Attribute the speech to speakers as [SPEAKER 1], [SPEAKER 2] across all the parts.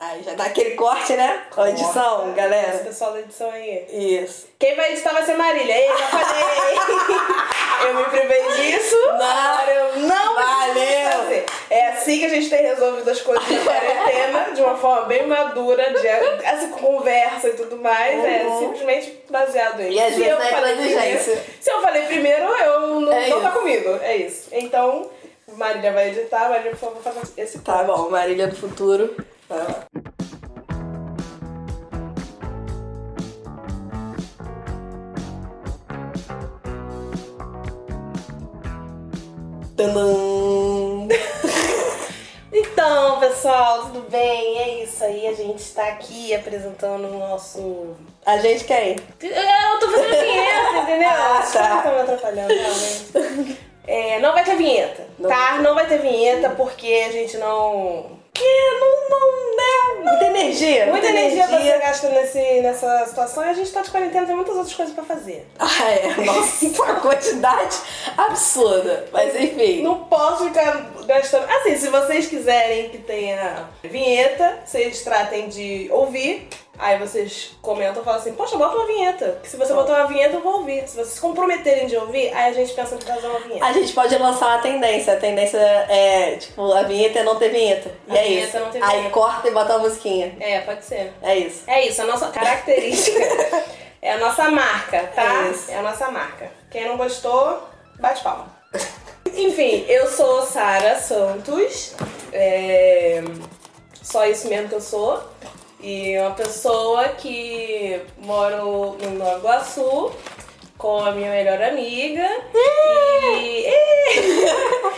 [SPEAKER 1] Aí já dá aquele corte, né? A edição,
[SPEAKER 2] Nossa, esse
[SPEAKER 1] galera.
[SPEAKER 2] pessoal da edição aí.
[SPEAKER 1] Isso.
[SPEAKER 2] é Quem vai editar vai ser Marília. Ei, já falei. eu me privei disso. Agora eu não preciso
[SPEAKER 1] Valeu.
[SPEAKER 2] fazer. É assim que a gente tem resolvido as coisas na quarentena, de uma forma bem madura, de essa conversa e tudo mais. É
[SPEAKER 1] Uhum.
[SPEAKER 2] simplesmente baseado em.
[SPEAKER 1] E às
[SPEAKER 2] Se
[SPEAKER 1] vezes é
[SPEAKER 2] eu
[SPEAKER 1] na
[SPEAKER 2] falei
[SPEAKER 1] inteligência.
[SPEAKER 2] primeiro- Se eu falei primeiro, eu não,
[SPEAKER 1] É
[SPEAKER 2] não tá
[SPEAKER 1] isso.
[SPEAKER 2] comigo. É isso. Então, Marília vai editar, Marília, por favor, faça esse
[SPEAKER 1] Tá bom, Marília do Futuro. Vai lá. Tadam.
[SPEAKER 2] Então, pessoal, tudo bem? É isso aí, a gente está aqui apresentando o nosso.
[SPEAKER 1] A gente quer ir.
[SPEAKER 2] Eu tô fazendo vinheta, entendeu?
[SPEAKER 1] Ah,
[SPEAKER 2] Acho que
[SPEAKER 1] tá.
[SPEAKER 2] eu tô me atrapalhando, realmente. É, não vai ter vinheta,
[SPEAKER 1] Não
[SPEAKER 2] tá?
[SPEAKER 1] vai
[SPEAKER 2] Não vai ter vinheta porque a gente não. Que não, não, né?
[SPEAKER 1] É, Muita energia.
[SPEAKER 2] Muita energia você gasta nesse, nessa situação e a gente tá de quarentena, tem muitas outras coisas pra fazer.
[SPEAKER 1] Ah, é. Nossa, uma quantidade absurda. Mas enfim.
[SPEAKER 2] Não posso ficar gastando. Assim, se vocês quiserem que tenha vinheta, vocês tratem de ouvir. Aí vocês comentam e falam assim: Poxa, bota uma vinheta. Que se você botar uma vinheta, eu vou ouvir. Se vocês se comprometerem de ouvir, aí a gente pensa em fazer uma vinheta.
[SPEAKER 1] A gente pode lançar uma tendência. A tendência é, tipo, a vinheta é não ter vinheta. E
[SPEAKER 2] A
[SPEAKER 1] é
[SPEAKER 2] vinheta
[SPEAKER 1] isso.
[SPEAKER 2] não ter
[SPEAKER 1] Aí
[SPEAKER 2] vinheta.
[SPEAKER 1] corta e bota a musiquinha.
[SPEAKER 2] É, pode ser.
[SPEAKER 1] É isso.
[SPEAKER 2] É isso, a nossa característica. é a nossa marca, tá?
[SPEAKER 1] É isso.
[SPEAKER 2] a nossa marca. Quem não gostou, bate palma. Enfim, eu sou Sara Santos. É... Só isso mesmo que eu sou. E é uma pessoa que moro no Nova Iguaçu com a minha melhor amiga. E...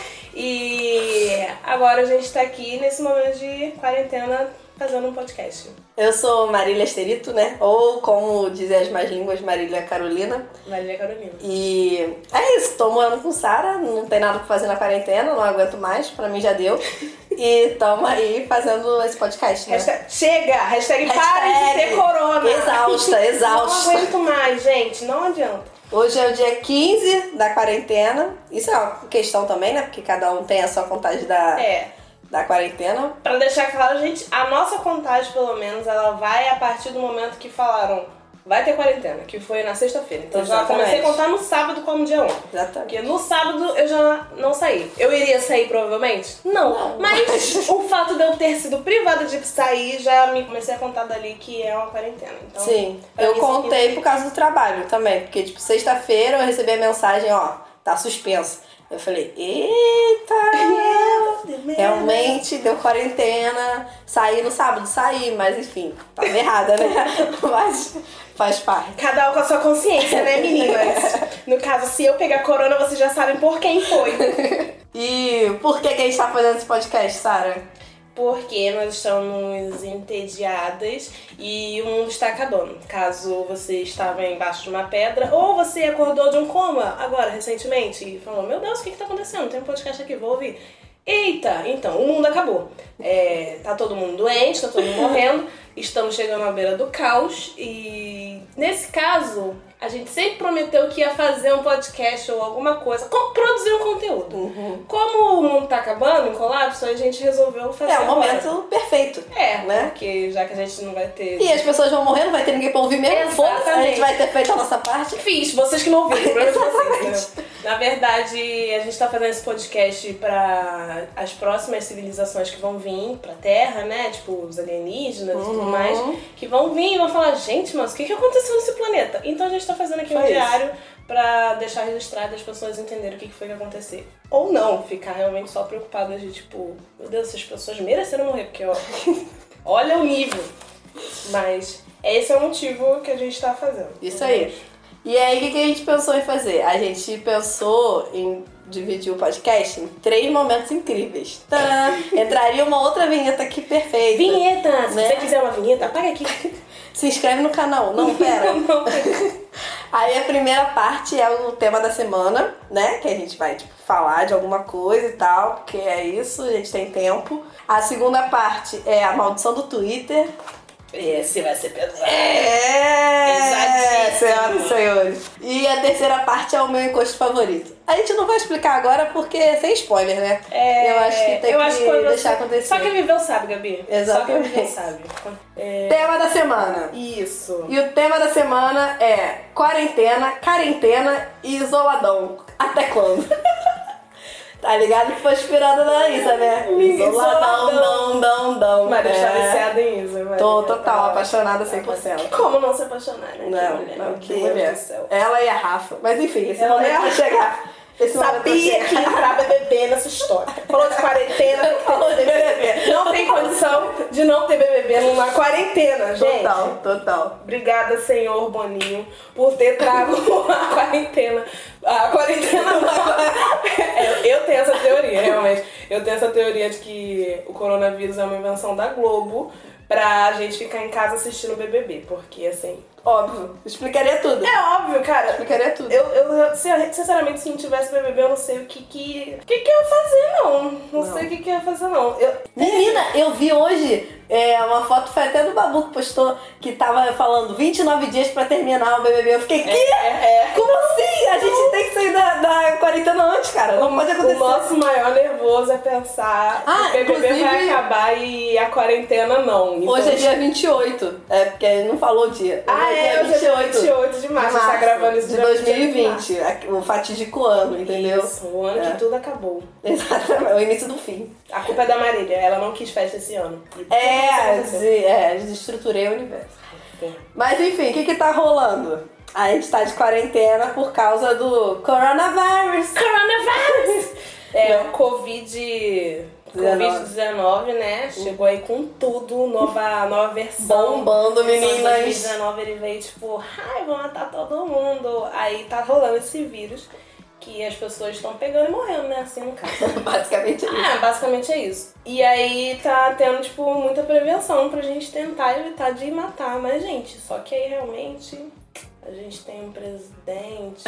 [SPEAKER 2] e agora a gente tá aqui nesse momento de quarentena fazendo um podcast.
[SPEAKER 1] Eu sou Marília Esterito, né? Ou como dizem as mais línguas, Marília Carolina.
[SPEAKER 2] Marília Carolina.
[SPEAKER 1] E é isso, tô morando com Sara, não tem nada pra fazer na quarentena, não aguento mais, pra mim já deu. E tamo aí fazendo esse podcast, né?
[SPEAKER 2] Hashtag- chega! Hashtag, para de
[SPEAKER 1] Hashtag
[SPEAKER 2] ter corona!
[SPEAKER 1] Exausta,
[SPEAKER 2] Não
[SPEAKER 1] exausta.
[SPEAKER 2] aguento mais, gente. Não adianta.
[SPEAKER 1] Hoje é o dia 15 da quarentena. Isso é uma questão também, né? Porque cada um tem a sua contagem da,
[SPEAKER 2] É.
[SPEAKER 1] da quarentena.
[SPEAKER 2] Pra deixar claro, gente, a nossa contagem, pelo menos, ela vai a partir do momento que falaram vai ter quarentena, que foi na sexta-feira. Então já
[SPEAKER 1] Exatamente.
[SPEAKER 2] comecei a contar no sábado como dia 1.
[SPEAKER 1] Exatamente.
[SPEAKER 2] Porque no sábado eu já não saí. Eu iria sair provavelmente? Não.
[SPEAKER 1] Não.
[SPEAKER 2] Mas o fato de eu ter sido privada de sair já me comecei a contar dali que é uma quarentena. Então,
[SPEAKER 1] Sim,
[SPEAKER 2] pra
[SPEAKER 1] eu
[SPEAKER 2] mim isso aqui-
[SPEAKER 1] contei por causa do trabalho também, porque tipo, sexta-feira eu recebi a mensagem, ó, tá suspensa. Eu falei, eita,
[SPEAKER 2] né?
[SPEAKER 1] realmente deu quarentena, saí no sábado, saí, mas enfim, tava errada, né? mas faz parte.
[SPEAKER 2] Cada um com a sua consciência, né, meninas? No caso, se eu pegar corona, vocês já sabem por quem foi.
[SPEAKER 1] E por que, que a gente tá fazendo esse podcast, Sara?
[SPEAKER 2] Porque nós estamos entediadas e o mundo está acabando. Caso você estava embaixo de uma pedra ou você acordou de um coma agora, recentemente, e falou: Meu Deus, o que está acontecendo? Tem um podcast aqui, vou ouvir. Eita, então, o mundo acabou. É, tá todo mundo doente, tá todo mundo morrendo, estamos chegando à beira do caos e nesse caso, a gente sempre prometeu que ia fazer um podcast ou alguma coisa, co- produzir um conteúdo. Como o mundo tá acabando, em colapso, a gente resolveu fazer
[SPEAKER 1] É o
[SPEAKER 2] agora.
[SPEAKER 1] momento perfeito.
[SPEAKER 2] É,
[SPEAKER 1] né?
[SPEAKER 2] Porque já que a gente não vai ter.
[SPEAKER 1] E é. as pessoas vão morrer, não vai ter ninguém pra ouvir mesmo, foda-se, a gente
[SPEAKER 2] Exatamente.
[SPEAKER 1] vai ter feito a nossa parte.
[SPEAKER 2] Fiz, vocês que não ouviram, pra vocês. né? Na verdade, a gente tá fazendo esse podcast pra as próximas civilizações que vão vir pra Terra, né? Tipo, os alienígenas e tudo
[SPEAKER 1] Uhum.
[SPEAKER 2] mais, que vão vir e vão falar, gente, mas o que, que aconteceu nesse planeta? Então a gente tá fazendo aqui um
[SPEAKER 1] Foi isso.
[SPEAKER 2] diário pra deixar registrado e as pessoas entenderem o que, que foi que aconteceu. Ou não, ficar realmente só preocupadas de tipo, meu Deus, essas pessoas mereceram morrer, porque ó, olha o nível. Mas esse é o motivo que a gente tá fazendo.
[SPEAKER 1] Isso aí. E aí, o que, que a gente pensou em fazer? A gente pensou em dividir o podcast em três momentos incríveis. Tadã! Entraria uma outra vinheta aqui perfeita.
[SPEAKER 2] Vinheta! Se
[SPEAKER 1] Né?
[SPEAKER 2] você quiser uma vinheta, apaga aqui.
[SPEAKER 1] Se inscreve no canal. Não, pera.
[SPEAKER 2] Não.
[SPEAKER 1] Aí a primeira parte é o tema da semana, né? Que a gente vai tipo, falar de alguma coisa e tal, porque é isso, a gente tem tempo. A segunda parte é a maldição do Twitter.
[SPEAKER 2] Esse vai ser pesado.
[SPEAKER 1] É!
[SPEAKER 2] Pesadíssimo.
[SPEAKER 1] Senhoras e senhores. E a terceira parte é o meu encosto favorito. A gente não vai explicar agora porque sem spoiler, né?
[SPEAKER 2] É,
[SPEAKER 1] eu acho que tem
[SPEAKER 2] eu
[SPEAKER 1] que
[SPEAKER 2] acho quando-
[SPEAKER 1] deixar acontecer.
[SPEAKER 2] Só quem viveu sabe, Gabi.
[SPEAKER 1] Exatamente.
[SPEAKER 2] Só quem viveu sabe. É,
[SPEAKER 1] Tema da semana.
[SPEAKER 2] Isso.
[SPEAKER 1] E o tema da semana é quarentena, quarentena e isoladão. Até quando? tá ligado que foi inspirada na Isa, né? Isoladão, dão, dão, dão.
[SPEAKER 2] Maria está
[SPEAKER 1] É.
[SPEAKER 2] viciada em Isa. Maria.
[SPEAKER 1] Tô total
[SPEAKER 2] Tá.
[SPEAKER 1] apaixonada 100%.
[SPEAKER 2] Como não se apaixonar, né?
[SPEAKER 1] Não,
[SPEAKER 2] mulher,
[SPEAKER 1] não, que
[SPEAKER 2] meu Deus
[SPEAKER 1] mulher.
[SPEAKER 2] do céu.
[SPEAKER 1] Ela e a Rafa. Mas enfim, esse
[SPEAKER 2] Ela e
[SPEAKER 1] momento
[SPEAKER 2] a
[SPEAKER 1] vai chegar. Esse momento vai
[SPEAKER 2] Sabia
[SPEAKER 1] chegar.
[SPEAKER 2] que entrava bebê é nessa história. Falou de quarentena, falou de BBB. Não tem condição de não ter BBB numa quarentena, gente.
[SPEAKER 1] Total, total.
[SPEAKER 2] Obrigada, senhor Boninho, por ter trago a quarentena. A quarentena não. É, Eu tenho essa teoria, realmente. Eu tenho essa teoria de que o coronavírus é uma invenção da Globo pra gente ficar em casa assistindo BBB. Porque, assim.
[SPEAKER 1] Óbvio. Explicaria tudo.
[SPEAKER 2] É óbvio, cara.
[SPEAKER 1] Explicaria tudo.
[SPEAKER 2] Eu, eu, se- sinceramente, se não tivesse BBB, eu não sei o que que, o que, que eu ia fazer, não. Não,
[SPEAKER 1] Não.
[SPEAKER 2] sei o que, que eu ia fazer, não. Eu,
[SPEAKER 1] Menina, eu vi hoje é, uma foto, foi até do Babu que postou, que tava falando 29 dias pra terminar o BBB. Eu fiquei, que?
[SPEAKER 2] é, é.
[SPEAKER 1] Como assim? A gente tem que sair da, da quarentena antes, cara. Não pode
[SPEAKER 2] O
[SPEAKER 1] acontecer.
[SPEAKER 2] nosso maior nervoso é pensar
[SPEAKER 1] Ah,
[SPEAKER 2] que o BBB vai
[SPEAKER 1] inclusive-
[SPEAKER 2] acabar e a quarentena não. Então-
[SPEAKER 1] Hoje é dia 28. É, porque ele não falou o dia.
[SPEAKER 2] Ah, é, hoje é 28 de março. A gente tá gravando isso
[SPEAKER 1] de
[SPEAKER 2] dia 28 de
[SPEAKER 1] 2020. O fatídico ano,
[SPEAKER 2] março.
[SPEAKER 1] entendeu?
[SPEAKER 2] Isso, o ano
[SPEAKER 1] É.
[SPEAKER 2] que tudo acabou.
[SPEAKER 1] Exatamente, o início do fim.
[SPEAKER 2] A culpa é da Marília, ela não quis festa esse ano. E-
[SPEAKER 1] É, des- é, desestruturei o universo. Mas enfim, o que que tá rolando? A gente tá de quarentena por causa do coronavírus.
[SPEAKER 2] Coronavirus! É, o Covid. Covid-19, né? Chegou aí com tudo, nova, nova versão.
[SPEAKER 1] Bombando, meninas.
[SPEAKER 2] 2019 ele veio tipo, ai, vou matar todo mundo. Aí tá rolando esse vírus que as pessoas estão pegando e morrendo, né? Assim no caso.
[SPEAKER 1] Basicamente isso.
[SPEAKER 2] Ah, basicamente é isso. E aí tá tendo, tipo, muita prevenção pra gente tentar evitar de matar mais gente. Só que aí realmente a gente tem um presidente.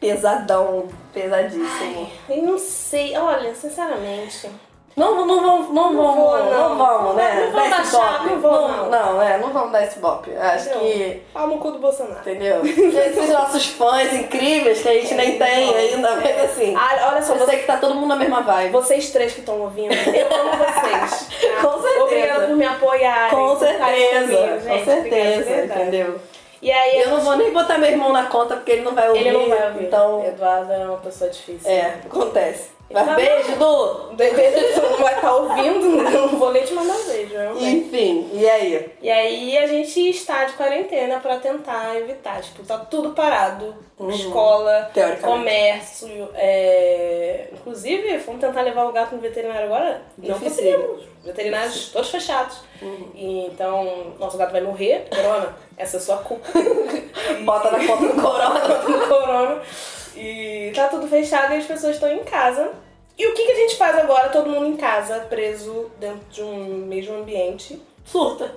[SPEAKER 1] Pesadão, pesadíssimo.
[SPEAKER 2] Eu não sei, olha, sinceramente.
[SPEAKER 1] Não, não vamos, não,
[SPEAKER 2] Não
[SPEAKER 1] vamos,
[SPEAKER 2] vou, não.
[SPEAKER 1] não vamos, né?
[SPEAKER 2] Não vamos
[SPEAKER 1] Dar esse
[SPEAKER 2] baixar,
[SPEAKER 1] bope.
[SPEAKER 2] não vou, não.
[SPEAKER 1] não, é, não vamos dar esse bope. Acho
[SPEAKER 2] Não.
[SPEAKER 1] que
[SPEAKER 2] Pau no cu do Bolsonaro.
[SPEAKER 1] Entendeu? Esses nossos fãs incríveis que a gente nem tem ainda, mas assim.
[SPEAKER 2] Ah, olha só,
[SPEAKER 1] Eu
[SPEAKER 2] você-
[SPEAKER 1] sei que tá todo mundo na mesma vibe.
[SPEAKER 2] vocês três que estão ouvindo, eu amo vocês. tá?
[SPEAKER 1] Com certeza.
[SPEAKER 2] Obrigada por me apoiarem.
[SPEAKER 1] Com
[SPEAKER 2] por estarem
[SPEAKER 1] certeza,
[SPEAKER 2] comigo,
[SPEAKER 1] com
[SPEAKER 2] gente. Obrigada, de
[SPEAKER 1] certeza,
[SPEAKER 2] verdade.
[SPEAKER 1] entendeu?
[SPEAKER 2] E aí,
[SPEAKER 1] Eu não vou nem botar meu irmão na conta porque ele não vai ouvir.
[SPEAKER 2] ele não vai ouvir.
[SPEAKER 1] Então,
[SPEAKER 2] Eduardo é uma pessoa difícil.
[SPEAKER 1] é, acontece. Mas
[SPEAKER 2] Tá
[SPEAKER 1] beijo, Du!
[SPEAKER 2] Depende não vai estar ouvindo, não vou nem te mandar um beijo. realmente.
[SPEAKER 1] Enfim, e aí?
[SPEAKER 2] E aí a gente está de quarentena pra tentar evitar. Tipo, tá tudo parado. Escola,
[SPEAKER 1] Teoricamente.
[SPEAKER 2] comércio. é, Inclusive, fomos tentar levar o gato no veterinário agora. Não
[SPEAKER 1] Difícil.
[SPEAKER 2] conseguimos. Veterinários todos fechados. E, então, nosso gato vai morrer. Corona, essa é a sua culpa.
[SPEAKER 1] Bota na conta do corona.
[SPEAKER 2] do corona. E tá tudo fechado e as pessoas estão em casa. E o que, que a gente faz agora? Todo mundo em casa, preso dentro de um mesmo ambiente.
[SPEAKER 1] Surta.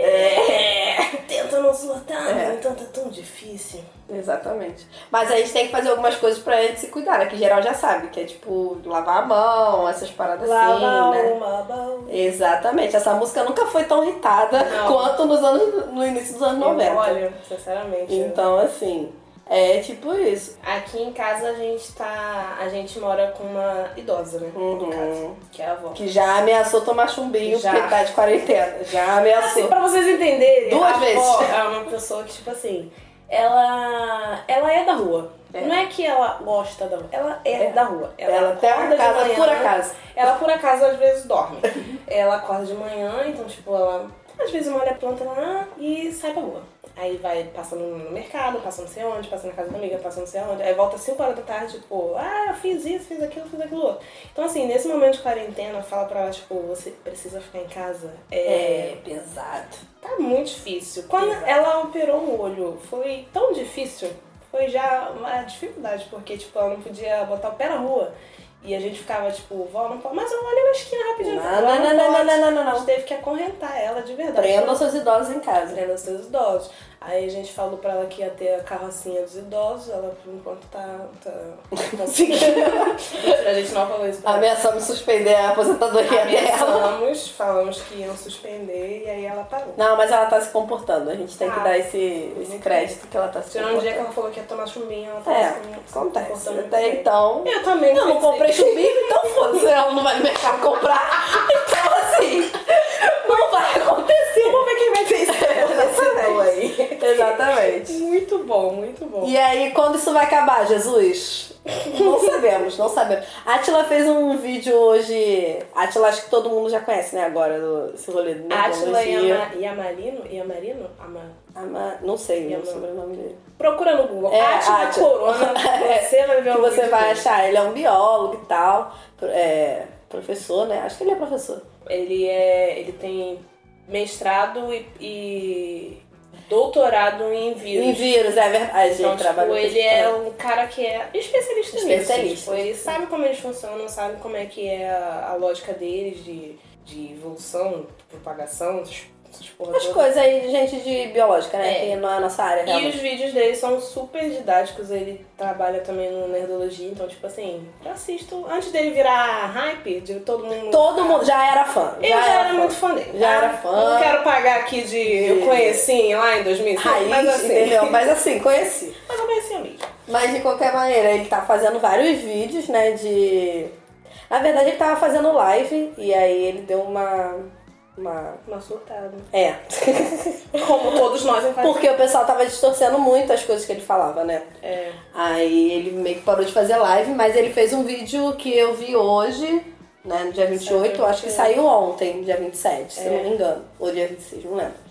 [SPEAKER 2] É. Tenta não surtar,
[SPEAKER 1] É.
[SPEAKER 2] mas então tá tão difícil.
[SPEAKER 1] Exatamente. Mas a gente tem que fazer algumas coisas pra gente se cuidar, né? Que geral já sabe, que é tipo lavar a mão, essas paradas assim, né?
[SPEAKER 2] uma baú.
[SPEAKER 1] Exatamente, essa música nunca foi tão hitada
[SPEAKER 2] Não.
[SPEAKER 1] quanto nos anos, no início dos anos 90.
[SPEAKER 2] Olha, sinceramente.
[SPEAKER 1] Então, assim, é tipo isso.
[SPEAKER 2] Aqui em casa a gente tá. A gente mora com uma idosa, né? No
[SPEAKER 1] Uhum.
[SPEAKER 2] caso, que é a avó.
[SPEAKER 1] Que já ameaçou tomar chumbinho
[SPEAKER 2] Já.
[SPEAKER 1] porque tá de quarentena. Já
[SPEAKER 2] Assim,
[SPEAKER 1] ameaçou.
[SPEAKER 2] pra vocês entenderem,
[SPEAKER 1] Duas
[SPEAKER 2] a avó
[SPEAKER 1] vezes.
[SPEAKER 2] é uma pessoa que, tipo assim, ela, ela é da rua.
[SPEAKER 1] É.
[SPEAKER 2] Não é que ela gosta da rua, ela é,
[SPEAKER 1] É.
[SPEAKER 2] da rua.
[SPEAKER 1] Ela até
[SPEAKER 2] acorda
[SPEAKER 1] a
[SPEAKER 2] de
[SPEAKER 1] casa,
[SPEAKER 2] manhã,
[SPEAKER 1] por acaso.
[SPEAKER 2] Ela, por acaso, às vezes dorme. ela acorda de manhã, então, tipo, ela às vezes molha a planta lá e sai pra rua. Aí vai, passa no, no mercado, passa não sei onde, passa na casa da amiga, passa não sei onde. Aí volta 5 horas da tarde, tipo, ah, eu fiz isso, fiz aquilo, fiz aquilo outro. Então, assim, nesse momento de quarentena, fala pra ela, tipo, você precisa ficar em casa. é
[SPEAKER 1] pesado.
[SPEAKER 2] Tá muito difícil. Quando
[SPEAKER 1] Exato.
[SPEAKER 2] ela operou um olho, foi tão difícil. Foi já uma dificuldade, porque, tipo, ela não podia botar o pé na rua. E a gente ficava, tipo, vó, não pode. Mas eu olho na esquina rapidinho.
[SPEAKER 1] Não,
[SPEAKER 2] Vó,
[SPEAKER 1] não, não, não,
[SPEAKER 2] pode.
[SPEAKER 1] não, não, não, não.
[SPEAKER 2] A gente teve que acorrentar ela de verdade.
[SPEAKER 1] Prendam seus idosos em casa.
[SPEAKER 2] Prenda os seus idosos. Aí a gente falou pra ela que ia ter a carrocinha dos idosos, ela por enquanto tá. tá
[SPEAKER 1] Sim.
[SPEAKER 2] a gente não falou isso pra ela.
[SPEAKER 1] Ameaçamos suspender a aposentadoria dela.
[SPEAKER 2] Ameaçamos, falamos que iam suspender e aí ela parou.
[SPEAKER 1] Não, mas ela tá se comportando. A gente tem que
[SPEAKER 2] Ah,
[SPEAKER 1] dar esse, esse crédito que ela tá se
[SPEAKER 2] Tirando um dia que
[SPEAKER 1] comportando.
[SPEAKER 2] ela falou que ia tomar chumbinho, ela tá
[SPEAKER 1] É,
[SPEAKER 2] se
[SPEAKER 1] acontece.
[SPEAKER 2] comportando muito
[SPEAKER 1] Até
[SPEAKER 2] bem.
[SPEAKER 1] então.
[SPEAKER 2] Eu também
[SPEAKER 1] Eu não
[SPEAKER 2] pensei-
[SPEAKER 1] comprei chumbinho, então foda-se, ela não vai me deixar comprar. Então assim, não vai acontecer. Vamos
[SPEAKER 2] é
[SPEAKER 1] ver quem vai vencer. Exatamente. Exatamente.
[SPEAKER 2] Muito bom, muito bom.
[SPEAKER 1] E aí, quando isso vai acabar, Jesus? Não sabemos, não sabemos. Atila fez um vídeo hoje. Atila, acho que todo mundo já conhece, né? Agora, do, esse rolê do
[SPEAKER 2] Atila
[SPEAKER 1] neurologia.
[SPEAKER 2] Yama, Yamarino? Yamarino? Ama-
[SPEAKER 1] Ama- Não sei o
[SPEAKER 2] Yama-
[SPEAKER 1] sobrenome dele.
[SPEAKER 2] Procura no Google.
[SPEAKER 1] É,
[SPEAKER 2] Atila
[SPEAKER 1] Átila.
[SPEAKER 2] Corona. Você vai ver
[SPEAKER 1] Que
[SPEAKER 2] o
[SPEAKER 1] você
[SPEAKER 2] vídeo
[SPEAKER 1] vai
[SPEAKER 2] dele.
[SPEAKER 1] achar. Ele é um biólogo e tal. pro- É, professor, né? Acho que ele é professor.
[SPEAKER 2] Ele, é, ele tem mestrado e, e doutorado em vírus.
[SPEAKER 1] Em vírus, é verdade.
[SPEAKER 2] Então,
[SPEAKER 1] ele trabalha
[SPEAKER 2] tipo,
[SPEAKER 1] com
[SPEAKER 2] ele
[SPEAKER 1] isso
[SPEAKER 2] é
[SPEAKER 1] também.
[SPEAKER 2] um cara que é especialista, nisso.
[SPEAKER 1] Especialista.
[SPEAKER 2] Tipo, ele sabe como eles funcionam, sabe como é que é a, a lógica deles de, de evolução, propagação, essas, essas porra
[SPEAKER 1] As
[SPEAKER 2] toda.
[SPEAKER 1] coisas aí de gente de biológica, né?
[SPEAKER 2] É.
[SPEAKER 1] Que não é a nossa área,
[SPEAKER 2] E os
[SPEAKER 1] realmente.
[SPEAKER 2] vídeos dele são super didáticos, ele trabalha também no Nerdologia, então, tipo assim, eu assisto. Antes dele virar hype, de todo mundo. Ah,
[SPEAKER 1] Todo mundo já era fã.
[SPEAKER 2] Eu já, era
[SPEAKER 1] fã.
[SPEAKER 2] muito fã dele.
[SPEAKER 1] Já
[SPEAKER 2] tá?
[SPEAKER 1] era fã.
[SPEAKER 2] Não quero pagar aqui de. Eu conheci lá em 2005.
[SPEAKER 1] Raiz,
[SPEAKER 2] mas assim.
[SPEAKER 1] entendeu? Mas assim, conheci.
[SPEAKER 2] Mas eu conhecia mesmo.
[SPEAKER 1] Mas de qualquer maneira, ele tá fazendo vários vídeos, né? De. Na verdade, ele tava fazendo live e aí ele deu uma. Uma.
[SPEAKER 2] Uma surtada.
[SPEAKER 1] É.
[SPEAKER 2] Como todos nós em
[SPEAKER 1] Porque o pessoal tava distorcendo muito as coisas que ele falava, né?
[SPEAKER 2] É.
[SPEAKER 1] Aí ele meio que parou de fazer live, mas ele fez um vídeo que eu vi hoje, né? No dia 28,
[SPEAKER 2] Saiu
[SPEAKER 1] acho que
[SPEAKER 2] ontem. É.
[SPEAKER 1] saiu ontem, dia 27, se eu não me engano. Ou dia 26, não lembro.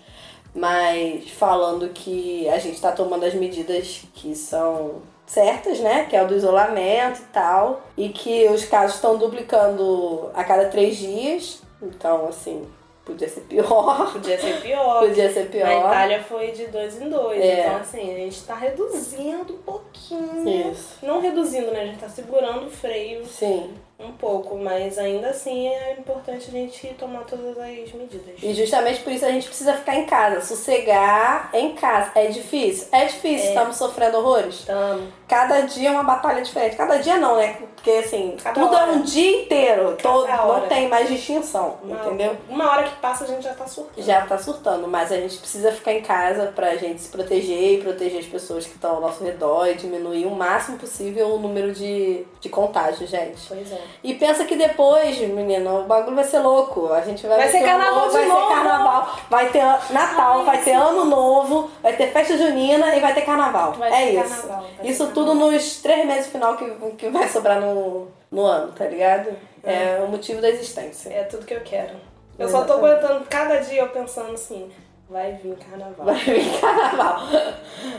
[SPEAKER 1] Mas falando que a gente tá tomando as medidas que são certas, né? Que é o do isolamento e tal. E que os casos estão duplicando a cada três dias. Então, assim, podia ser pior.
[SPEAKER 2] Podia ser pior.
[SPEAKER 1] Podia ser pior.
[SPEAKER 2] Na Itália foi de dois em dois.
[SPEAKER 1] É.
[SPEAKER 2] Então, assim, a gente tá reduzindo um pouquinho.
[SPEAKER 1] Isso.
[SPEAKER 2] Não reduzindo, né? A gente tá segurando o freio
[SPEAKER 1] Sim.
[SPEAKER 2] um pouco, mas ainda assim é importante a gente tomar todas as medidas.
[SPEAKER 1] E justamente por isso a gente precisa ficar em casa, sossegar em casa. É difícil? É difícil, estamos sofrendo horrores.
[SPEAKER 2] Então,
[SPEAKER 1] Cada dia é uma batalha diferente. Cada dia não, né? Porque assim,
[SPEAKER 2] Cada
[SPEAKER 1] tudo
[SPEAKER 2] hora.
[SPEAKER 1] é um dia inteiro. Todo, não
[SPEAKER 2] hora.
[SPEAKER 1] tem mais distinção,
[SPEAKER 2] uma,
[SPEAKER 1] entendeu?
[SPEAKER 2] uma hora que passa a gente já tá surtando.
[SPEAKER 1] Já tá surtando, mas a gente precisa ficar em casa pra gente se proteger e proteger as pessoas que estão ao nosso redor e diminuir o máximo possível o número de, de contágio, gente.
[SPEAKER 2] Pois é.
[SPEAKER 1] E pensa que depois, menino, o bagulho vai ser louco. A gente vai
[SPEAKER 2] Vai
[SPEAKER 1] ver
[SPEAKER 2] ser
[SPEAKER 1] filme
[SPEAKER 2] carnaval
[SPEAKER 1] novo,
[SPEAKER 2] de
[SPEAKER 1] vai
[SPEAKER 2] novo.
[SPEAKER 1] ser carnaval, vai ter Natal,
[SPEAKER 2] Ai,
[SPEAKER 1] vai ter
[SPEAKER 2] sim.
[SPEAKER 1] ano novo, vai ter festa junina e vai ter carnaval.
[SPEAKER 2] Vai
[SPEAKER 1] é
[SPEAKER 2] ter
[SPEAKER 1] isso.
[SPEAKER 2] carnaval, vai ter
[SPEAKER 1] isso
[SPEAKER 2] carnaval.
[SPEAKER 1] tudo nos três meses final que, que vai sobrar no, no ano, tá ligado? É. o motivo da existência.
[SPEAKER 2] É tudo que eu quero. Eu só tô aguentando cada dia eu pensando assim, vai vir carnaval.
[SPEAKER 1] Vai vir carnaval.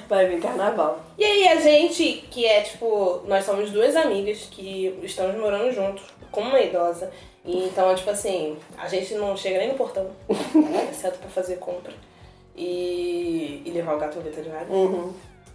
[SPEAKER 1] Vai vir carnaval.
[SPEAKER 2] E aí a gente, que é tipo, nós somos duas amigas que estamos morando juntos com uma idosa. E então, tipo assim, a gente não chega nem no portão, exceto pra fazer compra e, e levar o gato ao veterinário.
[SPEAKER 1] Uhum.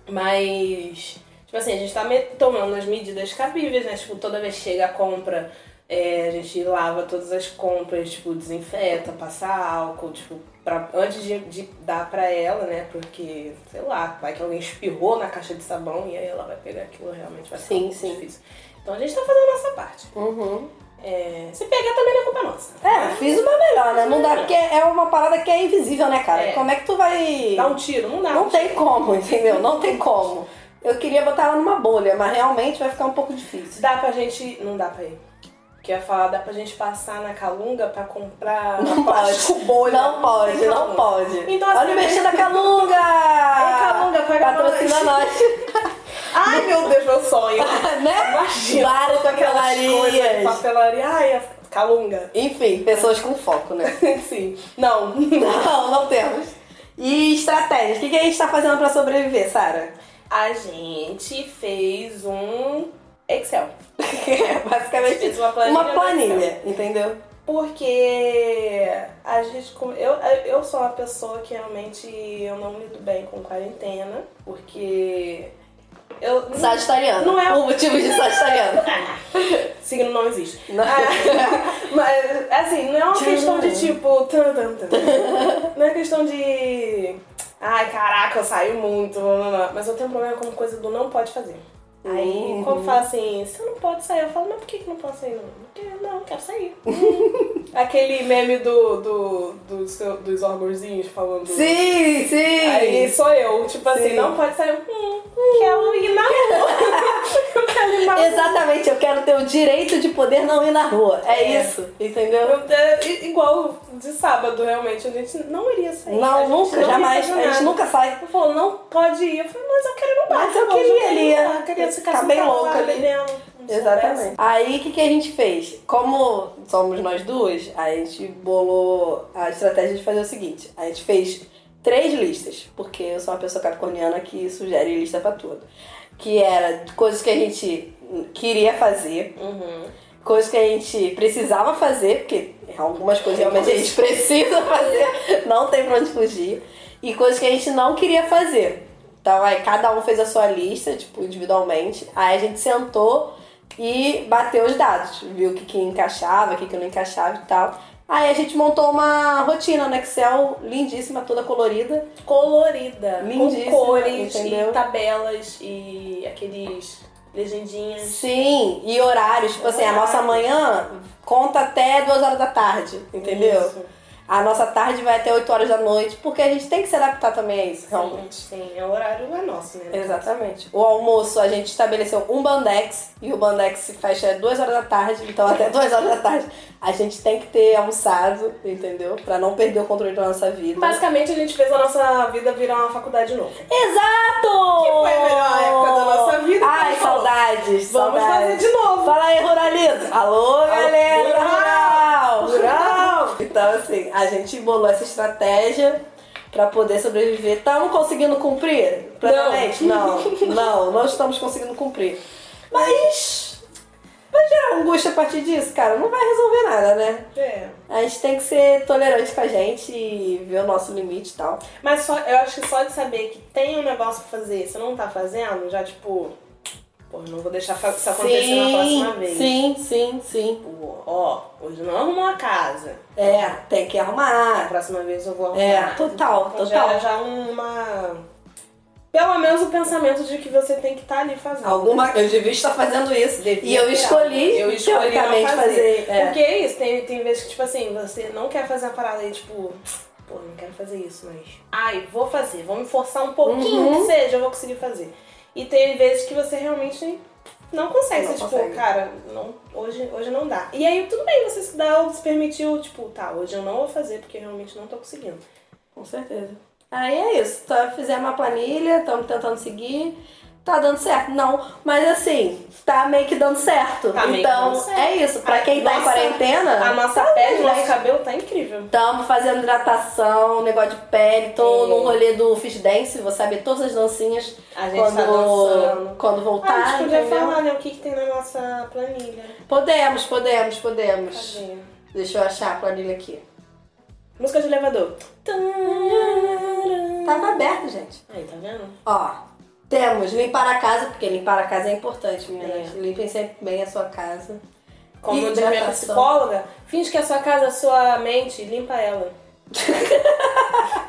[SPEAKER 2] Mas, tipo assim, a gente tá me- tomando as medidas cabíveis, né? Tipo, toda vez que chega a compra, é, a gente lava todas as compras, tipo, desinfeta, passa álcool, tipo, pra, antes de, de dar pra ela, né? Porque, sei lá, vai que alguém espirrou na caixa de sabão e aí ela vai pegar aquilo, realmente vai ser
[SPEAKER 1] Sim,
[SPEAKER 2] muito
[SPEAKER 1] sim.
[SPEAKER 2] difícil. Então a gente tá fazendo a nossa parte.
[SPEAKER 1] Uhum.
[SPEAKER 2] É, se pegar também não é culpa nossa.
[SPEAKER 1] É, fiz uma melhor, né? Não dá porque é uma parada que é invisível, né, cara?
[SPEAKER 2] É.
[SPEAKER 1] Como é que tu vai.
[SPEAKER 2] Dá um tiro, não dá.
[SPEAKER 1] Não tem como, entendeu? Não tem como. Eu queria botar ela numa bolha, mas realmente vai ficar um pouco difícil.
[SPEAKER 2] Dá pra gente. Não dá pra ir. Porque eu ia falar, dá pra gente passar na Calunga pra comprar não plástico bolha.
[SPEAKER 1] Não pode,
[SPEAKER 2] tem
[SPEAKER 1] não
[SPEAKER 2] Calunga.
[SPEAKER 1] pode.
[SPEAKER 2] Então, assim,
[SPEAKER 1] Olha o
[SPEAKER 2] né?
[SPEAKER 1] mexer da Calunga!
[SPEAKER 2] Ô, Calunga, paga
[SPEAKER 1] Patrocina
[SPEAKER 2] nós.
[SPEAKER 1] nós.
[SPEAKER 2] Ai, meu Deus, meu sonho.
[SPEAKER 1] né?
[SPEAKER 2] Imagina.
[SPEAKER 1] Várias
[SPEAKER 2] todas aquelas
[SPEAKER 1] papelarias.
[SPEAKER 2] coisas de Papelaria. Ai, a Calunga.
[SPEAKER 1] Enfim, pessoas com foco, né?
[SPEAKER 2] Sim. Não.
[SPEAKER 1] Não, não temos. E estratégias? O que, que a gente tá fazendo pra sobreviver, Sara?
[SPEAKER 2] A gente fez um Excel.
[SPEAKER 1] É Basicamente
[SPEAKER 2] Fez uma planilha.
[SPEAKER 1] uma
[SPEAKER 2] no Excel.
[SPEAKER 1] planilha, entendeu?
[SPEAKER 2] Porque a gente. com- Eu, eu sou uma pessoa que realmente eu não lido bem com quarentena. Porque. Eu,
[SPEAKER 1] Sagitariano.
[SPEAKER 2] Não é-
[SPEAKER 1] o motivo de Sagitariano.
[SPEAKER 2] Signo não existe.
[SPEAKER 1] Não.
[SPEAKER 2] Ah, mas, assim, não é uma
[SPEAKER 1] Tcharam.
[SPEAKER 2] questão de tipo. Tan, tan, tan. Não é questão de. Ai, caraca, eu saio muito, blá, blá, blá. mas eu tenho um problema com coisa do não pode fazer. Aí,
[SPEAKER 1] Uhum.
[SPEAKER 2] quando fala assim, você não pode sair, eu falo, mas por que, que não posso sair? Não, porque não, eu quero sair. Aquele meme do, do, do seu- dos orgulhozinhos falando.
[SPEAKER 1] Sim, sim!
[SPEAKER 2] Aí sou eu, tipo assim,
[SPEAKER 1] Sim.
[SPEAKER 2] não pode sair. Hum, quero ir na rua. eu quero ir na rua.
[SPEAKER 1] Exatamente, eu quero ter o direito de poder não ir na rua. É,
[SPEAKER 2] É.
[SPEAKER 1] isso, entendeu?
[SPEAKER 2] Eu- é, i- Igual de sábado, realmente, a gente não iria sair. a
[SPEAKER 1] Não,
[SPEAKER 2] gente
[SPEAKER 1] nunca,
[SPEAKER 2] não
[SPEAKER 1] jamais.
[SPEAKER 2] iria
[SPEAKER 1] A
[SPEAKER 2] fazer
[SPEAKER 1] gente
[SPEAKER 2] nada.
[SPEAKER 1] nunca sai.
[SPEAKER 2] Ela falou, não pode ir. Eu falei, mas eu quero ir no bar.
[SPEAKER 1] Mas eu
[SPEAKER 2] Tá bom,
[SPEAKER 1] queria
[SPEAKER 2] quero
[SPEAKER 1] ali,
[SPEAKER 2] ir no
[SPEAKER 1] é.
[SPEAKER 2] bar, Eu queria ficar
[SPEAKER 1] Ficar
[SPEAKER 2] sentada
[SPEAKER 1] bem
[SPEAKER 2] lá,
[SPEAKER 1] louca ali.
[SPEAKER 2] bebendo, não sei,
[SPEAKER 1] Exatamente. Aí o que, que a gente fez? Como somos nós duas, a gente bolou a estratégia de fazer o seguinte: a gente fez três listas, porque eu sou uma pessoa capricorniana que sugere lista pra tudo. Que era coisas que a gente queria fazer,
[SPEAKER 2] Uhum.
[SPEAKER 1] coisas que a gente precisava fazer, porque algumas coisas realmente a gente precisa fazer, não tem pra onde fugir, e coisas que a gente não queria fazer. Então aí cada um fez a sua lista, tipo, individualmente, aí a gente sentou e bateu os dados, viu o que, que encaixava, o que, que não encaixava e tal. Aí a gente montou uma rotina no Excel lindíssima, toda colorida.
[SPEAKER 2] Colorida.
[SPEAKER 1] Lindíssima,
[SPEAKER 2] com cores
[SPEAKER 1] entendeu?
[SPEAKER 2] e tabelas e aqueles legendinhas.
[SPEAKER 1] Sim, e horários, tipo assim, a nossa manhã conta até duas horas da tarde, entendeu?
[SPEAKER 2] Isso.
[SPEAKER 1] A nossa tarde vai até 8 horas da noite, porque a gente tem que se adaptar também a isso, realmente.
[SPEAKER 2] Sim, sim, é o horário é nosso, né?
[SPEAKER 1] Exatamente. O almoço, a gente estabeleceu um bandex, e o bandex se fecha às 2 horas da tarde, então até 2 horas da tarde a gente tem que ter almoçado, entendeu? Pra não perder o controle da nossa vida.
[SPEAKER 2] Basicamente, a gente fez a nossa vida virar uma faculdade nova.
[SPEAKER 1] Exato!
[SPEAKER 2] Que foi a melhor época da nossa vida,
[SPEAKER 1] tá Ai,
[SPEAKER 2] pessoal.
[SPEAKER 1] saudades,
[SPEAKER 2] Vamos
[SPEAKER 1] saudades.
[SPEAKER 2] fazer de novo.
[SPEAKER 1] Fala aí, ruralito! Alô, galera da rural! Rural! Então, assim, a gente bolou essa estratégia pra poder sobreviver. Estamos conseguindo cumprir? Plenamente? Não. não, não estamos conseguindo cumprir. Mas vai gerar angústia a partir disso, cara. Não vai resolver nada, né?
[SPEAKER 2] É.
[SPEAKER 1] A gente tem que ser tolerante com a gente e ver o nosso limite e tal.
[SPEAKER 2] Mas só, eu acho que só de saber que tem um negócio pra fazer e você não tá fazendo, já tipo. Pô, não vou deixar fa- isso acontecer tá na próxima vez.
[SPEAKER 1] sim, sim, sim.
[SPEAKER 2] Tipo, ó, hoje não arrumou a casa.
[SPEAKER 1] É, tem que
[SPEAKER 2] A
[SPEAKER 1] arrumar.
[SPEAKER 2] próxima vez eu vou arrumar.
[SPEAKER 1] É, total,
[SPEAKER 2] Então já
[SPEAKER 1] total.
[SPEAKER 2] era já uma. Pelo menos o pensamento de que você tem que estar ali fazendo.
[SPEAKER 1] Alguma, eu devia estar fazendo isso.
[SPEAKER 2] Devia
[SPEAKER 1] e eu
[SPEAKER 2] ter
[SPEAKER 1] escolhi,
[SPEAKER 2] algo. Eu escolhi não
[SPEAKER 1] teoricamente,
[SPEAKER 2] fazer.
[SPEAKER 1] fazer, é.
[SPEAKER 2] Porque é isso, tem, tem vezes que, tipo assim, você não quer fazer a parada e, tipo, pô, não quero fazer isso, mas. Ai, vou fazer, vou me forçar um pouquinho
[SPEAKER 1] Uhum.
[SPEAKER 2] que seja, eu vou conseguir fazer. E tem vezes que você realmente não consegue,
[SPEAKER 1] Não
[SPEAKER 2] você, tipo,
[SPEAKER 1] consegue.
[SPEAKER 2] cara, não, hoje, hoje não dá. E aí, tudo bem, você se dá ou se permitiu, tipo, tá, hoje eu não vou fazer porque realmente não tô conseguindo.
[SPEAKER 1] Com certeza. Aí é isso. Tá, fizemos uma planilha, estamos tentando seguir. Tá dando certo? Não. Mas assim, tá meio que dando certo.
[SPEAKER 2] Tá meio que
[SPEAKER 1] então,
[SPEAKER 2] dando certo.
[SPEAKER 1] é isso. Pra
[SPEAKER 2] A
[SPEAKER 1] quem tá em
[SPEAKER 2] nossa-
[SPEAKER 1] quarentena,
[SPEAKER 2] A nossa
[SPEAKER 1] tá
[SPEAKER 2] pele, o
[SPEAKER 1] bem, né?
[SPEAKER 2] nosso cabelo tá incrível.
[SPEAKER 1] Tamo fazendo hidratação, negócio de pele, tô
[SPEAKER 2] Sim.
[SPEAKER 1] no rolê do Fish Dance, vou saber todas as dancinhas
[SPEAKER 2] A gente
[SPEAKER 1] quando,
[SPEAKER 2] tá dançando.
[SPEAKER 1] quando voltar.
[SPEAKER 2] Ah, a gente podia
[SPEAKER 1] entendeu?
[SPEAKER 2] falar, né, o que, que tem na nossa planilha.
[SPEAKER 1] Podemos, podemos, podemos.
[SPEAKER 2] Cadê?
[SPEAKER 1] Deixa eu achar a planilha aqui.
[SPEAKER 2] Música de elevador.
[SPEAKER 1] Tava aberto, gente.
[SPEAKER 2] Aí, tá vendo?
[SPEAKER 1] Ó, temos limpar a casa, porque limpar a casa é importante, meninas.
[SPEAKER 2] É.
[SPEAKER 1] Limpem sempre bem a sua casa.
[SPEAKER 2] Como
[SPEAKER 1] Ih,
[SPEAKER 2] diz minha
[SPEAKER 1] hidratação.
[SPEAKER 2] psicóloga, finge que a sua casa, a sua mente, limpa ela.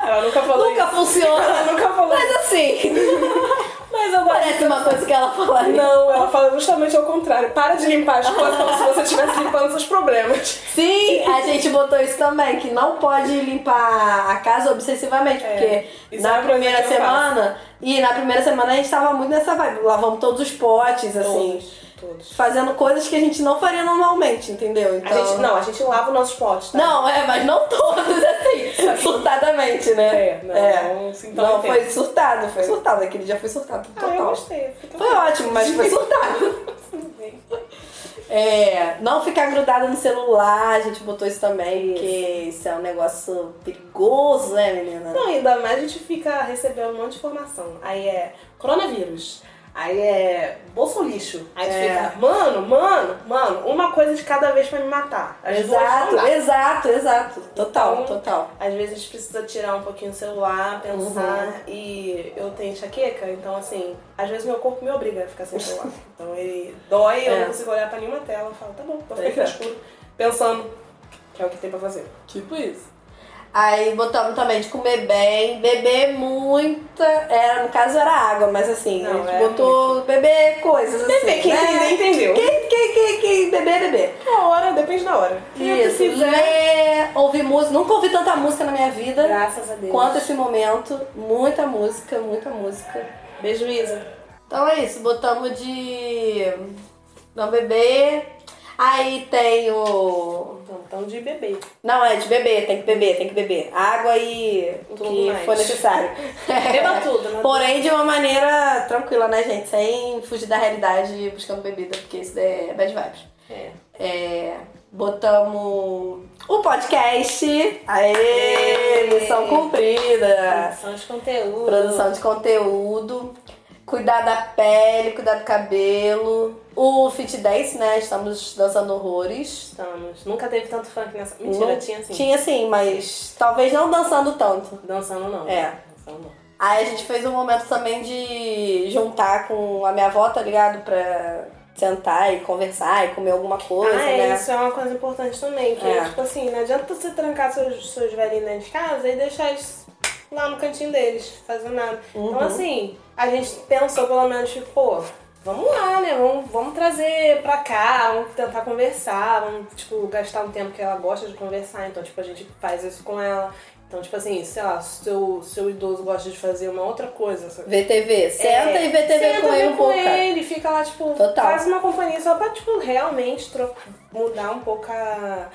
[SPEAKER 2] ela nunca falou
[SPEAKER 1] Nunca
[SPEAKER 2] isso.
[SPEAKER 1] funciona.
[SPEAKER 2] Ela nunca falou isso.
[SPEAKER 1] Mas assim,
[SPEAKER 2] Mas eu gosto.
[SPEAKER 1] parece uma coisa que ela falaria.
[SPEAKER 2] Não, ela fala justamente ao contrário. Para de limpar as coisas como se você estivesse limpando seus problemas.
[SPEAKER 1] Sim, a gente botou isso também, que não pode limpar a casa obsessivamente,
[SPEAKER 2] É,
[SPEAKER 1] porque
[SPEAKER 2] isso
[SPEAKER 1] na
[SPEAKER 2] é uma coisa
[SPEAKER 1] primeira
[SPEAKER 2] que eu faço.
[SPEAKER 1] semana, e na primeira semana a gente tava muito nessa vibe, lavamos todos os potes, assim,
[SPEAKER 2] Todos, todos.
[SPEAKER 1] fazendo coisas que a gente não faria normalmente, entendeu?
[SPEAKER 2] A
[SPEAKER 1] Então...
[SPEAKER 2] gente, não, a gente lava os nossos potes, tá?
[SPEAKER 1] Não, é, mas não todos, assim, surtadamente, né?
[SPEAKER 2] É, não, não se
[SPEAKER 1] Não,
[SPEAKER 2] intolerante.
[SPEAKER 1] foi surtado, foi surtado, aquele dia foi surtado
[SPEAKER 2] Ah, eu
[SPEAKER 1] total.
[SPEAKER 2] gostei. Fiquei tão
[SPEAKER 1] foi ótimo, mas foi surtado.
[SPEAKER 2] bem.
[SPEAKER 1] É, não ficar grudada no celular, a gente botou isso também,
[SPEAKER 2] Isso.
[SPEAKER 1] porque isso é um negócio perigoso, né, menina?
[SPEAKER 2] Não, ainda mais a gente fica recebendo um monte de informação. Aí é coronavírus. Aí é bolso lixo. Aí tu
[SPEAKER 1] É.
[SPEAKER 2] fica, mano, mano, mano, uma coisa de cada vez pra me matar. As duas
[SPEAKER 1] exato,
[SPEAKER 2] não dá.
[SPEAKER 1] exato, exato. Total,
[SPEAKER 2] Então,
[SPEAKER 1] total.
[SPEAKER 2] Às vezes a gente precisa tirar um pouquinho o celular, pensar.
[SPEAKER 1] Uhum.
[SPEAKER 2] E eu tenho enxaqueca, então assim, às vezes meu corpo me obriga a ficar sem celular. Então ele dói, eu
[SPEAKER 1] É.
[SPEAKER 2] não consigo olhar pra nenhuma tela. Eu falo, tá bom, vou ficar aqui no
[SPEAKER 1] É.
[SPEAKER 2] escuro, pensando, que é o que tem pra fazer.
[SPEAKER 1] Tipo isso. Aí botamos também de comer bem, beber muita. Era, no caso era água, mas assim,
[SPEAKER 2] Não,
[SPEAKER 1] a gente
[SPEAKER 2] é
[SPEAKER 1] botou beber coisas.
[SPEAKER 2] Beber,
[SPEAKER 1] assim,
[SPEAKER 2] quem
[SPEAKER 1] né?
[SPEAKER 2] entender, entendeu.
[SPEAKER 1] Quem, quem, quem, quem beber, beber.
[SPEAKER 2] Uma hora, depende da hora. é E eu
[SPEAKER 1] Isso, né?
[SPEAKER 2] precisei.
[SPEAKER 1] ler, ouvir música. Nunca ouvi tanta música na minha vida
[SPEAKER 2] Graças a Deus.
[SPEAKER 1] quanto esse momento. Muita música, muita música.
[SPEAKER 2] Beijo, Isa.
[SPEAKER 1] Então é isso, botamos de não beber. Aí tem o.
[SPEAKER 2] Então, tão de bebê.
[SPEAKER 1] Não, é de beber, tem que beber, tem que beber. Água e o
[SPEAKER 2] Tudo
[SPEAKER 1] que
[SPEAKER 2] mais.
[SPEAKER 1] for necessário.
[SPEAKER 2] Beba tudo, né?
[SPEAKER 1] Porém, de uma maneira tranquila, né, gente? Sem fugir da realidade buscando bebida, porque isso daí é bad vibes.
[SPEAKER 2] É.
[SPEAKER 1] É, botamos o podcast. Aê! Missão cumprida!
[SPEAKER 2] Produção de conteúdo.
[SPEAKER 1] Produção de conteúdo. Cuidar da pele, cuidar do cabelo. O Fit Dance, né? Estamos dançando horrores.
[SPEAKER 2] Estamos. Nunca teve tanto funk nessa. Mentira,
[SPEAKER 1] Não-
[SPEAKER 2] tinha sim.
[SPEAKER 1] Tinha sim, mas talvez não dançando tanto.
[SPEAKER 2] Dançando não.
[SPEAKER 1] É.
[SPEAKER 2] Dançando não.
[SPEAKER 1] Aí a gente fez um momento também de juntar com a minha avó, tá ligado? Pra sentar e conversar e comer alguma coisa,
[SPEAKER 2] ah, é,
[SPEAKER 1] né?
[SPEAKER 2] isso é uma coisa importante também. Que,
[SPEAKER 1] É.
[SPEAKER 2] tipo assim, não adianta você trancar seus, seus velhinhos dentro de casa e deixar eles lá no cantinho deles, fazendo nada.
[SPEAKER 1] Uhum.
[SPEAKER 2] Então, assim, a gente pensou pelo menos, tipo, pô, vamos lá, né? Vamos, vamos trazer pra cá, vamos tentar conversar, vamos, tipo, gastar um tempo que ela gosta de conversar. Então, tipo, a gente faz isso com ela. Então, tipo assim, sei lá, se seu, seu idoso gosta de fazer uma outra coisa, sabe?
[SPEAKER 1] VTV. Senta
[SPEAKER 2] É,
[SPEAKER 1] e VTV
[SPEAKER 2] senta
[SPEAKER 1] com
[SPEAKER 2] e
[SPEAKER 1] ele
[SPEAKER 2] vê
[SPEAKER 1] um pouco. cara.
[SPEAKER 2] ele, fica lá, tipo,
[SPEAKER 1] Total.
[SPEAKER 2] faz uma companhia só pra, tipo, realmente tro- mudar um pouco a...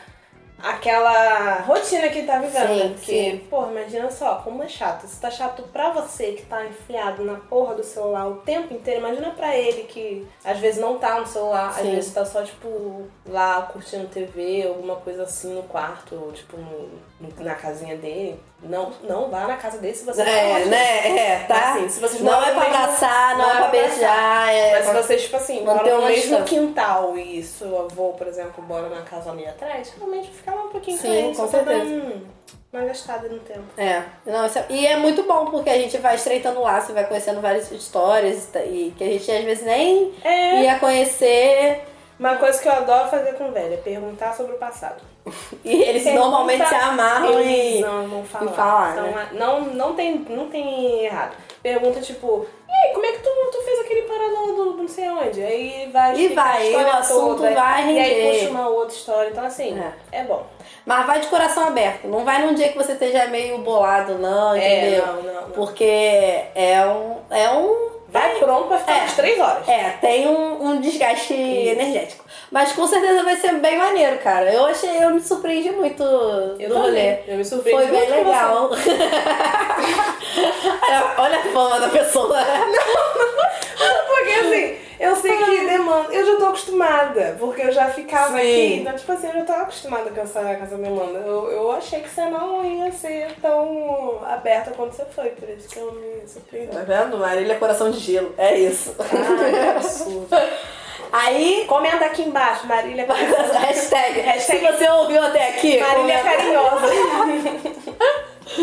[SPEAKER 2] aquela rotina que tá vivendo.
[SPEAKER 1] Sim,
[SPEAKER 2] né? Porque,
[SPEAKER 1] sim.
[SPEAKER 2] porra, imagina só, como é chato. Se tá chato pra você que tá enfiado na porra do celular o tempo inteiro, imagina pra ele que às vezes não tá no celular,
[SPEAKER 1] Sim.
[SPEAKER 2] às vezes tá só, tipo, lá curtindo TV, alguma coisa assim no quarto, ou tipo, no- no- na casinha dele. Não, não vá na casa dele se você não gosta
[SPEAKER 1] É, né? É, tá?
[SPEAKER 2] Assim, se vocês
[SPEAKER 1] não
[SPEAKER 2] moram
[SPEAKER 1] é
[SPEAKER 2] no
[SPEAKER 1] pra
[SPEAKER 2] mesmo-
[SPEAKER 1] abraçar, não, é pra beijar. É...
[SPEAKER 2] Mas se vocês, tipo assim,
[SPEAKER 1] Manter
[SPEAKER 2] moram no
[SPEAKER 1] uma
[SPEAKER 2] mesmo
[SPEAKER 1] distância.
[SPEAKER 2] quintal e sua avô, por exemplo, mora na casa ali atrás, realmente fica lá um pouquinho
[SPEAKER 1] Sim,
[SPEAKER 2] ele,
[SPEAKER 1] com
[SPEAKER 2] só pra dar
[SPEAKER 1] certeza.
[SPEAKER 2] um- uma gastada no tempo.
[SPEAKER 1] É, não, isso é- e é muito bom porque a gente vai estreitando o laço e vai conhecendo várias histórias e que a gente às vezes nem
[SPEAKER 2] É.
[SPEAKER 1] ia conhecer.
[SPEAKER 2] Uma coisa que eu adoro fazer com velho é perguntar sobre o passado.
[SPEAKER 1] E eles
[SPEAKER 2] Pergunta-
[SPEAKER 1] normalmente se amarram
[SPEAKER 2] Eles
[SPEAKER 1] e.
[SPEAKER 2] amam falar.
[SPEAKER 1] falar,
[SPEAKER 2] Então,
[SPEAKER 1] né?
[SPEAKER 2] a- não, não, tem, não tem errado. Pergunta tipo, e aí, como é que tu, tu fez aquele paradão do do não sei onde? Aí vai.
[SPEAKER 1] E
[SPEAKER 2] explicar a
[SPEAKER 1] vai,
[SPEAKER 2] história
[SPEAKER 1] o assunto
[SPEAKER 2] toda, né?
[SPEAKER 1] vai
[SPEAKER 2] E aí
[SPEAKER 1] render.
[SPEAKER 2] puxa um- uma outra história. Então, assim, é, bom.
[SPEAKER 1] Mas vai de coração aberto. Não vai num dia que você esteja meio bolado, não,
[SPEAKER 2] É,
[SPEAKER 1] entendeu?
[SPEAKER 2] não, não, não.
[SPEAKER 1] Porque é um. É um.
[SPEAKER 2] Vai pronto pra ficar
[SPEAKER 1] É.
[SPEAKER 2] umas três horas.
[SPEAKER 1] É, tem um, um desgaste energético. Mas com certeza vai ser bem maneiro, cara. Eu achei, eu me surpreendi muito do
[SPEAKER 2] também.
[SPEAKER 1] rolê.
[SPEAKER 2] né? Eu me surpreendi.
[SPEAKER 1] Foi bem
[SPEAKER 2] muito com
[SPEAKER 1] legal. É, Olha a fama da pessoa.
[SPEAKER 2] você. Porque assim, eu sei que demanda. Eu já tô acostumada, porque eu já ficava
[SPEAKER 1] Sim.
[SPEAKER 2] aqui. Então, tipo assim, eu já tava acostumada com essa, com essa demanda. Eu, eu achei que você não ia ser tão aberta quanto você foi, por isso que eu me surpreendi.
[SPEAKER 1] Tá vendo? Marília é coração de gelo. É isso.
[SPEAKER 2] Ah, que absurdo.
[SPEAKER 1] Aí,
[SPEAKER 2] Comenta aqui embaixo, Marília. é
[SPEAKER 1] hashtag,
[SPEAKER 2] Hashtag-
[SPEAKER 1] Se você ouviu até aqui,
[SPEAKER 2] tá? Marília
[SPEAKER 1] comenta.
[SPEAKER 2] carinhosa.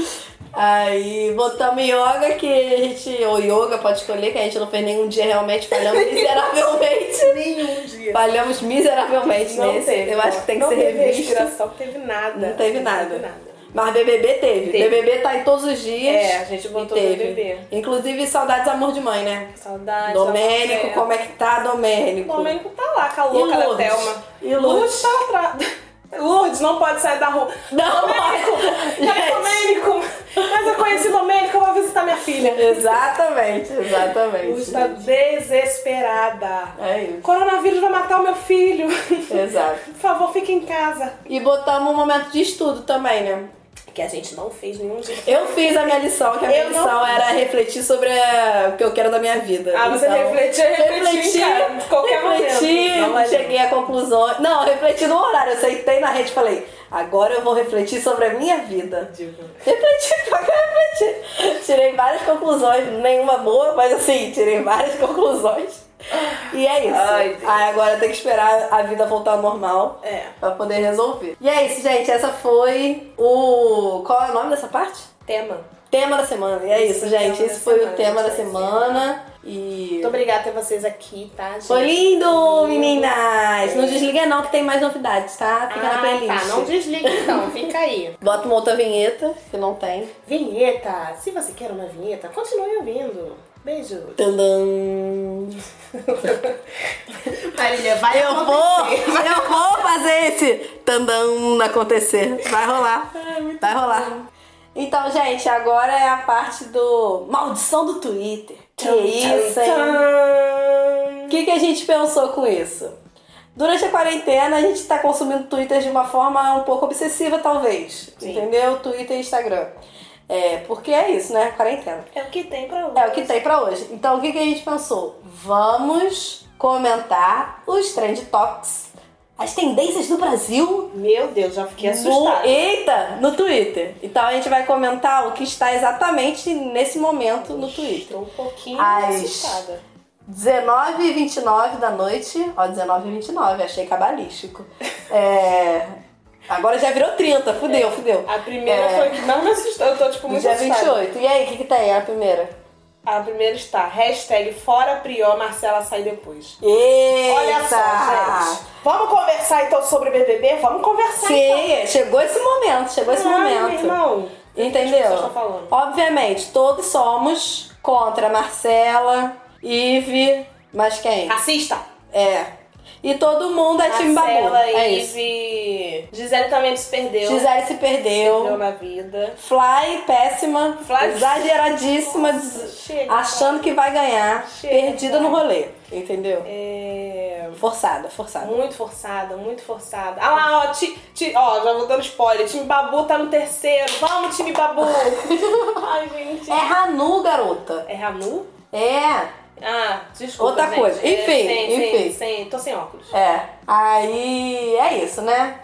[SPEAKER 1] Aí botamos yoga que a gente. Ou yoga, pode escolher, que a gente não fez nenhum dia realmente, falhamos miseravelmente.
[SPEAKER 2] Nenhum dia.
[SPEAKER 1] Falhamos miseravelmente
[SPEAKER 2] Não
[SPEAKER 1] um nesse.
[SPEAKER 2] teve.
[SPEAKER 1] Eu acho que tem que
[SPEAKER 2] não
[SPEAKER 1] ser
[SPEAKER 2] teve
[SPEAKER 1] revisto.
[SPEAKER 2] respiração, teve nada.
[SPEAKER 1] Não teve nada.
[SPEAKER 2] nada.
[SPEAKER 1] Mas BBB teve.
[SPEAKER 2] Teve.
[SPEAKER 1] BBB tá em todos os dias.
[SPEAKER 2] É, a gente botou
[SPEAKER 1] e teve.
[SPEAKER 2] BBB.
[SPEAKER 1] Inclusive, saudades amor de mãe, né?
[SPEAKER 2] Saudade.
[SPEAKER 1] Domênico, como é que tá, Domênico?
[SPEAKER 2] Domênico tá lá com a
[SPEAKER 1] E
[SPEAKER 2] louca da
[SPEAKER 1] Lourdes?
[SPEAKER 2] Thelma.
[SPEAKER 1] E Lourdes?
[SPEAKER 2] Lourdes tá atrás. Lourdes não pode sair da rua.
[SPEAKER 1] Não
[SPEAKER 2] Domênico!
[SPEAKER 1] pode.
[SPEAKER 2] Cadê
[SPEAKER 1] Gente.
[SPEAKER 2] Domênico? Mas eu conheci Domênico, eu vou visitar minha filha.
[SPEAKER 1] Exatamente,
[SPEAKER 2] Lourdes
[SPEAKER 1] exatamente.
[SPEAKER 2] tá desesperada.
[SPEAKER 1] É isso.
[SPEAKER 2] Coronavírus vai matar o meu filho.
[SPEAKER 1] Exato.
[SPEAKER 2] Por favor, fique em casa.
[SPEAKER 1] E botamos um momento de estudo também, né?
[SPEAKER 2] Que a gente não fez nenhum dia.
[SPEAKER 1] Eu fiz a minha lição, que a minha
[SPEAKER 2] Eu não
[SPEAKER 1] lição
[SPEAKER 2] fiz.
[SPEAKER 1] era refletir sobre é, o que eu quero da minha vida. Então,
[SPEAKER 2] Ah, você refletiu, refletiu,
[SPEAKER 1] refleti,
[SPEAKER 2] cara, de qualquer
[SPEAKER 1] refleti,
[SPEAKER 2] momento. Não valeu.
[SPEAKER 1] cheguei a conclusões. Não, eu refleti no horário, eu sentei na rede e falei, agora eu vou refletir sobre a minha vida.
[SPEAKER 2] é
[SPEAKER 1] Refleti, pra cá, refleti. Tirei várias conclusões, nenhuma boa, mas assim, tirei várias conclusões. E é isso.
[SPEAKER 2] Ai, Deus.
[SPEAKER 1] Aí agora tem que esperar a vida voltar ao normal
[SPEAKER 2] É.
[SPEAKER 1] pra poder resolver. E é isso, gente. Essa foi o. Qual é o nome dessa parte?
[SPEAKER 2] Tema.
[SPEAKER 1] Tema da semana. E é isso,
[SPEAKER 2] Esse é o
[SPEAKER 1] gente.
[SPEAKER 2] tema
[SPEAKER 1] Esse
[SPEAKER 2] da
[SPEAKER 1] foi o
[SPEAKER 2] semana,
[SPEAKER 1] tema da
[SPEAKER 2] gente.
[SPEAKER 1] semana. E.
[SPEAKER 2] Muito obrigada por vocês aqui, tá, gente?
[SPEAKER 1] Foi lindo, meninas! Não desliga não que tem mais novidades, tá? Fica na
[SPEAKER 2] Ah,
[SPEAKER 1] playlist.
[SPEAKER 2] tá, não desliga então, fica aí.
[SPEAKER 1] Bota uma outra vinheta, que não tem.
[SPEAKER 2] Vinheta! Se você quer uma vinheta, continue ouvindo. Beijo.
[SPEAKER 1] Tandam.
[SPEAKER 2] Marília, vai
[SPEAKER 1] Eu vou, eu vou fazer esse tandam acontecer. Vai rolar. Vai rolar. Então, gente, agora é a parte do maldição do Twitter. Que isso, hein? O que, que a gente pensou com isso? Durante a quarentena, a gente está consumindo Twitter de uma forma um pouco obsessiva, talvez.
[SPEAKER 2] Sim.
[SPEAKER 1] Entendeu? Twitter e Instagram. É, porque é isso, né? Quarentena.
[SPEAKER 2] É o que tem pra hoje.
[SPEAKER 1] É o que tem pra hoje. Então, o que, que a gente pensou? Vamos comentar os trend topics, as tendências do Brasil.
[SPEAKER 2] Meu Deus, já fiquei
[SPEAKER 1] No,
[SPEAKER 2] assustada.
[SPEAKER 1] eita! No Twitter. Então, a gente vai comentar o que está exatamente nesse momento no Twitter.
[SPEAKER 2] Estou um pouquinho
[SPEAKER 1] As-
[SPEAKER 2] assustada.
[SPEAKER 1] 19 e 29 da noite. Ó, 19 e 29, achei cabalístico. É. Agora já virou 30, fudeu, fudeu.
[SPEAKER 2] A primeira
[SPEAKER 1] É.
[SPEAKER 2] foi que mais me assustou. Eu tô, tipo, muito
[SPEAKER 1] Dia
[SPEAKER 2] assustada.
[SPEAKER 1] 28. E aí, o que, que tem? A primeira.
[SPEAKER 2] A primeira está, hashtag fora prió, Marcela sai depois.
[SPEAKER 1] Eita!
[SPEAKER 2] Olha só, gente. Vamos conversar então sobre BBB? Vamos conversar então.
[SPEAKER 1] Sim, chegou esse momento, chegou esse
[SPEAKER 2] Ai, meu
[SPEAKER 1] momento.
[SPEAKER 2] irmão.
[SPEAKER 1] Entendeu?
[SPEAKER 2] As pessoas estão falando.
[SPEAKER 1] Obviamente, todos somos contra Marcela, Ive, mas quem?
[SPEAKER 2] Assista.
[SPEAKER 1] É. E todo mundo
[SPEAKER 2] Tá
[SPEAKER 1] é time babu.
[SPEAKER 2] Marcela,
[SPEAKER 1] É isso.
[SPEAKER 2] Ive. Gisele também se perdeu.
[SPEAKER 1] Gisele se
[SPEAKER 2] Perdeu
[SPEAKER 1] perdeu.
[SPEAKER 2] na vida.
[SPEAKER 1] Fly, péssima,
[SPEAKER 2] Fly-
[SPEAKER 1] exageradíssima, des-
[SPEAKER 2] Chega.
[SPEAKER 1] achando que vai ganhar,
[SPEAKER 2] Chega,
[SPEAKER 1] perdida
[SPEAKER 2] cara.
[SPEAKER 1] no rolê, entendeu?
[SPEAKER 2] É...
[SPEAKER 1] Forçada, forçada.
[SPEAKER 2] Muito forçada, muito forçada. Ah lá, ó, ti, ti, ó, já vou dando spoiler. Time Babu tá no terceiro. Vamos, time Babu! Ai, gente.
[SPEAKER 1] É Ranu, garota.
[SPEAKER 2] É Ramu?
[SPEAKER 1] É,
[SPEAKER 2] Ah, desculpa.
[SPEAKER 1] Outra
[SPEAKER 2] gente.
[SPEAKER 1] coisa.
[SPEAKER 2] É,
[SPEAKER 1] Enfim,
[SPEAKER 2] sem,
[SPEAKER 1] enfim.
[SPEAKER 2] Sem, sem, tô sem óculos.
[SPEAKER 1] É. Aí é isso, né?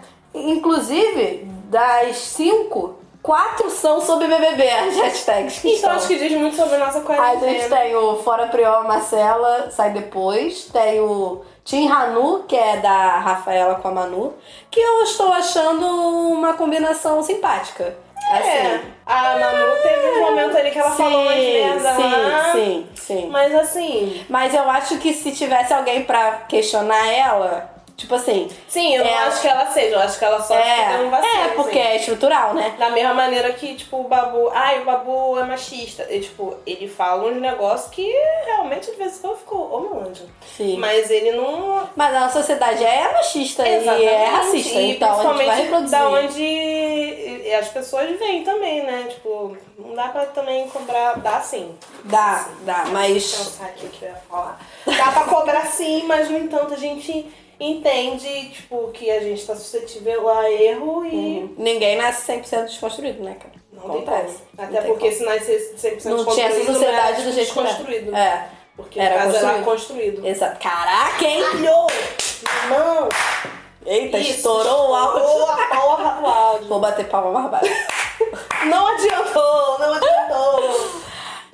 [SPEAKER 1] Inclusive, das cinco, quatro são sobre BBB, as hashtags que
[SPEAKER 2] Então
[SPEAKER 1] estão.
[SPEAKER 2] acho que diz muito sobre a nossa
[SPEAKER 1] tá A gente
[SPEAKER 2] quarentena.
[SPEAKER 1] tem o Fora Prió, Marcela, sai depois. Tem o Tim Hanu, que é da Rafaela com a Manu, que eu estou achando uma combinação simpática.
[SPEAKER 2] É.
[SPEAKER 1] Assim.
[SPEAKER 2] A Manu teve um momento ali que ela falou umas merda
[SPEAKER 1] sim,
[SPEAKER 2] lá.
[SPEAKER 1] sim, sim.
[SPEAKER 2] Mas assim.
[SPEAKER 1] Mas eu acho que se tivesse alguém pra questionar ela, tipo assim,
[SPEAKER 2] Sim,
[SPEAKER 1] É.
[SPEAKER 2] eu não acho que ela seja. Eu acho que ela só
[SPEAKER 1] é,
[SPEAKER 2] deu um vacilo.
[SPEAKER 1] é porque
[SPEAKER 2] assim.
[SPEAKER 1] é estrutural, né?
[SPEAKER 2] Da mesma maneira que, tipo, o Babu. Ai, o Babu é machista. E, tipo, ele fala uns negócios que realmente de vez em quando ficou, ô meu anjo.
[SPEAKER 1] Sim. Mas,
[SPEAKER 2] Mas ele não.
[SPEAKER 1] a nossa sociedade é machista e é racista,
[SPEAKER 2] E
[SPEAKER 1] então a gente vai
[SPEAKER 2] principalmente
[SPEAKER 1] reproduzir.
[SPEAKER 2] da onde e as pessoas vêm também, né? Tipo, não dá pra também cobrar. Dá sim.
[SPEAKER 1] Dá, dá,
[SPEAKER 2] Deixa eu
[SPEAKER 1] mas
[SPEAKER 2] pensar aqui o que eu ia falar. Dá pra cobrar sim, mas no entanto a gente entende, tipo, que a gente tá suscetível a erro e.
[SPEAKER 1] Uhum. ninguém nasce 100% desconstruído, né, cara?
[SPEAKER 2] Não
[SPEAKER 1] Acontece.
[SPEAKER 2] tem como.
[SPEAKER 1] Não
[SPEAKER 2] Até
[SPEAKER 1] tem
[SPEAKER 2] porque se nascesse 100%
[SPEAKER 1] como. não tinha essa
[SPEAKER 2] construído,
[SPEAKER 1] sociedade
[SPEAKER 2] era
[SPEAKER 1] do jeito que
[SPEAKER 2] desconstruído.
[SPEAKER 1] era. É,
[SPEAKER 2] Porque
[SPEAKER 1] Era
[SPEAKER 2] era caso era
[SPEAKER 1] construído.
[SPEAKER 2] construído.
[SPEAKER 1] exato. Caraca, hein?
[SPEAKER 2] Alhou! Irmão!
[SPEAKER 1] Eita,
[SPEAKER 2] Isso,
[SPEAKER 1] estourou o áudio.
[SPEAKER 2] Estourou a porra do áudio.
[SPEAKER 1] Vou bater palma mais baixo.
[SPEAKER 2] Não adiantou, não adiantou.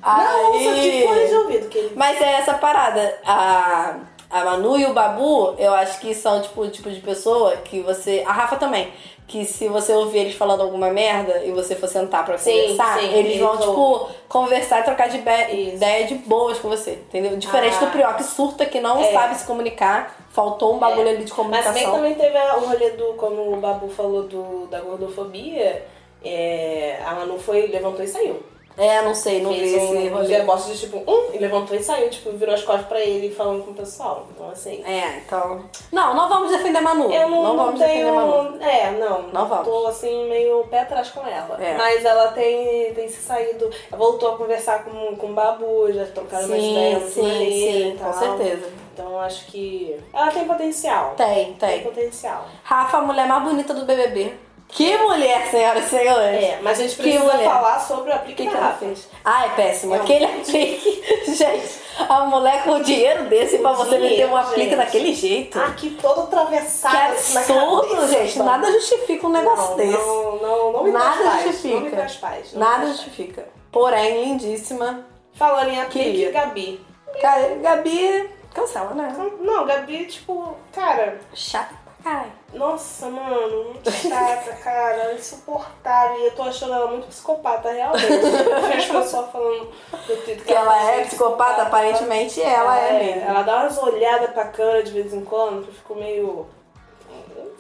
[SPEAKER 2] Não, tipo isso aqui foi
[SPEAKER 1] Aí-
[SPEAKER 2] resolvido, querido.
[SPEAKER 1] Mas é essa parada. A, a Manu e o Babu, eu acho que são tipo o tipo de pessoa que você. A Rafa também. Que se você ouvir eles falando alguma merda e você for sentar pra
[SPEAKER 2] Sim,
[SPEAKER 1] conversar,
[SPEAKER 2] sim,
[SPEAKER 1] eles vão,
[SPEAKER 2] eles
[SPEAKER 1] tipo, conversar e trocar de be-
[SPEAKER 2] Isso.
[SPEAKER 1] ideia de boas com você, entendeu? Diferente
[SPEAKER 2] Ah.
[SPEAKER 1] do Prió, que surta, que não
[SPEAKER 2] É.
[SPEAKER 1] sabe se comunicar. Faltou um bagulho ali de
[SPEAKER 2] Mas se bem que
[SPEAKER 1] comunicação.
[SPEAKER 2] também teve a- o rolê do, como o Babu falou do, da gordofobia, é, a Manu foi, levantou e saiu.
[SPEAKER 1] É, não sei, não
[SPEAKER 2] Fez
[SPEAKER 1] vi esse
[SPEAKER 2] um, um
[SPEAKER 1] rolê.
[SPEAKER 2] negócio de tipo, um, e levantou e saiu, tipo, virou as costas pra ele falando com o pessoal. Então assim.
[SPEAKER 1] É, então. Não, não vamos defender a Manu.
[SPEAKER 2] Eu não, não
[SPEAKER 1] vamos defender a Manu.
[SPEAKER 2] tenho. É, não.
[SPEAKER 1] Não vamos.
[SPEAKER 2] Tô assim, meio pé atrás com ela.
[SPEAKER 1] É.
[SPEAKER 2] Mas ela tem, tem se saído. Voltou a conversar com, com o Babu, já trocaram mais
[SPEAKER 1] Sim,
[SPEAKER 2] ideias. por
[SPEAKER 1] sim,
[SPEAKER 2] aí e
[SPEAKER 1] sim,
[SPEAKER 2] tal.
[SPEAKER 1] com certeza.
[SPEAKER 2] Então acho que. Ela tem potencial.
[SPEAKER 1] Tem, tem.
[SPEAKER 2] potencial.
[SPEAKER 1] Rafa, a mulher mais bonita do BBB. Que mulher, senhoras e senhores.
[SPEAKER 2] É, mas a gente
[SPEAKER 1] Que
[SPEAKER 2] precisa
[SPEAKER 1] mulher.
[SPEAKER 2] falar sobre o
[SPEAKER 1] O que,
[SPEAKER 2] aplicativo.
[SPEAKER 1] que ela fez? Ah, é péssimo.
[SPEAKER 2] Não.
[SPEAKER 1] Aquele aplique. Gente, a mulher com o dinheiro desse pra você
[SPEAKER 2] dinheiro,
[SPEAKER 1] meter um aplique
[SPEAKER 2] gente.
[SPEAKER 1] daquele jeito.
[SPEAKER 2] Aqui Ah, todo atravessado.
[SPEAKER 1] que
[SPEAKER 2] assim, na
[SPEAKER 1] absurdo,
[SPEAKER 2] cabeça,
[SPEAKER 1] gente.
[SPEAKER 2] então.
[SPEAKER 1] Nada justifica um negócio
[SPEAKER 2] não,
[SPEAKER 1] desse.
[SPEAKER 2] Não, não, não me
[SPEAKER 1] Nada
[SPEAKER 2] traz paz,
[SPEAKER 1] justifica.
[SPEAKER 2] Não me traz paz. não me
[SPEAKER 1] Nada
[SPEAKER 2] traz paz.
[SPEAKER 1] justifica. Porém, lindíssima.
[SPEAKER 2] Falando em aplique,
[SPEAKER 1] Queria.
[SPEAKER 2] Gabi.
[SPEAKER 1] Cara, Gabi, cancela, né?
[SPEAKER 2] Não, Gabi, tipo, cara,
[SPEAKER 1] Chata pra caralho.
[SPEAKER 2] Nossa, mano, muito chata, cara, insuportável. E eu tô achando ela muito psicopata, realmente. Eu vejo o pessoal falando do Tito
[SPEAKER 1] Que ela é psicopata, aparentemente ela é mesmo.
[SPEAKER 2] Ela dá umas olhadas pra câmera de vez em quando, que eu fico meio.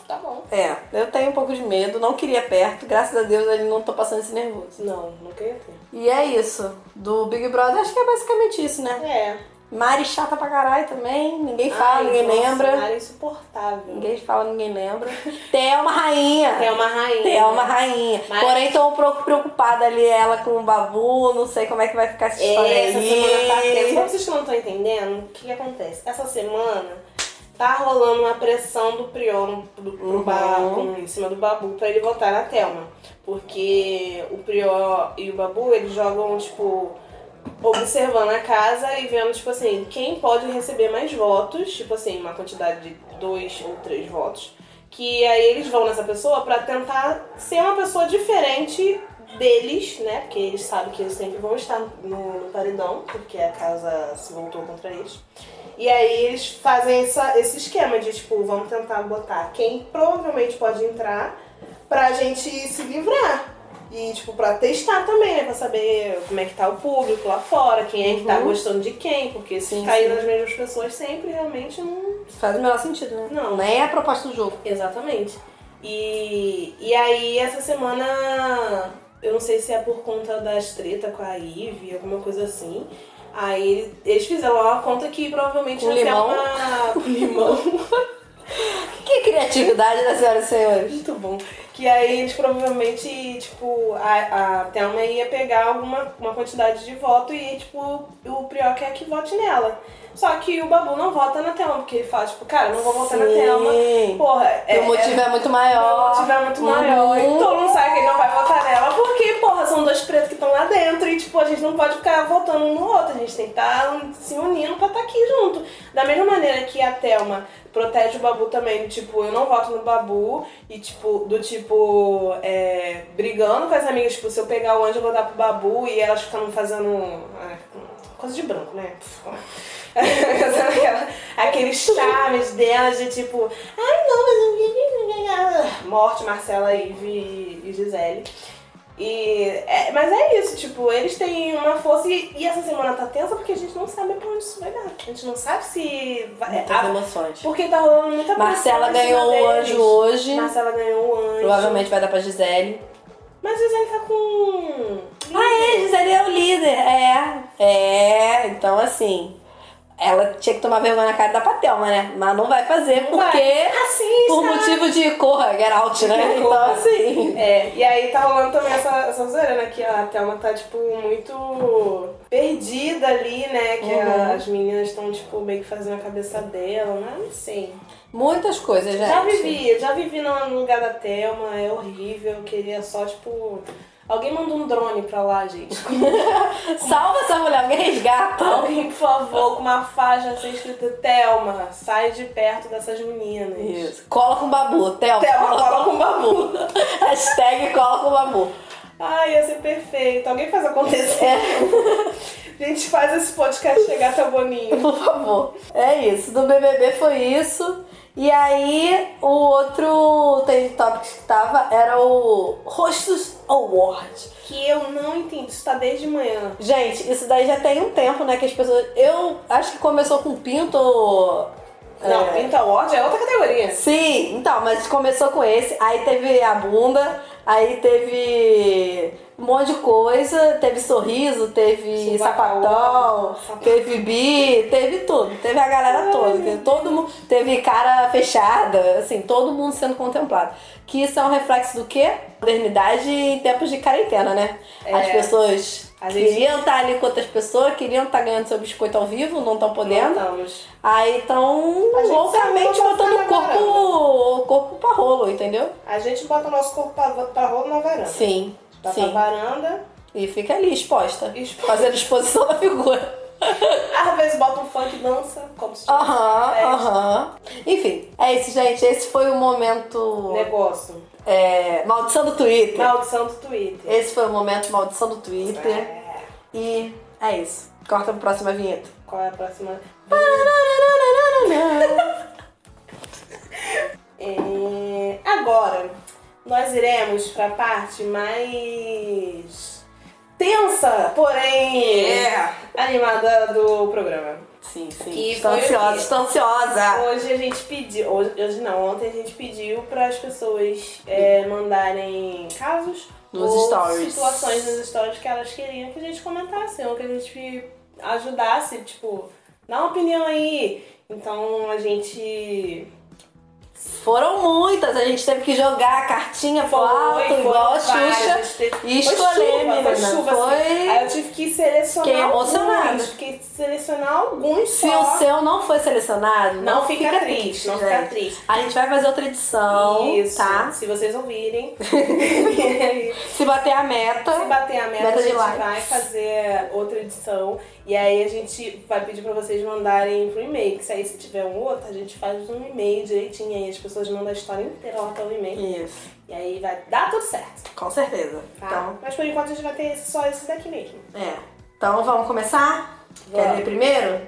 [SPEAKER 2] Tá bom.
[SPEAKER 1] É, eu tenho um pouco de medo, não queria perto, graças a Deus ele não tô passando esse nervoso.
[SPEAKER 2] Não, nunca ia ter.
[SPEAKER 1] E é isso, do Big Brother acho que é basicamente isso, né?
[SPEAKER 2] É.
[SPEAKER 1] Mari chata pra caralho também, ninguém fala,
[SPEAKER 2] Ai,
[SPEAKER 1] ninguém
[SPEAKER 2] nossa,
[SPEAKER 1] lembra.
[SPEAKER 2] Mara é insuportável.
[SPEAKER 1] Ninguém fala, ninguém lembra. Thelma Rainha.
[SPEAKER 2] Tem uma rainha.
[SPEAKER 1] Thelma Rainha.
[SPEAKER 2] Mas-
[SPEAKER 1] Porém, tô um pouco preocupada ali, ela com o Babu, não sei como é que vai ficar essa história
[SPEAKER 2] Essa
[SPEAKER 1] aí.
[SPEAKER 2] semana tá tensa. Pra vocês que não estão entendendo, o que, que acontece? Essa semana tá rolando uma pressão do Prion do, pro
[SPEAKER 1] Uhum.
[SPEAKER 2] Babu, em cima do Babu pra ele votar na Thelma. Porque o Prior e o Babu, eles jogam, tipo, observando a casa e vendo, tipo assim, quem pode receber mais votos, tipo assim, uma quantidade de dois ou três votos. Que aí eles vão nessa pessoa pra tentar ser uma pessoa diferente deles, né? Porque eles sabem que eles sempre vão estar no, no paredão, porque a casa se voltou contra eles. E aí eles fazem essa- esse esquema de, tipo, vamos tentar botar quem provavelmente pode entrar pra gente se livrar. E, tipo, pra testar também, né? Pra saber como é que tá o público lá fora, quem é que tá
[SPEAKER 1] Uhum.
[SPEAKER 2] gostando de quem, porque se
[SPEAKER 1] Sim,
[SPEAKER 2] cair
[SPEAKER 1] sim.
[SPEAKER 2] nas mesmas pessoas sempre, realmente não
[SPEAKER 1] Faz o menor sentido, né?
[SPEAKER 2] Não.
[SPEAKER 1] Nem é a proposta do jogo.
[SPEAKER 2] Exatamente. E, e aí, essa semana, eu não sei se é por conta das tretas com a Ivy, alguma coisa assim. Aí eles fizeram lá uma conta que provavelmente
[SPEAKER 1] Com
[SPEAKER 2] até
[SPEAKER 1] limão.
[SPEAKER 2] uma. Com limão.
[SPEAKER 1] Que criatividade da senhora e senhores.
[SPEAKER 2] Muito bom. Que aí eles provavelmente, tipo, a, a Thelma ia pegar alguma uma quantidade de voto e, tipo, o Prior quer que vote nela. Só que o Babu não vota na Thelma, porque ele fala, tipo, cara, eu não vou votar na
[SPEAKER 1] Sim.
[SPEAKER 2] Thelma. Porra, é.
[SPEAKER 1] o motivo é, muito
[SPEAKER 2] Meu
[SPEAKER 1] maior.
[SPEAKER 2] motivo é muito maior.
[SPEAKER 1] Uhum.
[SPEAKER 2] E todo mundo sabe que ele não vai votar nela. Porque, porra, são dois pretos que estão lá dentro. E, tipo, a gente não pode ficar votando um no outro. A gente tem que estar se unindo pra estar aqui junto. Da mesma maneira que a Thelma protege o Babu também. Tipo, eu não voto no Babu. E, tipo, do tipo, é, brigando com as amigas. Tipo, se eu pegar o anjo, eu vou dar pro Babu. E elas ficam fazendo... ah, Coisa de branco, né? Fazendo aquela- aqueles charmes delas de tipo, ai não, mas eu Morte, Marcela, Ive e Gisele. E, é- mas é isso, tipo, eles têm uma força e, e essa semana tá tensa porque a gente não sabe pra onde isso vai dar. A gente não sabe se vai.
[SPEAKER 1] Muitas
[SPEAKER 2] é a-
[SPEAKER 1] emoções.
[SPEAKER 2] porque tá rolando muita pressão
[SPEAKER 1] Marcela
[SPEAKER 2] em cima
[SPEAKER 1] ganhou o
[SPEAKER 2] deles.
[SPEAKER 1] anjo hoje.
[SPEAKER 2] Marcela ganhou o anjo.
[SPEAKER 1] Provavelmente vai dar pra Gisele.
[SPEAKER 2] Mas Gisele tá com.
[SPEAKER 1] É, Gisele é o líder. É. É. Então, assim. Ela tinha que tomar vergonha na cara da Patelma, né? Mas não vai fazer
[SPEAKER 2] Não
[SPEAKER 1] porque.
[SPEAKER 2] vai. Racista!
[SPEAKER 1] Por motivo de corra, get out, né? Então, assim.
[SPEAKER 2] É, e aí tá rolando também essa, essa zoeira, né? Que a Thelma tá, tipo, muito perdida ali, né? Que
[SPEAKER 1] Uhum.
[SPEAKER 2] a- as meninas estão, tipo, meio que fazendo a cabeça dela, né? Não sei.
[SPEAKER 1] Muitas coisas, gente.
[SPEAKER 2] Já vivi, já vivi no no lugar da Thelma, é horrível, eu queria só, tipo. Alguém manda um drone pra lá, gente.
[SPEAKER 1] Salva essa mulher, alguém resgata.
[SPEAKER 2] Alguém, por favor, com uma faixa assim escrita Thelma, sai de perto dessas meninas.
[SPEAKER 1] Isso. Cola com babu, Thelma.
[SPEAKER 2] Thelma,
[SPEAKER 1] cola,
[SPEAKER 2] cola
[SPEAKER 1] com babu. Hashtag cola com babu.
[SPEAKER 2] Ai, ia ser perfeito. Alguém faz acontecer. A gente faz esse podcast chegar até o Boninho.
[SPEAKER 1] Por favor. É isso. Do BBB foi isso. E aí, o outro trend topics que tava era o Rostos Award.
[SPEAKER 2] Que eu não entendi. Isso tá desde manhã.
[SPEAKER 1] Gente, isso daí já tem um tempo, né? Que as pessoas. Eu acho que começou com Pinto.
[SPEAKER 2] Não,
[SPEAKER 1] é,
[SPEAKER 2] Pinta Ward é outra categoria.
[SPEAKER 1] Sim, então, mas começou com esse, aí teve a bunda, aí teve um monte de coisa, teve sorriso, teve
[SPEAKER 2] Subacaú,
[SPEAKER 1] sapatão,
[SPEAKER 2] sapatão.
[SPEAKER 1] teve bi, teve tudo, teve a galera toda, teve todo mundo, teve cara fechada, assim, todo mundo sendo contemplado. Que isso é um reflexo do quê? Modernidade em tempos de quarentena, né? As pessoas
[SPEAKER 2] É. A gente-
[SPEAKER 1] queriam estar ali com outras pessoas, queriam estar ganhando seu biscoito ao vivo, não estão podendo.
[SPEAKER 2] Voltamos.
[SPEAKER 1] Aí estão
[SPEAKER 2] A gente
[SPEAKER 1] loucamente
[SPEAKER 2] sabe
[SPEAKER 1] botando
[SPEAKER 2] como
[SPEAKER 1] o
[SPEAKER 2] tá na
[SPEAKER 1] corpo, o corpo pra rolo, entendeu?
[SPEAKER 2] A gente bota o nosso corpo pra, pra rolo na varanda.
[SPEAKER 1] Sim,
[SPEAKER 2] Tá pra
[SPEAKER 1] sim.
[SPEAKER 2] varanda.
[SPEAKER 1] E fica ali exposta,
[SPEAKER 2] Exposta.
[SPEAKER 1] fazendo exposição da figura.
[SPEAKER 2] Às vezes bota um funk e dança, como se tivesse
[SPEAKER 1] Aham,
[SPEAKER 2] festa.
[SPEAKER 1] aham. Enfim, é isso, gente. Esse foi o momento
[SPEAKER 2] um Negócio.
[SPEAKER 1] é, maldição do Twitter.
[SPEAKER 2] Maldição do Twitter.
[SPEAKER 1] Esse foi o momento maldição do Twitter.
[SPEAKER 2] É.
[SPEAKER 1] E é isso. Corta pra próxima vinheta.
[SPEAKER 2] Qual é a próxima? É... Agora, nós iremos pra parte mais tensa, porém
[SPEAKER 1] É.
[SPEAKER 2] animada do programa.
[SPEAKER 1] Sim, sim.
[SPEAKER 3] Que
[SPEAKER 1] estou
[SPEAKER 3] foi o
[SPEAKER 1] ansiosa,
[SPEAKER 3] quê?
[SPEAKER 1] estou ansiosa.
[SPEAKER 2] Hoje a gente pediu, hoje, hoje não, ontem a gente pediu para as pessoas é, mandarem casos
[SPEAKER 1] Nos
[SPEAKER 2] ou
[SPEAKER 1] stories.
[SPEAKER 2] situações nos stories que elas queriam que a gente comentasse ou que a gente ajudasse, tipo, dá uma opinião aí. Então a gente
[SPEAKER 1] Foram muitas, a gente teve que jogar a cartinha pro alto,
[SPEAKER 2] foi,
[SPEAKER 1] igual a
[SPEAKER 2] várias,
[SPEAKER 1] Xuxa.
[SPEAKER 2] a gente teve-
[SPEAKER 1] E
[SPEAKER 2] Foi
[SPEAKER 1] escolher,
[SPEAKER 2] chuva,
[SPEAKER 1] menina.
[SPEAKER 2] foi chuva, assim.
[SPEAKER 1] Foi-
[SPEAKER 2] Aí eu tive que selecionar
[SPEAKER 1] Fiquei emocionada.
[SPEAKER 2] alguns, fiquei selecionar alguns
[SPEAKER 1] Se
[SPEAKER 2] só.
[SPEAKER 1] o seu não foi selecionado,
[SPEAKER 2] Não,
[SPEAKER 1] não,
[SPEAKER 2] fica, triste, né? Então, não
[SPEAKER 1] gente.
[SPEAKER 2] fica triste.
[SPEAKER 1] A gente vai fazer outra edição,
[SPEAKER 2] Isso,
[SPEAKER 1] tá?
[SPEAKER 2] se vocês ouvirem.
[SPEAKER 1] Se bater a meta,
[SPEAKER 2] se bater a meta,
[SPEAKER 1] Meta de
[SPEAKER 2] a gente
[SPEAKER 1] likes.
[SPEAKER 2] vai fazer outra edição. E aí a gente vai pedir pra vocês mandarem pro e-mail. Que se aí se tiver um outro, a gente faz um e-mail direitinho. Aí as pessoas mandam a história inteira lá pelo e-mail.
[SPEAKER 1] isso,
[SPEAKER 2] E aí vai dar tudo certo.
[SPEAKER 1] com certeza.
[SPEAKER 2] tá?
[SPEAKER 1] Então,
[SPEAKER 2] Mas por enquanto a gente vai ter esse- só esse daqui mesmo.
[SPEAKER 1] é. Então vamos começar? Quer
[SPEAKER 2] Vamos.
[SPEAKER 1] ler primeiro?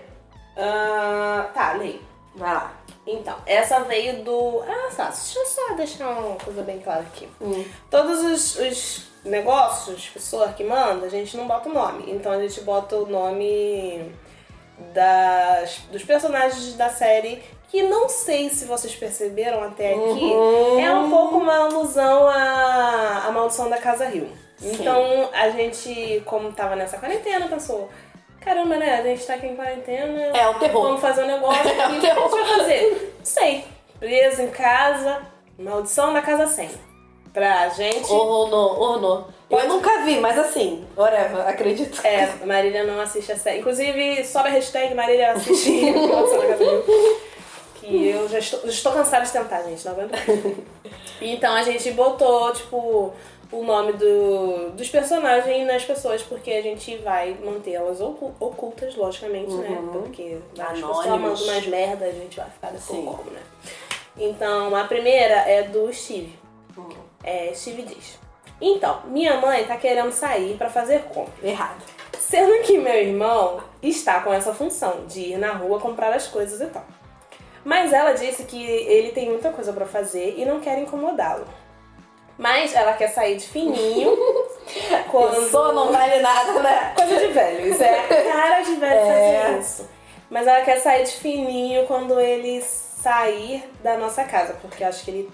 [SPEAKER 2] Ah, tá, lei.
[SPEAKER 1] Vai lá.
[SPEAKER 2] Então, essa veio do. Ah, tá. Deixa eu só deixar uma coisa bem clara aqui.
[SPEAKER 1] Hum.
[SPEAKER 2] Todos os, os negócios, pessoa que manda, a gente não bota o nome. Então a gente bota o nome das, dos personagens da série. Que não sei se vocês perceberam até aqui.
[SPEAKER 1] Uhum.
[SPEAKER 2] É um pouco uma alusão à, à maldição da Casa Rio. Então a gente, como tava nessa quarentena, pensou. Caramba, né? A gente tá aqui em quarentena.
[SPEAKER 1] É o terror.
[SPEAKER 2] Vamos fazer um negócio aqui.
[SPEAKER 1] É o
[SPEAKER 2] o que a
[SPEAKER 1] terror.
[SPEAKER 2] gente vai fazer? Não sei. Preso em casa, maldição na casa 100. Pra gente.
[SPEAKER 1] Ornou, ornou. Eu nunca vi, mas assim, whatever, acredito.
[SPEAKER 2] É, Marília não assiste a série. Inclusive, sobe a hashtag Marília assiste Maldição na Casa Mil. Que eu já estou, estou cansada de tentar, gente, não aguento. Então a gente botou, tipo, o nome do, dos personagens nas pessoas, porque a gente vai mantê-las ocu- ocultas, logicamente, né? Porque as pessoas
[SPEAKER 1] Uhum. Anônimos.
[SPEAKER 2] mandam umas merda, a gente vai ficar desse
[SPEAKER 1] Sim.
[SPEAKER 2] como, né? Então, a primeira é do Steve.
[SPEAKER 1] Hum.
[SPEAKER 2] É, Steve diz. Então, minha mãe tá querendo sair pra fazer compra.
[SPEAKER 1] Errado.
[SPEAKER 2] Sendo que meu irmão está com essa função de ir na rua comprar as coisas e tal. Mas ela disse que ele tem muita coisa pra fazer e não quer incomodá-lo. Mas ela quer sair de fininho quando.
[SPEAKER 1] Só não vale nada, né?
[SPEAKER 2] Coisa de velho, isso é a cara de velho
[SPEAKER 1] É.
[SPEAKER 2] fazer isso. Mas ela quer sair de fininho quando ele sair da nossa casa, porque acho que ele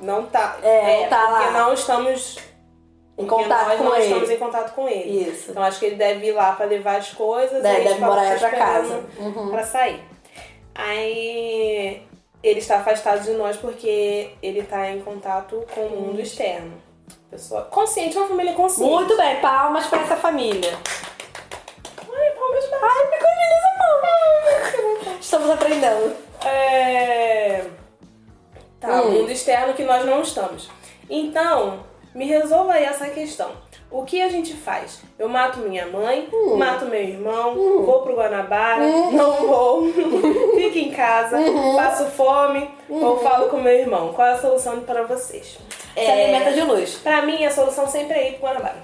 [SPEAKER 2] não tá.
[SPEAKER 1] É, não tá
[SPEAKER 2] porque
[SPEAKER 1] lá.
[SPEAKER 2] não estamos.
[SPEAKER 1] Em
[SPEAKER 2] porque
[SPEAKER 1] contato
[SPEAKER 2] nós
[SPEAKER 1] com
[SPEAKER 2] não estamos
[SPEAKER 1] ele.
[SPEAKER 2] em contato com ele.
[SPEAKER 1] Isso. Né,
[SPEAKER 2] Então acho que ele deve ir lá pra levar as coisas
[SPEAKER 1] Deve-
[SPEAKER 2] e eles
[SPEAKER 1] É, deve morar
[SPEAKER 2] falam, "Tá
[SPEAKER 1] pra casa." Uhum.
[SPEAKER 2] esperando Pra sair. Aí ele está afastado de nós porque ele tá em contato com o mundo externo. Pessoa consciente, uma família consciente.
[SPEAKER 1] Muito bem, palmas pra essa família.
[SPEAKER 2] Ai, palmas pra Ai, me convida
[SPEAKER 1] Estamos aprendendo.
[SPEAKER 2] essa É. Tá, o
[SPEAKER 1] Hum.
[SPEAKER 2] mundo externo que nós não estamos. Então, me resolva aí essa questão. O que a gente faz? Eu mato minha mãe,
[SPEAKER 1] Hum.
[SPEAKER 2] mato meu irmão, vou pro Guanabara, não vou, fico em casa,
[SPEAKER 1] Uhum.
[SPEAKER 2] passo fome ou falo com meu irmão. Qual é a solução pra vocês?
[SPEAKER 1] Se alimenta de luz.
[SPEAKER 2] Pra mim, a solução sempre é ir pro Guanabara.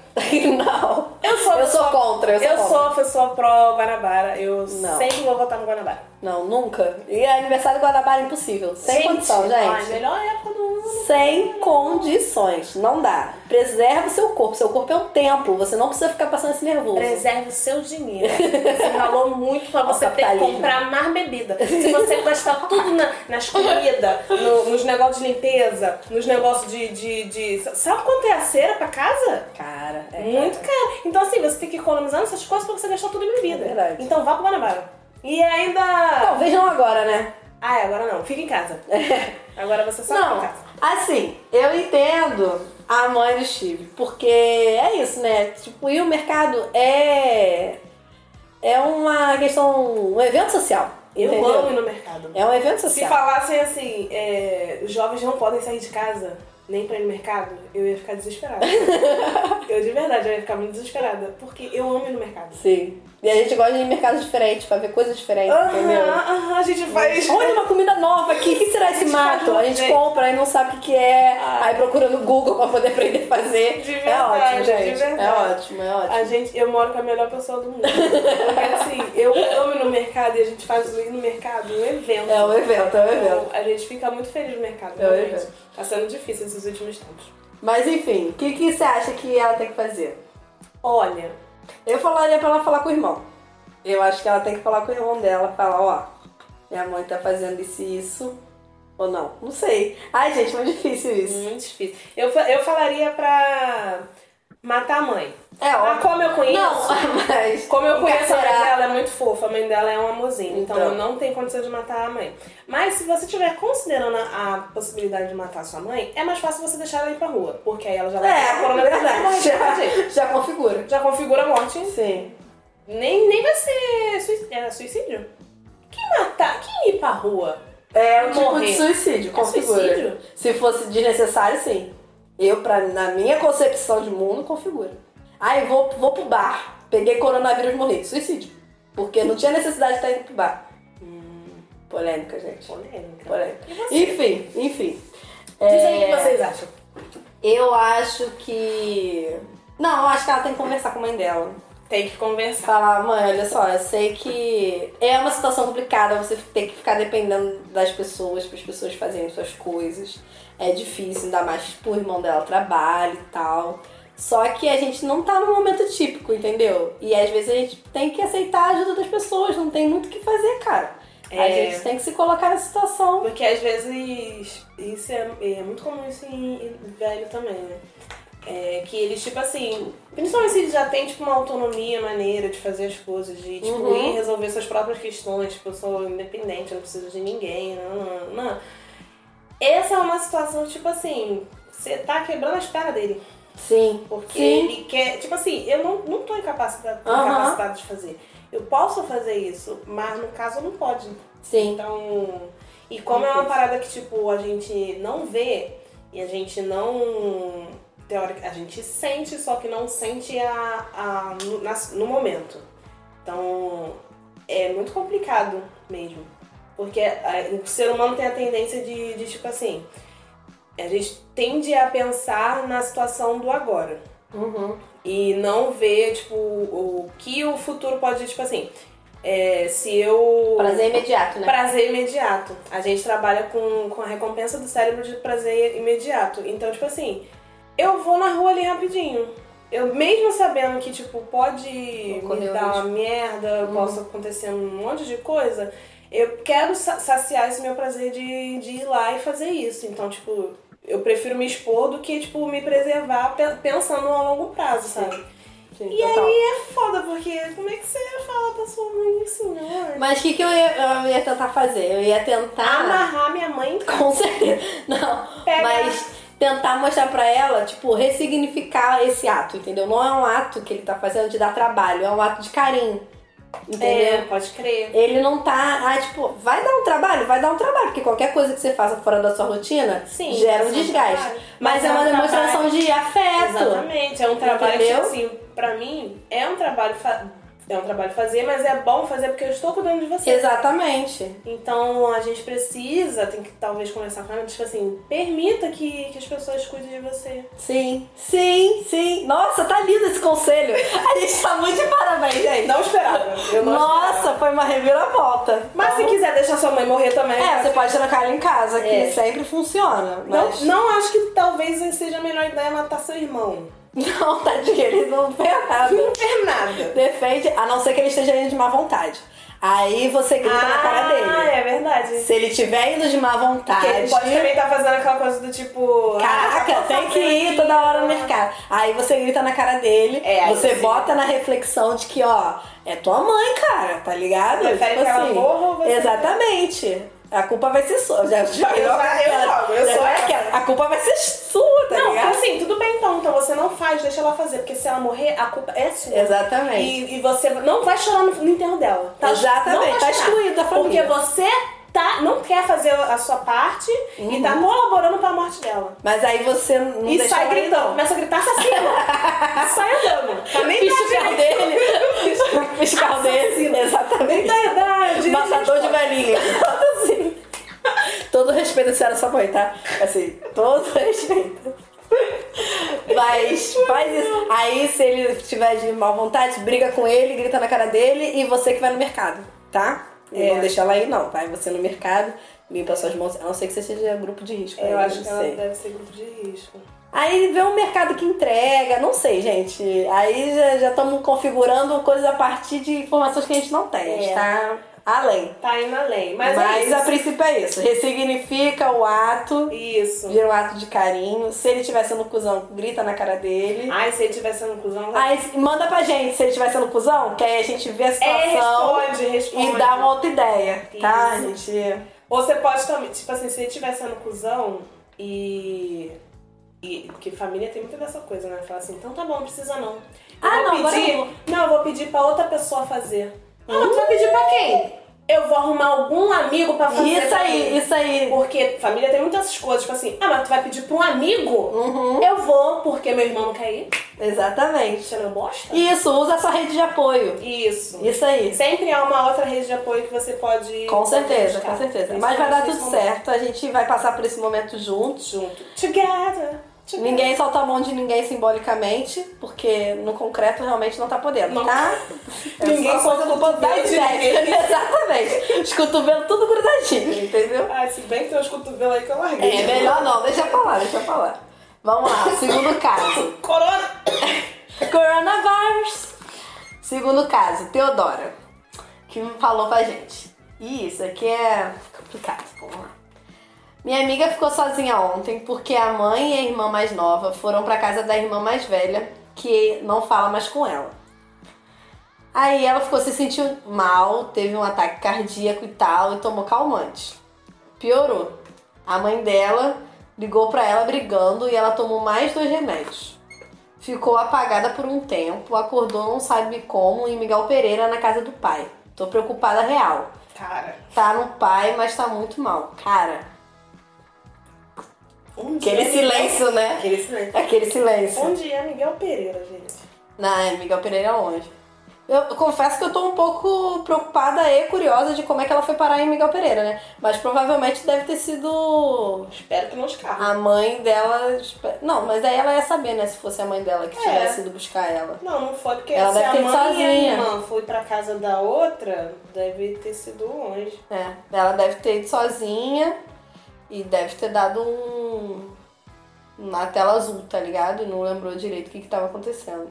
[SPEAKER 1] não.
[SPEAKER 2] Eu sou a
[SPEAKER 1] Eu sou
[SPEAKER 2] pessoa-
[SPEAKER 1] contra, eu sou
[SPEAKER 2] Eu
[SPEAKER 1] contra.
[SPEAKER 2] sou a pessoa pró-Guanabara, eu
[SPEAKER 1] Não.
[SPEAKER 2] sempre vou votar no Guanabara.
[SPEAKER 1] Não, nunca. E aniversário do Guanabara é impossível. Sem condição, gente.
[SPEAKER 2] ai, é melhor época do ano.
[SPEAKER 1] Sem condições. Não dá. Preserve seu corpo. Seu corpo é um templo. Você não precisa ficar passando esse nervoso.
[SPEAKER 2] Preserve o seu dinheiro. Você ralou muito pra você
[SPEAKER 1] Ó,
[SPEAKER 2] ter que
[SPEAKER 1] capitalismo.
[SPEAKER 2] comprar mais bebida. Se você gastar tudo na- nas comidas, no- nos negócios de limpeza, nos negócios de, de, de- Sabe quanto é a cera pra casa?
[SPEAKER 1] Cara, é.
[SPEAKER 2] muito caro. Então, assim, você tem que economizar nessas coisas pra você gastar tudo em bebida.
[SPEAKER 1] É verdade.
[SPEAKER 2] Então, vá pro Guanabara. E ainda.
[SPEAKER 1] Talvez não agora, né?
[SPEAKER 2] Ah, é, agora não. Fica em casa. Agora você só
[SPEAKER 1] Não,
[SPEAKER 2] fica em casa.
[SPEAKER 1] assim, eu entendo a mãe do Steve, porque é isso, né? Tipo, e o mercado é é uma questão, um evento social,
[SPEAKER 2] Eu
[SPEAKER 1] entendeu?
[SPEAKER 2] amo ir no mercado.
[SPEAKER 1] É um evento
[SPEAKER 2] Se
[SPEAKER 1] social.
[SPEAKER 2] falassem assim, é, os jovens não podem sair de casa nem pra ir no mercado, eu ia ficar desesperada. eu de verdade, eu ia ficar muito desesperada, porque eu amo ir no mercado.
[SPEAKER 1] Sim. E a gente gosta de ir em mercados diferentes pra ver coisas diferentes, entendeu?
[SPEAKER 2] aham, a gente faz.
[SPEAKER 1] Olha uma comida nova aqui, o que será esse
[SPEAKER 2] A gente faz
[SPEAKER 1] mato? A gente
[SPEAKER 2] muito,
[SPEAKER 1] compra e não sabe o que que é, aí procura no Google pra poder aprender a fazer.
[SPEAKER 2] Ah. De
[SPEAKER 1] é
[SPEAKER 2] verdade,
[SPEAKER 1] ótimo,
[SPEAKER 2] de
[SPEAKER 1] gente. É
[SPEAKER 2] verdade.
[SPEAKER 1] ótimo, é ótimo.
[SPEAKER 2] A gente, eu moro com a melhor pessoa do mundo. Porque assim, eu amo ir no mercado e a gente faz ir no mercado um evento.
[SPEAKER 1] É um evento, é um evento.
[SPEAKER 2] Então, a gente fica muito feliz no mercado,
[SPEAKER 1] É um
[SPEAKER 2] realmente.
[SPEAKER 1] evento.
[SPEAKER 2] Tá sendo difícil esses últimos tempos.
[SPEAKER 1] Mas enfim, o que, que você acha que ela tem que fazer?
[SPEAKER 2] Olha,
[SPEAKER 1] Eu falaria pra ela falar com o irmão. Eu acho que ela tem que falar com o irmão dela, falar, ó, minha mãe tá fazendo isso e isso. Ou não? Não sei. Ai, gente, muito difícil isso.
[SPEAKER 2] muito difícil. Eu, fa- eu falaria pra matar a mãe.
[SPEAKER 1] É
[SPEAKER 2] Ah,
[SPEAKER 1] óbvio.
[SPEAKER 2] como eu conheço.
[SPEAKER 1] Não, mas.
[SPEAKER 2] Como eu conheço a mãe
[SPEAKER 1] Encarcerar.
[SPEAKER 2] dela, é muito fofa, a mãe dela é um amorzinho, então,
[SPEAKER 1] Então.
[SPEAKER 2] não tem condição de matar a mãe. Mas se você estiver considerando a, a possibilidade de matar sua mãe, é mais fácil você deixar ela ir pra rua, porque aí ela já vai pegar
[SPEAKER 1] É, na
[SPEAKER 2] coronavírus e vai morrer
[SPEAKER 1] verdade.
[SPEAKER 2] de
[SPEAKER 1] Já,
[SPEAKER 2] verdade.
[SPEAKER 1] já configura.
[SPEAKER 2] Já configura a morte,
[SPEAKER 1] Sim.
[SPEAKER 2] nem, nem vai ser sui- é, suicídio. Quem matar, quem ir pra rua?
[SPEAKER 1] É um tipo
[SPEAKER 2] Morrer.
[SPEAKER 1] de suicídio,
[SPEAKER 2] É
[SPEAKER 1] configura.
[SPEAKER 2] suicídio?
[SPEAKER 1] Se fosse desnecessário, sim. Eu, pra, na minha concepção de mundo, configura. Ah, eu vou, vou pro bar. Peguei coronavírus e morri. Suicídio. Porque não tinha necessidade de estar indo pro bar. Hum, Polêmica, gente.
[SPEAKER 2] Polêmica.
[SPEAKER 1] Polêmica.
[SPEAKER 2] E você?
[SPEAKER 1] Enfim, enfim.
[SPEAKER 2] Diz aí o que
[SPEAKER 1] É,
[SPEAKER 2] vocês acham.
[SPEAKER 1] Eu acho que. Não, eu acho que ela tem que conversar com a mãe dela.
[SPEAKER 2] Tem que conversar.
[SPEAKER 1] Falar, mãe, olha só, eu sei que é uma situação complicada você ter que ficar dependendo das pessoas, para as pessoas fazerem suas coisas. É difícil, ainda mais tipo, o irmão dela trabalha e tal. Só que a gente não tá num momento típico, entendeu? E às vezes a gente tem que aceitar a ajuda das pessoas, não tem muito o que fazer, cara. A
[SPEAKER 2] É.
[SPEAKER 1] gente tem que se colocar na situação.
[SPEAKER 2] Porque às vezes isso é, é muito comum isso em em velho também, né? É, que eles, tipo assim, principalmente se eles já têm tipo, uma autonomia maneira de fazer as coisas, de tipo,
[SPEAKER 1] Uhum.
[SPEAKER 2] ir resolver suas próprias questões, tipo, eu sou independente, eu não preciso de ninguém, não, não, não. Essa é uma situação, tipo assim, você tá quebrando as pernas dele.
[SPEAKER 1] Sim.
[SPEAKER 2] Porque
[SPEAKER 1] Sim.
[SPEAKER 2] ele quer. Tipo assim, eu não, não tô incapacitada,
[SPEAKER 1] Aham.
[SPEAKER 2] incapacitada de fazer. Eu posso fazer isso, mas no caso não pode.
[SPEAKER 1] Sim.
[SPEAKER 2] Então, e como é uma parada que, tipo, a gente não vê e a gente não. Teórica, a gente sente, só que não sente a, a- no, na- no momento. Então, é muito complicado mesmo. Porque a- o ser humano tem a tendência de, de, tipo assim, a gente tende a pensar na situação do agora
[SPEAKER 1] Uhum.
[SPEAKER 2] e não ver, tipo, o, o que o futuro pode, tipo assim, é, se eu.
[SPEAKER 1] Prazer imediato, né?
[SPEAKER 2] Prazer imediato. A gente trabalha com, com a recompensa do cérebro de prazer imediato. Então, tipo assim, eu vou na rua ali rapidinho. Eu mesmo sabendo que, tipo, pode
[SPEAKER 1] Ocorrer
[SPEAKER 2] me
[SPEAKER 1] o
[SPEAKER 2] dar uma
[SPEAKER 1] risco.
[SPEAKER 2] merda,
[SPEAKER 1] Uhum.
[SPEAKER 2] possa acontecer um monte de coisa, eu quero sa- saciar esse meu prazer de, de ir lá e fazer isso. Então, tipo, eu prefiro me expor do que, tipo, me preservar pe- pensando a longo prazo, sabe?
[SPEAKER 1] Sim,
[SPEAKER 2] E
[SPEAKER 1] total.
[SPEAKER 2] aí é foda, porque como é que você fala pra sua mãe isso, né?
[SPEAKER 1] Mas o que, que eu, ia, eu ia tentar fazer? Eu ia tentar.
[SPEAKER 2] Amarrar minha mãe em
[SPEAKER 1] Com certeza. Não.
[SPEAKER 2] Pega.
[SPEAKER 1] Mas tentar mostrar pra ela, tipo, ressignificar esse ato, entendeu? Não é um ato que ele tá fazendo de dar trabalho, é um ato de carinho. Entendeu?
[SPEAKER 2] É, pode crer.
[SPEAKER 1] Ele não tá. Ah, tipo, vai dar um trabalho? Vai dar um trabalho, porque qualquer coisa que você faça fora da sua rotina
[SPEAKER 2] Sim.
[SPEAKER 1] gera um
[SPEAKER 2] são
[SPEAKER 1] desgaste.
[SPEAKER 2] trabalhos.
[SPEAKER 1] Mas, é
[SPEAKER 2] um
[SPEAKER 1] uma
[SPEAKER 2] trabalho-
[SPEAKER 1] demonstração de afeto.
[SPEAKER 2] Exatamente. É um trabalho que, tipo
[SPEAKER 1] Entendeu?
[SPEAKER 2] assim, pra mim, é um trabalho. fa- É um trabalho fazer, mas é bom fazer porque eu estou cuidando de você.
[SPEAKER 1] Exatamente.
[SPEAKER 2] Então a gente precisa, tem que talvez conversar com ela, tipo assim, permita que, que as pessoas cuidem de você.
[SPEAKER 1] Sim, sim, sim. Nossa, tá lindo esse conselho. A gente tá muito de parabéns, gente.
[SPEAKER 2] Não esperava. Eu não esperava.
[SPEAKER 1] Nossa, foi uma reviravolta.
[SPEAKER 2] Mas se
[SPEAKER 1] Então,
[SPEAKER 2] quiser deixar sua mãe morrer também.
[SPEAKER 1] É, você pode trocar ela em casa, que
[SPEAKER 2] É.
[SPEAKER 1] sempre funciona.
[SPEAKER 2] não,
[SPEAKER 1] Mas...
[SPEAKER 2] não acho que talvez seja a melhor ideia matar seu irmão.
[SPEAKER 1] Não, tá de ele não vê nada.
[SPEAKER 2] Não fez nada.
[SPEAKER 1] Defende, a não ser que ele esteja indo de má vontade. Aí você grita tá na cara
[SPEAKER 2] Ah,
[SPEAKER 1] dele.
[SPEAKER 2] é verdade.
[SPEAKER 1] Se ele estiver indo de má vontade.
[SPEAKER 2] Porque ele pode também estar fazendo aquela coisa do tipo.
[SPEAKER 1] Caraca,
[SPEAKER 2] ah,
[SPEAKER 1] tem que ir toda hora no mercado. Aí você grita na cara dele,
[SPEAKER 2] É, aí
[SPEAKER 1] você
[SPEAKER 2] você-
[SPEAKER 1] bota na reflexão de que, ó, é tua mãe, cara, tá ligado? assim,
[SPEAKER 2] Você prefere que ela morra ou você-
[SPEAKER 1] Exatamente. A culpa vai ser sua. Já, já,
[SPEAKER 2] Eu já- eu jogo, eu
[SPEAKER 1] já
[SPEAKER 2] sou
[SPEAKER 1] é
[SPEAKER 2] ela.
[SPEAKER 1] aquela. A culpa vai ser sua, tá
[SPEAKER 2] Não,
[SPEAKER 1] ligado?
[SPEAKER 2] assim, tudo bem então, então você não faz, deixa ela fazer, porque se ela morrer, a culpa é sua.
[SPEAKER 1] Exatamente.
[SPEAKER 2] E, e você não vai chorar no, no enterro dela.
[SPEAKER 1] Exatamente,
[SPEAKER 2] não vai
[SPEAKER 1] tá
[SPEAKER 2] chorar,
[SPEAKER 1] excluída da família.
[SPEAKER 2] Porque você tá, não quer fazer a sua parte e tá colaborando pra morte dela.
[SPEAKER 1] Mas aí você Uhum. não
[SPEAKER 2] e
[SPEAKER 1] deixa
[SPEAKER 2] sai
[SPEAKER 1] ela ir,
[SPEAKER 2] gritando,
[SPEAKER 1] não.
[SPEAKER 2] começa a gritar assassino. sai andando. Tá nem
[SPEAKER 1] Pisca
[SPEAKER 2] tá
[SPEAKER 1] o carro dele. Pisca é o fiscal dele.
[SPEAKER 2] Nem
[SPEAKER 1] Exatamente.
[SPEAKER 2] da idade.
[SPEAKER 1] Matador de velhinha. Todo assim. Todo respeito a senhora Saboy, tá? Assim, todo respeito. Mas faz isso. Aí, se ele tiver de má vontade, briga com ele, grita na cara dele e você que vai no mercado, tá?
[SPEAKER 2] É.
[SPEAKER 1] Não deixa ela aí, não. Vai você no mercado, limpa suas mãos. A não ser que você seja grupo de risco. aí
[SPEAKER 2] Eu
[SPEAKER 1] eu
[SPEAKER 2] acho
[SPEAKER 1] não
[SPEAKER 2] que ela
[SPEAKER 1] sei.
[SPEAKER 2] deve ser grupo de risco.
[SPEAKER 1] Aí vê um mercado que entrega, não sei, gente. Aí já- já estamos configurando coisas a partir de informações que a gente não tem. A gente
[SPEAKER 2] É.
[SPEAKER 1] tá além.
[SPEAKER 2] Tá indo além. Mas,
[SPEAKER 1] Mas,
[SPEAKER 2] é isso.
[SPEAKER 1] a princípio é isso. Ressignifica o ato,
[SPEAKER 2] Isso.
[SPEAKER 1] vira um ato de carinho. Se ele estiver sendo cuzão, grita na cara dele.
[SPEAKER 2] Ai, se ele tiver sendo cuzão,
[SPEAKER 1] Aí manda pra gente se ele estiver sendo cuzão, que aí a gente vê a
[SPEAKER 2] é,
[SPEAKER 1] situação
[SPEAKER 2] responde, responde.
[SPEAKER 1] e dá uma outra ideia, tá,
[SPEAKER 2] Isso.
[SPEAKER 1] gente?
[SPEAKER 2] Ou Você pode também, tipo assim, se ele estiver sendo cuzão e. e- Porque família tem muita dessa coisa, né? Fala assim, então tá bom, não precisa não. Eu
[SPEAKER 1] Ah, não, agora
[SPEAKER 2] pedir,
[SPEAKER 1] eu vou.
[SPEAKER 2] Não, eu vou pedir pra outra pessoa fazer. Ah, mas tu vai pedir pra quem? Eu vou arrumar algum amigo pra fazer.
[SPEAKER 1] Isso
[SPEAKER 2] pra
[SPEAKER 1] aí,
[SPEAKER 2] mim.
[SPEAKER 1] isso aí.
[SPEAKER 2] Porque família tem muitas essas coisas, tipo assim, ah, mas tu vai pedir pra um amigo?
[SPEAKER 1] Uhum,
[SPEAKER 2] Eu vou, porque meu irmão não quer ir.
[SPEAKER 1] exatamente.
[SPEAKER 2] Você não bosta?
[SPEAKER 1] Isso, usa a sua rede de apoio.
[SPEAKER 2] Isso.
[SPEAKER 1] Isso aí.
[SPEAKER 2] Sempre há uma outra rede de apoio que você pode.
[SPEAKER 1] Com certeza,
[SPEAKER 2] buscar.
[SPEAKER 1] com certeza.
[SPEAKER 2] Isso
[SPEAKER 1] Mas vai
[SPEAKER 2] é
[SPEAKER 1] dar
[SPEAKER 2] um
[SPEAKER 1] tudo
[SPEAKER 2] momento.
[SPEAKER 1] certo. A gente vai passar por esse momento juntos.
[SPEAKER 2] Junto. Together. together.
[SPEAKER 1] Ninguém solta a mão de ninguém simbolicamente, porque no concreto realmente não tá podendo,
[SPEAKER 2] Não.
[SPEAKER 1] tá?
[SPEAKER 2] Ninguém solta o cotovelo
[SPEAKER 1] das
[SPEAKER 2] de
[SPEAKER 1] ideias. Exatamente. Os cotovelos tudo grudadinho, entendeu?
[SPEAKER 2] Ah, se bem que tem uns cotovelos aí que eu larguei.
[SPEAKER 1] É, melhor não, deixa pra lá, deixa pra lá. Vamos lá, segundo caso.
[SPEAKER 2] Corona!
[SPEAKER 1] Coronavírus. Segundo caso, Teodora, que falou pra gente. Ih, isso aqui é complicado, vamos lá. Minha amiga ficou sozinha ontem porque a mãe e a irmã mais nova foram pra casa da irmã mais velha, que não fala mais com ela. Aí ela ficou se sentindo mal, teve um ataque cardíaco e tal, e tomou calmante. Piorou. A mãe dela ligou pra ela brigando e ela tomou mais dois remédios. Ficou apagada por um tempo, acordou não sabe como em Miguel Pereira na casa do pai. Tô preocupada real.
[SPEAKER 2] Cara,
[SPEAKER 1] Tá no pai, mas tá muito mal. Cara,
[SPEAKER 2] um
[SPEAKER 1] aquele
[SPEAKER 2] dia-
[SPEAKER 1] silêncio, né?
[SPEAKER 2] Aquele silêncio.
[SPEAKER 1] Aquele silêncio.
[SPEAKER 2] Um dia, Miguel Pereira, gente.
[SPEAKER 1] Não, é Miguel Pereira é longe. Eu eu confesso que eu tô um pouco preocupada e curiosa de como é que ela foi parar em Miguel Pereira, né? Mas provavelmente deve ter sido
[SPEAKER 2] Espero que não escarre.
[SPEAKER 1] a mãe dela. espe- Não, mas aí ela ia saber, né? Se fosse a mãe dela que
[SPEAKER 2] É.
[SPEAKER 1] tivesse ido buscar ela.
[SPEAKER 2] Não, não foi porque
[SPEAKER 1] Ela
[SPEAKER 2] se
[SPEAKER 1] deve
[SPEAKER 2] a
[SPEAKER 1] ter
[SPEAKER 2] mãe
[SPEAKER 1] sozinha.
[SPEAKER 2] e a irmã foi pra casa da outra, deve ter sido longe.
[SPEAKER 1] É, ela deve ter ido sozinha e deve ter dado um. na tela azul, tá ligado? E não lembrou direito o que, que tava acontecendo.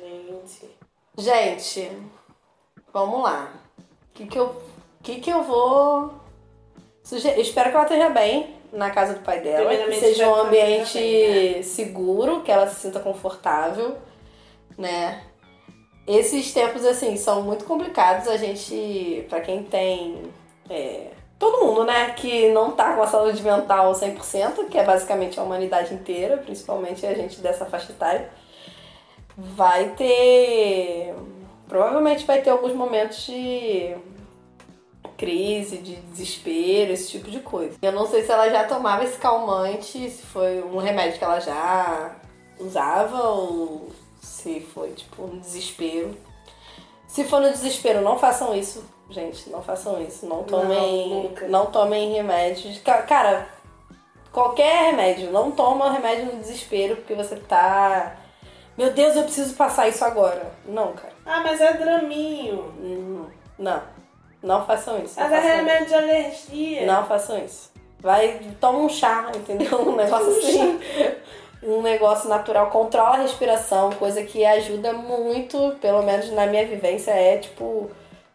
[SPEAKER 2] Gente.
[SPEAKER 1] Gente, vamos lá. O que, que, eu, o que, que eu vou. sugerir? Espero que ela esteja bem na casa do pai dela, que
[SPEAKER 2] Primeiramente,
[SPEAKER 1] seja um
[SPEAKER 2] espero que ela
[SPEAKER 1] ambiente
[SPEAKER 2] esteja bem, né?
[SPEAKER 1] seguro, que ela se sinta confortável, né? Esses tempos, assim, são muito complicados. A gente, pra quem tem. é, todo mundo, né? Que não tá com a saúde mental 100%, que é basicamente a humanidade inteira, principalmente a gente dessa faixa etária, vai ter. Provavelmente vai ter alguns momentos de crise, de desespero, esse tipo de coisa. Eu não sei se ela já tomava esse calmante, se foi um remédio que ela já usava ou se foi tipo um desespero. Se for no desespero, não façam isso, gente, não façam isso, não tomem,
[SPEAKER 2] nunca.
[SPEAKER 1] não, tomem remédios. Ca- Cara, qualquer remédio, não toma remédio no desespero porque você tá meu Deus, eu preciso passar isso agora. Não, cara.
[SPEAKER 2] Ah, mas é draminho.
[SPEAKER 1] Não. Não, não façam isso. não
[SPEAKER 2] Mas é
[SPEAKER 1] façam isso.
[SPEAKER 2] remédio de alergia.
[SPEAKER 1] Não façam isso. Vai, toma um chá, entendeu? Um negócio assim. Um negócio natural. Controla a respiração, coisa que ajuda muito, pelo menos na minha vivência, é tipo,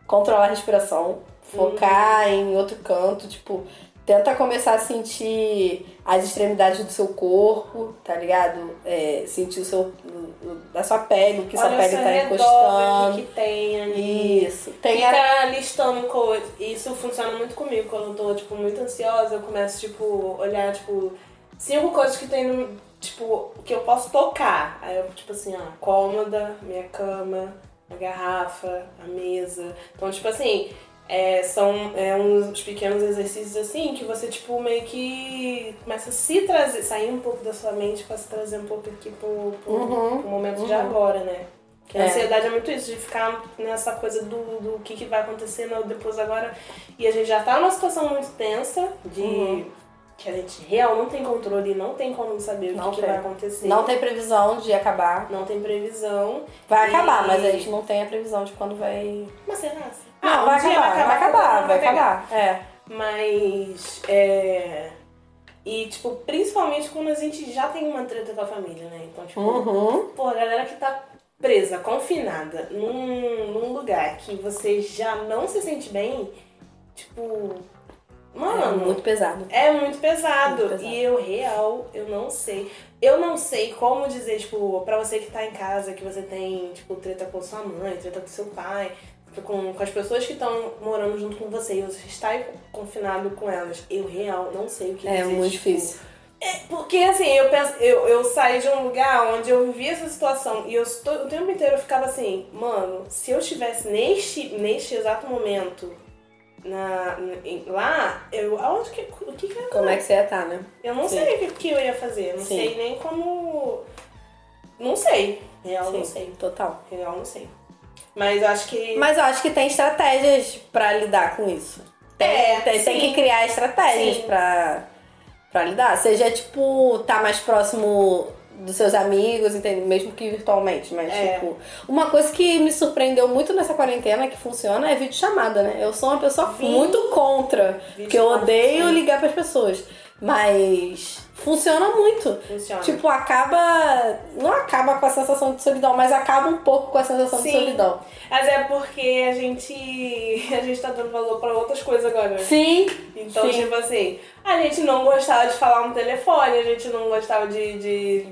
[SPEAKER 1] controlar a respiração. Focar
[SPEAKER 2] Uhum.
[SPEAKER 1] em outro canto, tipo, tenta começar a sentir as extremidades do seu corpo, tá ligado? É, sentir o seu. o- o- da sua pele, o que sua
[SPEAKER 2] Olha
[SPEAKER 1] pele
[SPEAKER 2] ao seu
[SPEAKER 1] tá
[SPEAKER 2] redor,
[SPEAKER 1] encostando.
[SPEAKER 2] vê o que que tem ali.
[SPEAKER 1] Isso. Tem a
[SPEAKER 2] Ficar listando coisas. Isso funciona muito comigo. Quando eu tô, tipo, muito ansiosa, eu começo, tipo, olhar, tipo, cinco coisas que tem no. Tipo, que eu posso tocar. Aí eu, tipo assim, ó, cômoda, minha cama, a garrafa, a mesa. Então, tipo assim, É, são é, uns pequenos exercícios assim que você, tipo, meio que começa a se trazer, sair um pouco da sua mente pra se trazer um pouco aqui pro, pro,
[SPEAKER 1] Uhum,
[SPEAKER 2] pro momento de
[SPEAKER 1] uhum.
[SPEAKER 2] agora, né? Porque a
[SPEAKER 1] É.
[SPEAKER 2] ansiedade é muito isso, de ficar nessa coisa do, do que, que vai acontecer no- depois agora. E a gente já tá numa situação muito tensa de.
[SPEAKER 1] Uhum.
[SPEAKER 2] Que a gente real não tem controle, não tem como saber
[SPEAKER 1] Não
[SPEAKER 2] o que, que
[SPEAKER 1] tem.
[SPEAKER 2] vai acontecer.
[SPEAKER 1] Não tem previsão de acabar.
[SPEAKER 2] Não tem previsão.
[SPEAKER 1] Vai
[SPEAKER 2] E-
[SPEAKER 1] acabar, mas a gente não tem a previsão de quando vai.
[SPEAKER 2] Mas será? assim?
[SPEAKER 1] não,
[SPEAKER 2] um
[SPEAKER 1] Ah, vai,
[SPEAKER 2] dia
[SPEAKER 1] acabar, vai acabar,
[SPEAKER 2] todo mundo
[SPEAKER 1] vai
[SPEAKER 2] pegar.
[SPEAKER 1] acabar, É.
[SPEAKER 2] Mas é. E, tipo, principalmente quando a gente já tem uma treta com a família, né? Então, tipo,
[SPEAKER 1] Uhum.
[SPEAKER 2] pô, a galera que tá presa, confinada, num, num lugar que você já não se sente bem, tipo.
[SPEAKER 1] É
[SPEAKER 2] Mano,
[SPEAKER 1] muito pesado.
[SPEAKER 2] é muito pesado.
[SPEAKER 1] Muito pesado.
[SPEAKER 2] E eu, real, eu não sei. Eu não sei como dizer, tipo, pra você que tá em casa, que você tem, tipo, treta com sua mãe, treta com seu pai, com, com as pessoas que estão morando junto com você e você está confinado com elas. Eu, real, não sei o que
[SPEAKER 1] É
[SPEAKER 2] dizer.
[SPEAKER 1] muito
[SPEAKER 2] tipo,
[SPEAKER 1] difícil.
[SPEAKER 2] porque assim, eu, penso, eu, eu saí de um lugar onde eu vivi essa situação e eu estou, o tempo inteiro eu ficava assim, mano, se eu estivesse neste, neste exato momento na, em- lá, eu. Aonde que. O que, que eu ia
[SPEAKER 1] Como é que você ia estar, né?
[SPEAKER 2] eu não
[SPEAKER 1] Sim.
[SPEAKER 2] sei o que, que eu ia fazer. Não
[SPEAKER 1] Sim.
[SPEAKER 2] sei nem como. Não sei. Real não
[SPEAKER 1] Sim,
[SPEAKER 2] sei.
[SPEAKER 1] Total.
[SPEAKER 2] Real não sei. Mas eu acho que.
[SPEAKER 1] Mas eu acho que tem estratégias pra lidar com isso. Tem,
[SPEAKER 2] É,
[SPEAKER 1] tem, tem
[SPEAKER 2] sim.
[SPEAKER 1] que criar estratégias
[SPEAKER 2] Sim.
[SPEAKER 1] pra, pra lidar. Seja, tipo, tá mais próximo dos seus amigos, entende? mesmo que virtualmente, mas
[SPEAKER 2] É.
[SPEAKER 1] tipo... Uma coisa que me surpreendeu muito nessa quarentena, que funciona, é videochamada, né? Eu sou uma pessoa
[SPEAKER 2] Sim.
[SPEAKER 1] muito contra, porque eu
[SPEAKER 2] Videochamada,
[SPEAKER 1] odeio
[SPEAKER 2] sim.
[SPEAKER 1] ligar pras pessoas. Mas funciona muito.
[SPEAKER 2] Funciona.
[SPEAKER 1] Tipo, acaba. Não acaba com a sensação de solidão, mas acaba um pouco com a sensação de
[SPEAKER 2] Sim.
[SPEAKER 1] solidão.
[SPEAKER 2] Mas é porque a gente. A gente tá dando valor pra outras coisas agora. né?
[SPEAKER 1] Sim.
[SPEAKER 2] Então,
[SPEAKER 1] Sim.
[SPEAKER 2] tipo assim, a gente não gostava de falar no telefone, a gente não gostava de, de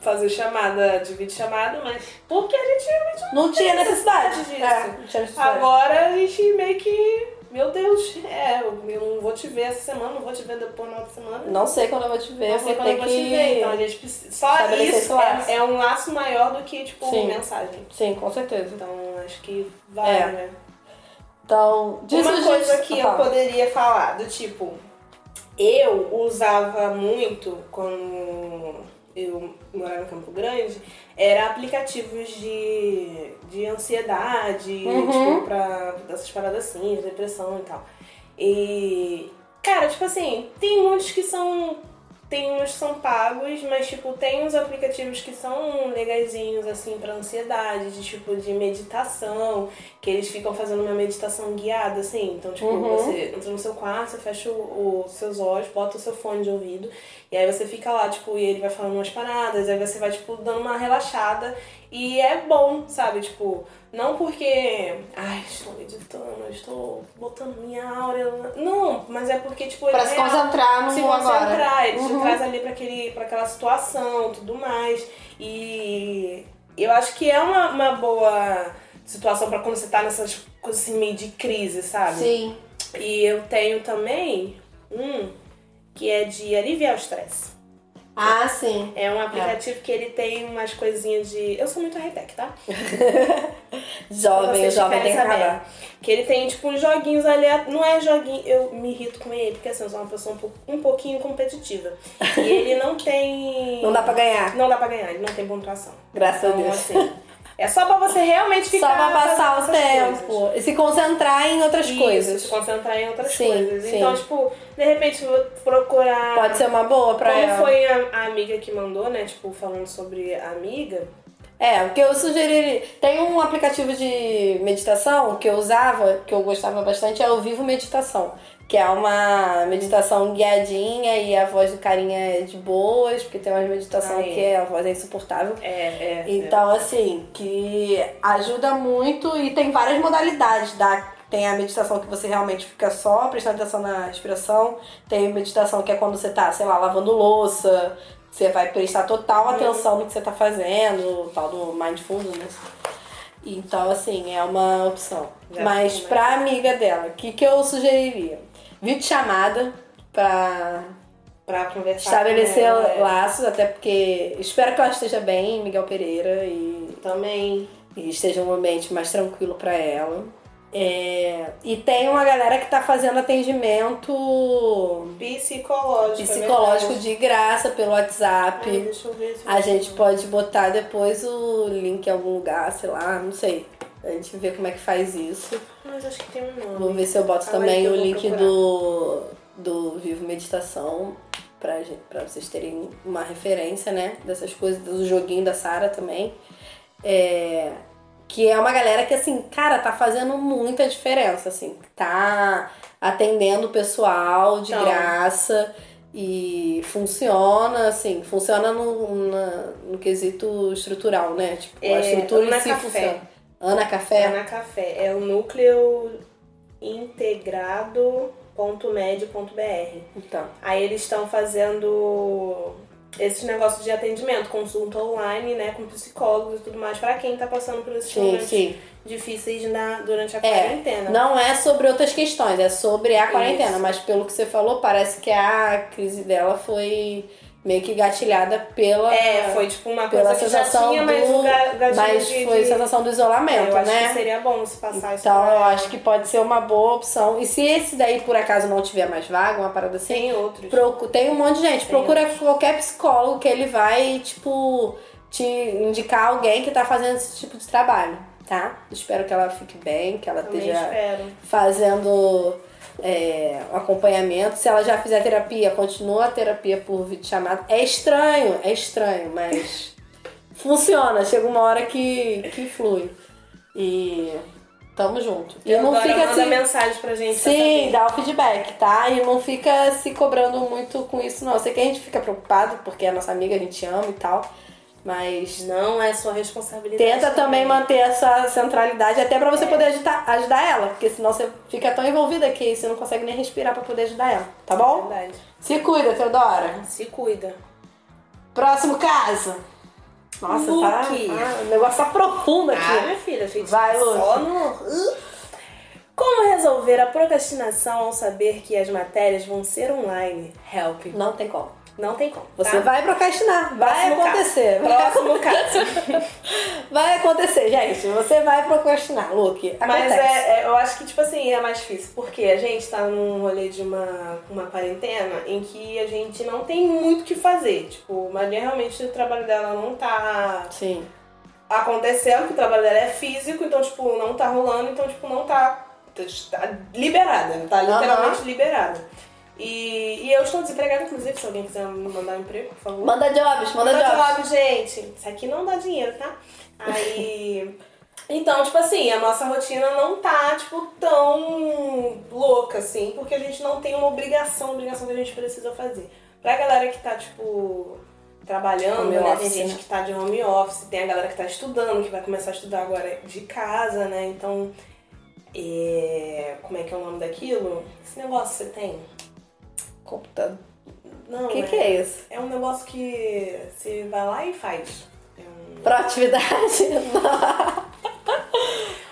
[SPEAKER 2] fazer chamada, de vídeo chamada, mas porque a gente realmente
[SPEAKER 1] Não tinha necessidade.
[SPEAKER 2] necessidade
[SPEAKER 1] É,
[SPEAKER 2] disso.
[SPEAKER 1] não tinha necessidade.
[SPEAKER 2] Agora a gente meio que. Meu Deus, é, eu não vou te ver essa semana, não vou te ver depois na outra semana.
[SPEAKER 1] Não sei quando eu vou te ver,
[SPEAKER 2] Não
[SPEAKER 1] eu vou
[SPEAKER 2] sei quando eu
[SPEAKER 1] ter
[SPEAKER 2] vou
[SPEAKER 1] que.
[SPEAKER 2] te ver. Então a gente precisa. Só
[SPEAKER 1] estabelecer esse
[SPEAKER 2] isso
[SPEAKER 1] laço.
[SPEAKER 2] é, é um laço maior do que, tipo,
[SPEAKER 1] Sim.
[SPEAKER 2] mensagem.
[SPEAKER 1] Sim, com certeza.
[SPEAKER 2] Então acho que vale,
[SPEAKER 1] É.
[SPEAKER 2] né?
[SPEAKER 1] Então, diz
[SPEAKER 2] Uma
[SPEAKER 1] o
[SPEAKER 2] coisa
[SPEAKER 1] juiz-
[SPEAKER 2] que
[SPEAKER 1] Ah,
[SPEAKER 2] eu
[SPEAKER 1] fala.
[SPEAKER 2] poderia falar, do tipo, eu usava muito quando eu morava em Campo Grande, era aplicativos de, de ansiedade,
[SPEAKER 1] Uhum.
[SPEAKER 2] tipo, pra essas paradas assim, de depressão e tal. E, cara, tipo assim, tem muitos que são. Tem uns que são pagos, mas tipo, tem uns aplicativos que são legaisinhos, assim, pra ansiedade, de tipo, de meditação, que eles ficam fazendo uma meditação guiada, assim. Então, tipo,
[SPEAKER 1] Uhum.
[SPEAKER 2] você entra no seu quarto, você fecha o- os seus olhos, bota o seu fone de ouvido, e aí você fica lá, tipo, e ele vai falando umas paradas, aí você vai, tipo, dando uma relaxada. E é bom, sabe? Tipo, não porque. Ai, estou meditando, estou botando minha aura. Não, mas é porque, tipo,
[SPEAKER 1] Pra
[SPEAKER 2] ele
[SPEAKER 1] se
[SPEAKER 2] real-
[SPEAKER 1] concentrar no
[SPEAKER 2] se
[SPEAKER 1] agora.
[SPEAKER 2] concentrar, ele te
[SPEAKER 1] Uhum.
[SPEAKER 2] traz ali pra, aquele, pra aquela situação tudo mais. E eu acho que é uma, uma boa situação pra quando você tá nessas coisas assim, meio de crise, sabe?
[SPEAKER 1] Sim.
[SPEAKER 2] E eu tenho também um que é de aliviar o estresse.
[SPEAKER 1] Ah, sim.
[SPEAKER 2] É um aplicativo que ele tem umas coisinhas de. Eu sou muito high-tech, tá?
[SPEAKER 1] Jovem, o
[SPEAKER 2] Vocês
[SPEAKER 1] jovem tem que
[SPEAKER 2] querem saber.
[SPEAKER 1] acabar.
[SPEAKER 2] Que ele tem, tipo, uns joguinhos aleatórios. Não é joguinho, eu me irrito com ele, porque assim, eu sou uma pessoa um, pouco- um pouquinho competitiva. E ele não tem.
[SPEAKER 1] Não dá pra ganhar,
[SPEAKER 2] Não dá pra ganhar, ele não tem pontuação.
[SPEAKER 1] graças a
[SPEAKER 2] Então,
[SPEAKER 1] Deus.
[SPEAKER 2] assim. É só pra você realmente ficar.
[SPEAKER 1] Só pra passar o
[SPEAKER 2] fazendo essas
[SPEAKER 1] tempo
[SPEAKER 2] coisas.
[SPEAKER 1] e se concentrar em outras
[SPEAKER 2] Isso,
[SPEAKER 1] coisas.
[SPEAKER 2] Se concentrar em outras
[SPEAKER 1] Sim,
[SPEAKER 2] coisas.
[SPEAKER 1] sim.
[SPEAKER 2] Então, tipo, de repente eu vou procurar.
[SPEAKER 1] Pode ser uma boa pra
[SPEAKER 2] Como
[SPEAKER 1] ela.
[SPEAKER 2] foi a, a amiga que mandou, né? Tipo, falando sobre a amiga.
[SPEAKER 1] É, o que eu sugeriria. Tem um aplicativo de meditação que eu usava, que eu gostava bastante, é o Vivo Meditação. Que é uma meditação guiadinha e a voz do carinha é de boas, porque tem uma meditação
[SPEAKER 2] Aí.
[SPEAKER 1] que é, a voz é insuportável.
[SPEAKER 2] É, é.
[SPEAKER 1] Então, assim, que ajuda muito e tem várias modalidades. Da, tem a meditação que você realmente fica só prestando atenção na respiração, tem a meditação que é quando você tá, sei lá, lavando louça, você vai prestar
[SPEAKER 2] Uhum.
[SPEAKER 1] total atenção no que você tá fazendo, o tal do mindfulness. Então, assim, é uma opção.
[SPEAKER 2] Já
[SPEAKER 1] Mas
[SPEAKER 2] ficou, né?
[SPEAKER 1] pra amiga dela, o que, que eu sugeriria? Vídeo chamada pra
[SPEAKER 2] Pra conversar. com
[SPEAKER 1] estabelecer
[SPEAKER 2] ela, é.
[SPEAKER 1] laços, até porque espero que ela esteja bem, Miguel Pereira, e
[SPEAKER 2] Também.
[SPEAKER 1] e esteja um ambiente mais tranquilo pra ela. É, e tem uma galera que tá fazendo atendimento
[SPEAKER 2] Psicológico. é
[SPEAKER 1] psicológico
[SPEAKER 2] verdade. É.
[SPEAKER 1] de graça pelo WhatsApp.
[SPEAKER 2] Ai, deixa eu ver se eu
[SPEAKER 1] A gente
[SPEAKER 2] vou-
[SPEAKER 1] pode botar depois o link em algum lugar, sei lá, não sei. A gente vê como é que faz isso.
[SPEAKER 2] Mas acho que tem um nome.
[SPEAKER 1] Vou ver se eu boto
[SPEAKER 2] Agora
[SPEAKER 1] também
[SPEAKER 2] que eu
[SPEAKER 1] o
[SPEAKER 2] vou
[SPEAKER 1] link
[SPEAKER 2] procurar.
[SPEAKER 1] do, do Vivo Meditação pra, gente, pra vocês terem uma referência, né? Dessas coisas, do joguinho da Sara também. É, que é uma galera que, assim, cara, tá fazendo muita diferença, assim. Tá atendendo o pessoal de
[SPEAKER 2] Então.
[SPEAKER 1] graça. E funciona, assim, funciona no, na- no quesito estrutural, né? Tipo, a
[SPEAKER 2] É,
[SPEAKER 1] estrutura
[SPEAKER 2] Ana
[SPEAKER 1] em si
[SPEAKER 2] Café.
[SPEAKER 1] funciona. Ana Café?
[SPEAKER 2] É na café. É o núcleo integrado.med.br.
[SPEAKER 1] Então.
[SPEAKER 2] Aí eles estão fazendo esses negócios de atendimento, consulta online, né, com psicólogos e tudo mais, pra quem tá passando por esses
[SPEAKER 1] Sim,
[SPEAKER 2] momentos
[SPEAKER 1] sim.
[SPEAKER 2] difíceis na- durante a
[SPEAKER 1] É,
[SPEAKER 2] quarentena.
[SPEAKER 1] Não é sobre outras questões, é sobre a quarentena.
[SPEAKER 2] Isso.
[SPEAKER 1] Mas pelo que você falou, parece que a crise dela foi meio que gatilhada pela.
[SPEAKER 2] É, foi tipo uma
[SPEAKER 1] Pela
[SPEAKER 2] coisa que já
[SPEAKER 1] sensação
[SPEAKER 2] tinha, mas
[SPEAKER 1] do-
[SPEAKER 2] o ga- gatilho
[SPEAKER 1] Mas
[SPEAKER 2] de-
[SPEAKER 1] foi
[SPEAKER 2] de-
[SPEAKER 1] sensação do
[SPEAKER 2] É,
[SPEAKER 1] isolamento,
[SPEAKER 2] Eu acho que
[SPEAKER 1] né?
[SPEAKER 2] seria é. bom se passar isso.
[SPEAKER 1] Então
[SPEAKER 2] pra
[SPEAKER 1] eu
[SPEAKER 2] ela.
[SPEAKER 1] acho que pode ser uma boa opção. E se esse daí por acaso não tiver mais vaga, uma parada assim,
[SPEAKER 2] Tem outros.
[SPEAKER 1] procu- tem um monte de gente.
[SPEAKER 2] Tem
[SPEAKER 1] Procura qualquer psicólogo que ele vai, tipo, te indicar alguém que tá fazendo esse tipo de trabalho, tá? Espero que ela fique bem, que ela
[SPEAKER 2] Também
[SPEAKER 1] esteja
[SPEAKER 2] espero.
[SPEAKER 1] fazendo é, acompanhamento. Se ela já fizer terapia, continua a terapia por videochamada. É estranho, é estranho, mas funciona. Chega uma hora que, que flui. E tamo junto. E, não
[SPEAKER 2] Agora
[SPEAKER 1] fica
[SPEAKER 2] manda
[SPEAKER 1] assim.
[SPEAKER 2] mensagem pra gente. pra
[SPEAKER 1] Sim,
[SPEAKER 2] saber.
[SPEAKER 1] dá o feedback, tá? E não fica se cobrando muito com isso, não. Eu sei que a gente fica preocupado, porque é nossa amiga, a gente ama e tal. Mas
[SPEAKER 2] Não é sua responsabilidade.
[SPEAKER 1] Tenta também manter essa centralidade, até pra você poder ajudar, ajudar ela, porque senão você fica tão envolvida que você não consegue nem respirar pra poder ajudar ela, tá bom?
[SPEAKER 2] É Verdade.
[SPEAKER 1] Se cuida, Teodora.
[SPEAKER 2] Se cuida.
[SPEAKER 1] Próximo caso. Nossa, tá,
[SPEAKER 2] Luke.
[SPEAKER 1] tá- O negócio tá profundo
[SPEAKER 2] Ah,
[SPEAKER 1] aqui.
[SPEAKER 2] minha filha, gente.
[SPEAKER 1] Vai, Lu.
[SPEAKER 2] Só no... Como resolver a procrastinação ao saber que as matérias vão ser online? Help.
[SPEAKER 1] Não tem como.
[SPEAKER 2] Não tem como.
[SPEAKER 1] Você
[SPEAKER 2] tá?
[SPEAKER 1] vai procrastinar, vai
[SPEAKER 2] Próximo
[SPEAKER 1] acontecer.
[SPEAKER 2] caso. Próximo caso.
[SPEAKER 1] Vai acontecer, gente. Você vai procrastinar, Luke.
[SPEAKER 2] Mas
[SPEAKER 1] Acontece.
[SPEAKER 2] é, é- eu acho que, tipo assim, é mais difícil. Porque a gente tá num rolê de uma, uma quarentena em que a gente não tem muito o que fazer. Tipo, Maria realmente o trabalho dela não tá
[SPEAKER 1] Sim.
[SPEAKER 2] acontecendo, que o trabalho dela é físico, então, tipo, não tá rolando, então, tipo, não tá. Tá liberada, tá
[SPEAKER 1] Aham.
[SPEAKER 2] literalmente liberada. E, e eu estou desempregada, inclusive, se alguém quiser me mandar um emprego, por favor.
[SPEAKER 1] Manda jobs, manda,
[SPEAKER 2] Manda
[SPEAKER 1] jobs.
[SPEAKER 2] job, gente. Isso aqui não dá dinheiro, tá? Aí. Então, tipo assim, a nossa rotina não tá, tipo, tão louca, assim, porque a gente não tem uma obrigação, obrigação que a gente precisa fazer. Pra galera que tá, tipo, trabalhando,
[SPEAKER 1] Home
[SPEAKER 2] né? tem
[SPEAKER 1] office,
[SPEAKER 2] gente
[SPEAKER 1] né?
[SPEAKER 2] que tá de home office, tem a galera que tá estudando, que vai começar a estudar agora de casa, né? Então, é... como é que é o nome daquilo? Esse negócio que você tem?
[SPEAKER 1] Computador.
[SPEAKER 2] Não,
[SPEAKER 1] O que,
[SPEAKER 2] é-
[SPEAKER 1] que é isso?
[SPEAKER 2] é um negócio que você vai lá e faz. É um...
[SPEAKER 1] Proatividade? Não.
[SPEAKER 2] Uma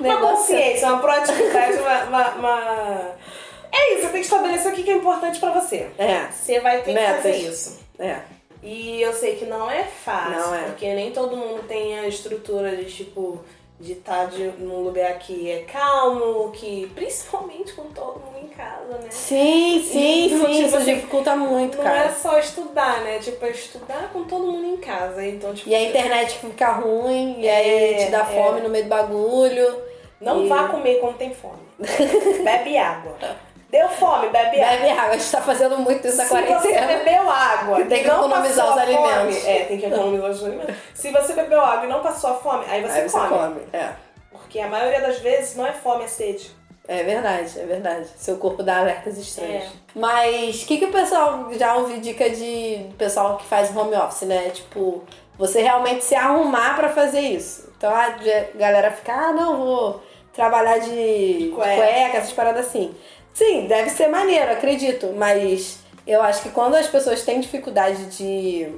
[SPEAKER 1] Um Negócio.
[SPEAKER 2] consciência, uma proatividade, uma, uma- uma- É isso, você tem que estabelecer o que que é importante pra você.
[SPEAKER 1] É,
[SPEAKER 2] Você vai ter
[SPEAKER 1] Metas.
[SPEAKER 2] que fazer isso.
[SPEAKER 1] é.
[SPEAKER 2] E eu sei que não é fácil,
[SPEAKER 1] Não é.
[SPEAKER 2] porque nem todo mundo tem a estrutura de, tipo, de estar de, num lugar que é calmo, que principalmente com todo mundo em casa, né?
[SPEAKER 1] Sim, sim,
[SPEAKER 2] E,
[SPEAKER 1] sim,
[SPEAKER 2] tipo
[SPEAKER 1] isso
[SPEAKER 2] assim,
[SPEAKER 1] dificulta muito,
[SPEAKER 2] Não
[SPEAKER 1] cara.
[SPEAKER 2] é só estudar, né? Tipo, é estudar com todo mundo em casa. Então, tipo,
[SPEAKER 1] E a internet fica ruim, e aí
[SPEAKER 2] É,
[SPEAKER 1] te dá
[SPEAKER 2] é.
[SPEAKER 1] fome no meio do bagulho.
[SPEAKER 2] Não
[SPEAKER 1] E-
[SPEAKER 2] vá comer quando tem fome. Bebe água. Deu fome, bebe, água.
[SPEAKER 1] Bebe água, a gente tá fazendo muito isso na
[SPEAKER 2] Se você
[SPEAKER 1] quarentena.
[SPEAKER 2] bebeu água,
[SPEAKER 1] Tem que
[SPEAKER 2] e não
[SPEAKER 1] economizar
[SPEAKER 2] passou
[SPEAKER 1] os
[SPEAKER 2] a fome-
[SPEAKER 1] alimentos.
[SPEAKER 2] É, tem que economizar os alimentos. Se você bebeu água e não passou a fome, aí você,
[SPEAKER 1] aí você
[SPEAKER 2] come.
[SPEAKER 1] come. É.
[SPEAKER 2] Porque a maioria das vezes não é fome, é sede.
[SPEAKER 1] É verdade, é verdade. Seu corpo dá alertas estranhos. Mas o que, que o pessoal já ouvi dica de do pessoal que faz home office, né? Tipo, você realmente se arrumar pra fazer isso. Então a ge- galera fica, ah, não, vou trabalhar de de
[SPEAKER 2] Cueca.
[SPEAKER 1] cueca. essas paradas assim. Sim, deve ser maneiro, acredito. Mas eu acho que quando as pessoas têm dificuldade de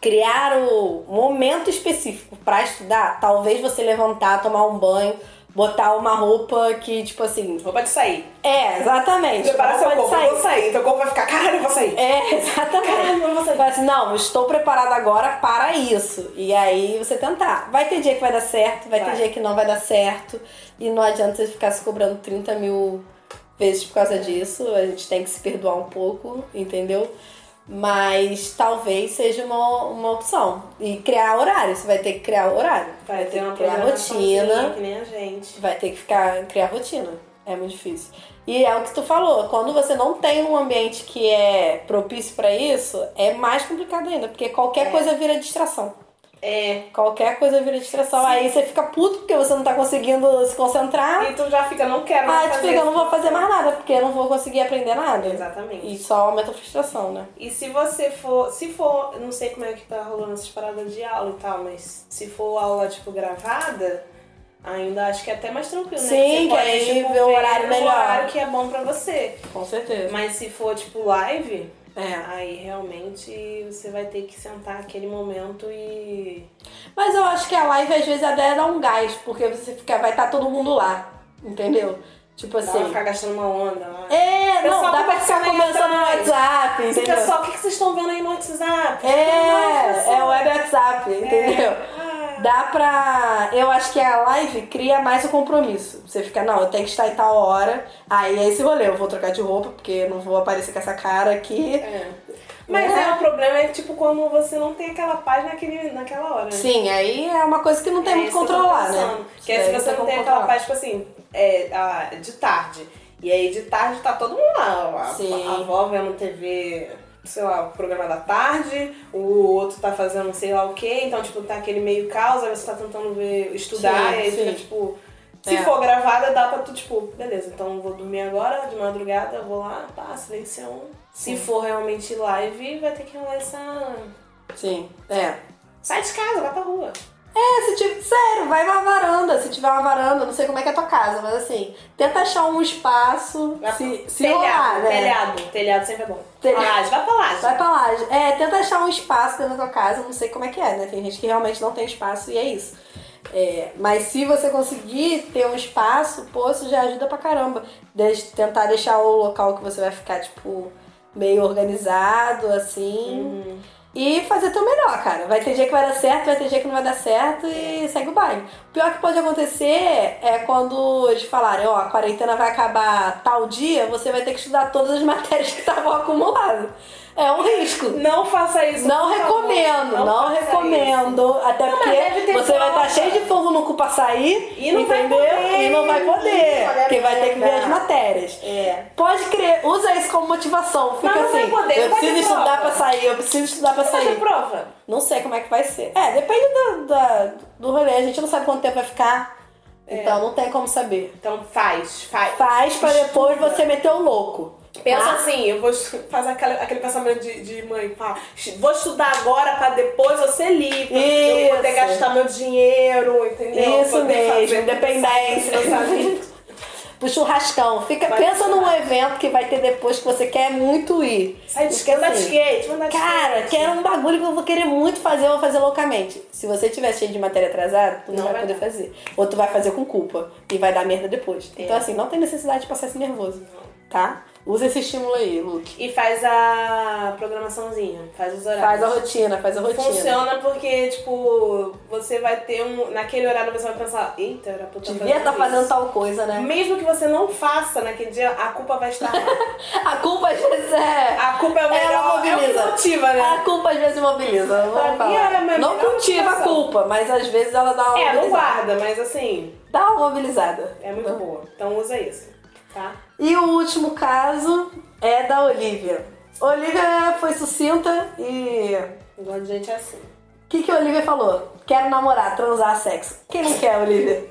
[SPEAKER 1] criar o momento específico pra estudar, talvez você levantar, tomar um banho, botar uma roupa que, tipo assim.
[SPEAKER 2] Roupa de sair.
[SPEAKER 1] É, exatamente.
[SPEAKER 2] Prepara seu
[SPEAKER 1] roupa
[SPEAKER 2] corpo,
[SPEAKER 1] de
[SPEAKER 2] eu vou
[SPEAKER 1] sair.
[SPEAKER 2] sair. Teu corpo vai ficar, caralho, eu vou sair.
[SPEAKER 1] É, exatamente.
[SPEAKER 2] Caralho, eu vou sair.
[SPEAKER 1] Fala assim, não, estou preparada agora para isso. E aí você tentar. Vai ter dia que vai dar certo, vai,
[SPEAKER 2] Vai.
[SPEAKER 1] ter dia que não vai dar certo. E não adianta você ficar se cobrando 30 mil vezes por causa disso. A gente tem que se perdoar um pouco, entendeu? Mas talvez seja uma, uma opção. E criar horário, você vai ter que criar horário.
[SPEAKER 2] Vai ter uma
[SPEAKER 1] que criar
[SPEAKER 2] programaçãozinha,
[SPEAKER 1] rotina.
[SPEAKER 2] Que nem a gente.
[SPEAKER 1] Vai ter que ficar criar rotina. É muito difícil. E é o que tu falou, quando você não tem um ambiente que é propício pra isso, é mais complicado ainda, porque qualquer coisa vira distração.
[SPEAKER 2] É.
[SPEAKER 1] Qualquer coisa vira distração.
[SPEAKER 2] Sim.
[SPEAKER 1] Aí você fica puto porque você não tá conseguindo se concentrar.
[SPEAKER 2] E tu já fica, não quero mais
[SPEAKER 1] Ah, te
[SPEAKER 2] fazer.
[SPEAKER 1] fica, eu não vou fazer mais nada, porque eu não vou conseguir aprender nada.
[SPEAKER 2] Exatamente.
[SPEAKER 1] E só aumenta a frustração, né?
[SPEAKER 2] E se você for, se for, eu não sei como é que tá rolando essas paradas de aula e tal, mas se for aula, tipo, gravada, ainda acho que é até mais tranquilo, né?
[SPEAKER 1] Sim,
[SPEAKER 2] Você
[SPEAKER 1] que
[SPEAKER 2] pode,
[SPEAKER 1] aí
[SPEAKER 2] tipo,
[SPEAKER 1] vê o horário
[SPEAKER 2] ver
[SPEAKER 1] melhor.
[SPEAKER 2] O horário que é bom pra você.
[SPEAKER 1] Com certeza.
[SPEAKER 2] Mas se for, tipo, live,
[SPEAKER 1] É.
[SPEAKER 2] aí realmente você vai ter que sentar aquele momento e...
[SPEAKER 1] Mas eu acho que a live às vezes até dá um gás, porque você fica, vai estar todo mundo lá, entendeu? Tipo
[SPEAKER 2] Dá pra
[SPEAKER 1] assim.
[SPEAKER 2] ficar gastando uma onda lá.
[SPEAKER 1] É,
[SPEAKER 2] Pessoal
[SPEAKER 1] não, dá pra ficar
[SPEAKER 2] conversando aí
[SPEAKER 1] conversando no
[SPEAKER 2] atrás.
[SPEAKER 1] WhatsApp,
[SPEAKER 2] Esse
[SPEAKER 1] É, entendeu?
[SPEAKER 2] pessoal, o que que vocês estão vendo aí no WhatsApp? Não,
[SPEAKER 1] É,
[SPEAKER 2] pessoal.
[SPEAKER 1] é o web WhatsApp, entendeu?
[SPEAKER 2] Ah,
[SPEAKER 1] Dá pra. Eu acho que a live cria mais o compromisso. Você fica, não, eu tenho que estar em tal hora. Aí é esse rolê, eu vou trocar de roupa, porque eu não vou aparecer com essa cara aqui.
[SPEAKER 2] é. Mas
[SPEAKER 1] Né?
[SPEAKER 2] é. o problema é, tipo, quando você não tem aquela paz naquele, naquela hora. né?
[SPEAKER 1] Sim, aí é uma coisa que não tem
[SPEAKER 2] É
[SPEAKER 1] muito
[SPEAKER 2] isso que eu tô
[SPEAKER 1] controlar, né?
[SPEAKER 2] pensando. Porque se
[SPEAKER 1] Daí
[SPEAKER 2] você não
[SPEAKER 1] como
[SPEAKER 2] tem aquela
[SPEAKER 1] controlar.
[SPEAKER 2] paz, tipo assim, é, a- de tarde. E aí de tarde tá todo mundo lá. A,
[SPEAKER 1] Sim.
[SPEAKER 2] a avó vendo TV, sei lá, o programa da tarde, o outro tá fazendo sei lá o quê, então, tipo, tá aquele meio caos, aí você tá tentando ver, estudar,
[SPEAKER 1] Sim,
[SPEAKER 2] e aí fica,
[SPEAKER 1] sim.
[SPEAKER 2] tipo. Se
[SPEAKER 1] É.
[SPEAKER 2] for gravada, dá pra tu, tipo, beleza, então eu vou dormir agora, de madrugada, eu vou lá, pá, silencião. Se for realmente live, vai ter que rolar essa.
[SPEAKER 1] Sim, é.
[SPEAKER 2] Sai de casa, vai pra rua.
[SPEAKER 1] É, se tiver, sério, vai uma varanda. Se tiver uma varanda, não sei como é que é a tua casa, mas assim, tenta achar um espaço,
[SPEAKER 2] Vai
[SPEAKER 1] se,
[SPEAKER 2] pra-
[SPEAKER 1] se
[SPEAKER 2] telhado,
[SPEAKER 1] rolar, né?
[SPEAKER 2] telhado, telhado sempre é bom.
[SPEAKER 1] Telhado.
[SPEAKER 2] Pra laje, vai pra laje.
[SPEAKER 1] Vai pra lá. É, tenta achar um espaço dentro da tua casa, não sei como é que é, né? Tem gente que realmente não tem espaço e é isso. É, mas se você conseguir ter um espaço, pô, isso já ajuda pra caramba. Deix- tentar deixar o local que você vai ficar, tipo, meio organizado, assim. E fazer teu melhor, cara. Vai ter dia que vai dar certo, vai ter dia que não vai dar certo
[SPEAKER 2] É.
[SPEAKER 1] e segue o baile. O pior que pode acontecer é quando eles falarem, ó, a quarentena vai acabar tal dia, você vai ter que estudar todas as matérias que estavam acumuladas. É um risco.
[SPEAKER 2] Não faça isso.
[SPEAKER 1] Não
[SPEAKER 2] por favor.
[SPEAKER 1] recomendo, não,
[SPEAKER 2] faça
[SPEAKER 1] recomendo. Até
[SPEAKER 2] Não, mas deve
[SPEAKER 1] porque
[SPEAKER 2] ter
[SPEAKER 1] você vai estar
[SPEAKER 2] prova.
[SPEAKER 1] cheio de fogo no cu pra sair,
[SPEAKER 2] E não vai
[SPEAKER 1] entendeu?
[SPEAKER 2] poder.
[SPEAKER 1] E não vai
[SPEAKER 2] Ih,
[SPEAKER 1] poder,
[SPEAKER 2] olha a
[SPEAKER 1] porque vai ter que ver
[SPEAKER 2] merda.
[SPEAKER 1] as matérias.
[SPEAKER 2] isso. É.
[SPEAKER 1] Pode crer, usa isso como motivação. Fica
[SPEAKER 2] Mas não vai
[SPEAKER 1] assim,
[SPEAKER 2] poder,
[SPEAKER 1] eu
[SPEAKER 2] vai ter
[SPEAKER 1] preciso estudar
[SPEAKER 2] prova.
[SPEAKER 1] pra sair, eu preciso estudar pra
[SPEAKER 2] Fazer
[SPEAKER 1] sair.
[SPEAKER 2] prova.
[SPEAKER 1] Não sei como é que vai ser. É, depende da, da- do rolê. A gente não sabe quanto tempo vai ficar.
[SPEAKER 2] É.
[SPEAKER 1] Então não tem como saber.
[SPEAKER 2] Então faz, faz.
[SPEAKER 1] Faz pra depois você meter o louco.
[SPEAKER 2] Pensa
[SPEAKER 1] tá?
[SPEAKER 2] assim, eu vou estu- fazer aquele, aquele pensamento de, de mãe, pá, vou estudar agora pra depois eu ser livre, eu poder
[SPEAKER 1] Isso.
[SPEAKER 2] gastar meu dinheiro, entendeu?
[SPEAKER 1] Isso
[SPEAKER 2] Poder
[SPEAKER 1] mesmo,
[SPEAKER 2] fazer
[SPEAKER 1] independência.
[SPEAKER 2] meus amigos.
[SPEAKER 1] Pro churrascão. Fica,
[SPEAKER 2] Vai
[SPEAKER 1] pensa num
[SPEAKER 2] funcionar.
[SPEAKER 1] evento que vai ter depois que você quer muito ir.
[SPEAKER 2] Sai de
[SPEAKER 1] Fica
[SPEAKER 2] skate, andar de
[SPEAKER 1] assim,
[SPEAKER 2] skate, vou andar de
[SPEAKER 1] Cara,
[SPEAKER 2] skate.
[SPEAKER 1] quero um bagulho que eu vou querer muito fazer, eu vou fazer loucamente. Se você tiver cheio de matéria atrasada, tu não,
[SPEAKER 2] Não
[SPEAKER 1] vai
[SPEAKER 2] vai
[SPEAKER 1] poder
[SPEAKER 2] dar.
[SPEAKER 1] fazer. Ou tu vai fazer com culpa e vai dar merda depois. Então,
[SPEAKER 2] É.
[SPEAKER 1] assim, não tem necessidade de passar esse nervoso,
[SPEAKER 2] Não.
[SPEAKER 1] tá? Usa esse estímulo aí, Luke.
[SPEAKER 2] E faz a programaçãozinha, faz os horários.
[SPEAKER 1] Faz a rotina, faz a rotina.
[SPEAKER 2] Funciona porque, tipo, você vai ter um. Naquele horário você vai pensar, eita, era pra eu tá
[SPEAKER 1] Devia estar fazendo
[SPEAKER 2] isso."
[SPEAKER 1] tal coisa, né?
[SPEAKER 2] Mesmo que você não faça naquele dia, a culpa vai estar lá.
[SPEAKER 1] A culpa às vezes é.
[SPEAKER 2] A culpa é o
[SPEAKER 1] Ela
[SPEAKER 2] melhor, é o que
[SPEAKER 1] mobiliza.
[SPEAKER 2] motiva,
[SPEAKER 1] A
[SPEAKER 2] né?
[SPEAKER 1] culpa às vezes mobiliza.
[SPEAKER 2] Pra
[SPEAKER 1] Vamos
[SPEAKER 2] mim,
[SPEAKER 1] falar.
[SPEAKER 2] é a minha
[SPEAKER 1] não
[SPEAKER 2] melhor
[SPEAKER 1] cultiva a
[SPEAKER 2] motivação.
[SPEAKER 1] culpa, mas às vezes ela dá uma
[SPEAKER 2] É, não
[SPEAKER 1] mobilizada.
[SPEAKER 2] guarda, mas assim,
[SPEAKER 1] Dá uma mobilizada.
[SPEAKER 2] é muito boa. Então usa isso, tá?
[SPEAKER 1] E o último caso é da Olivia. Olivia foi sucinta e.
[SPEAKER 2] Eu gosto de gente assim.
[SPEAKER 1] O que, que a Olivia falou? Quero namorar, transar sexo. Quem não quer, Olivia?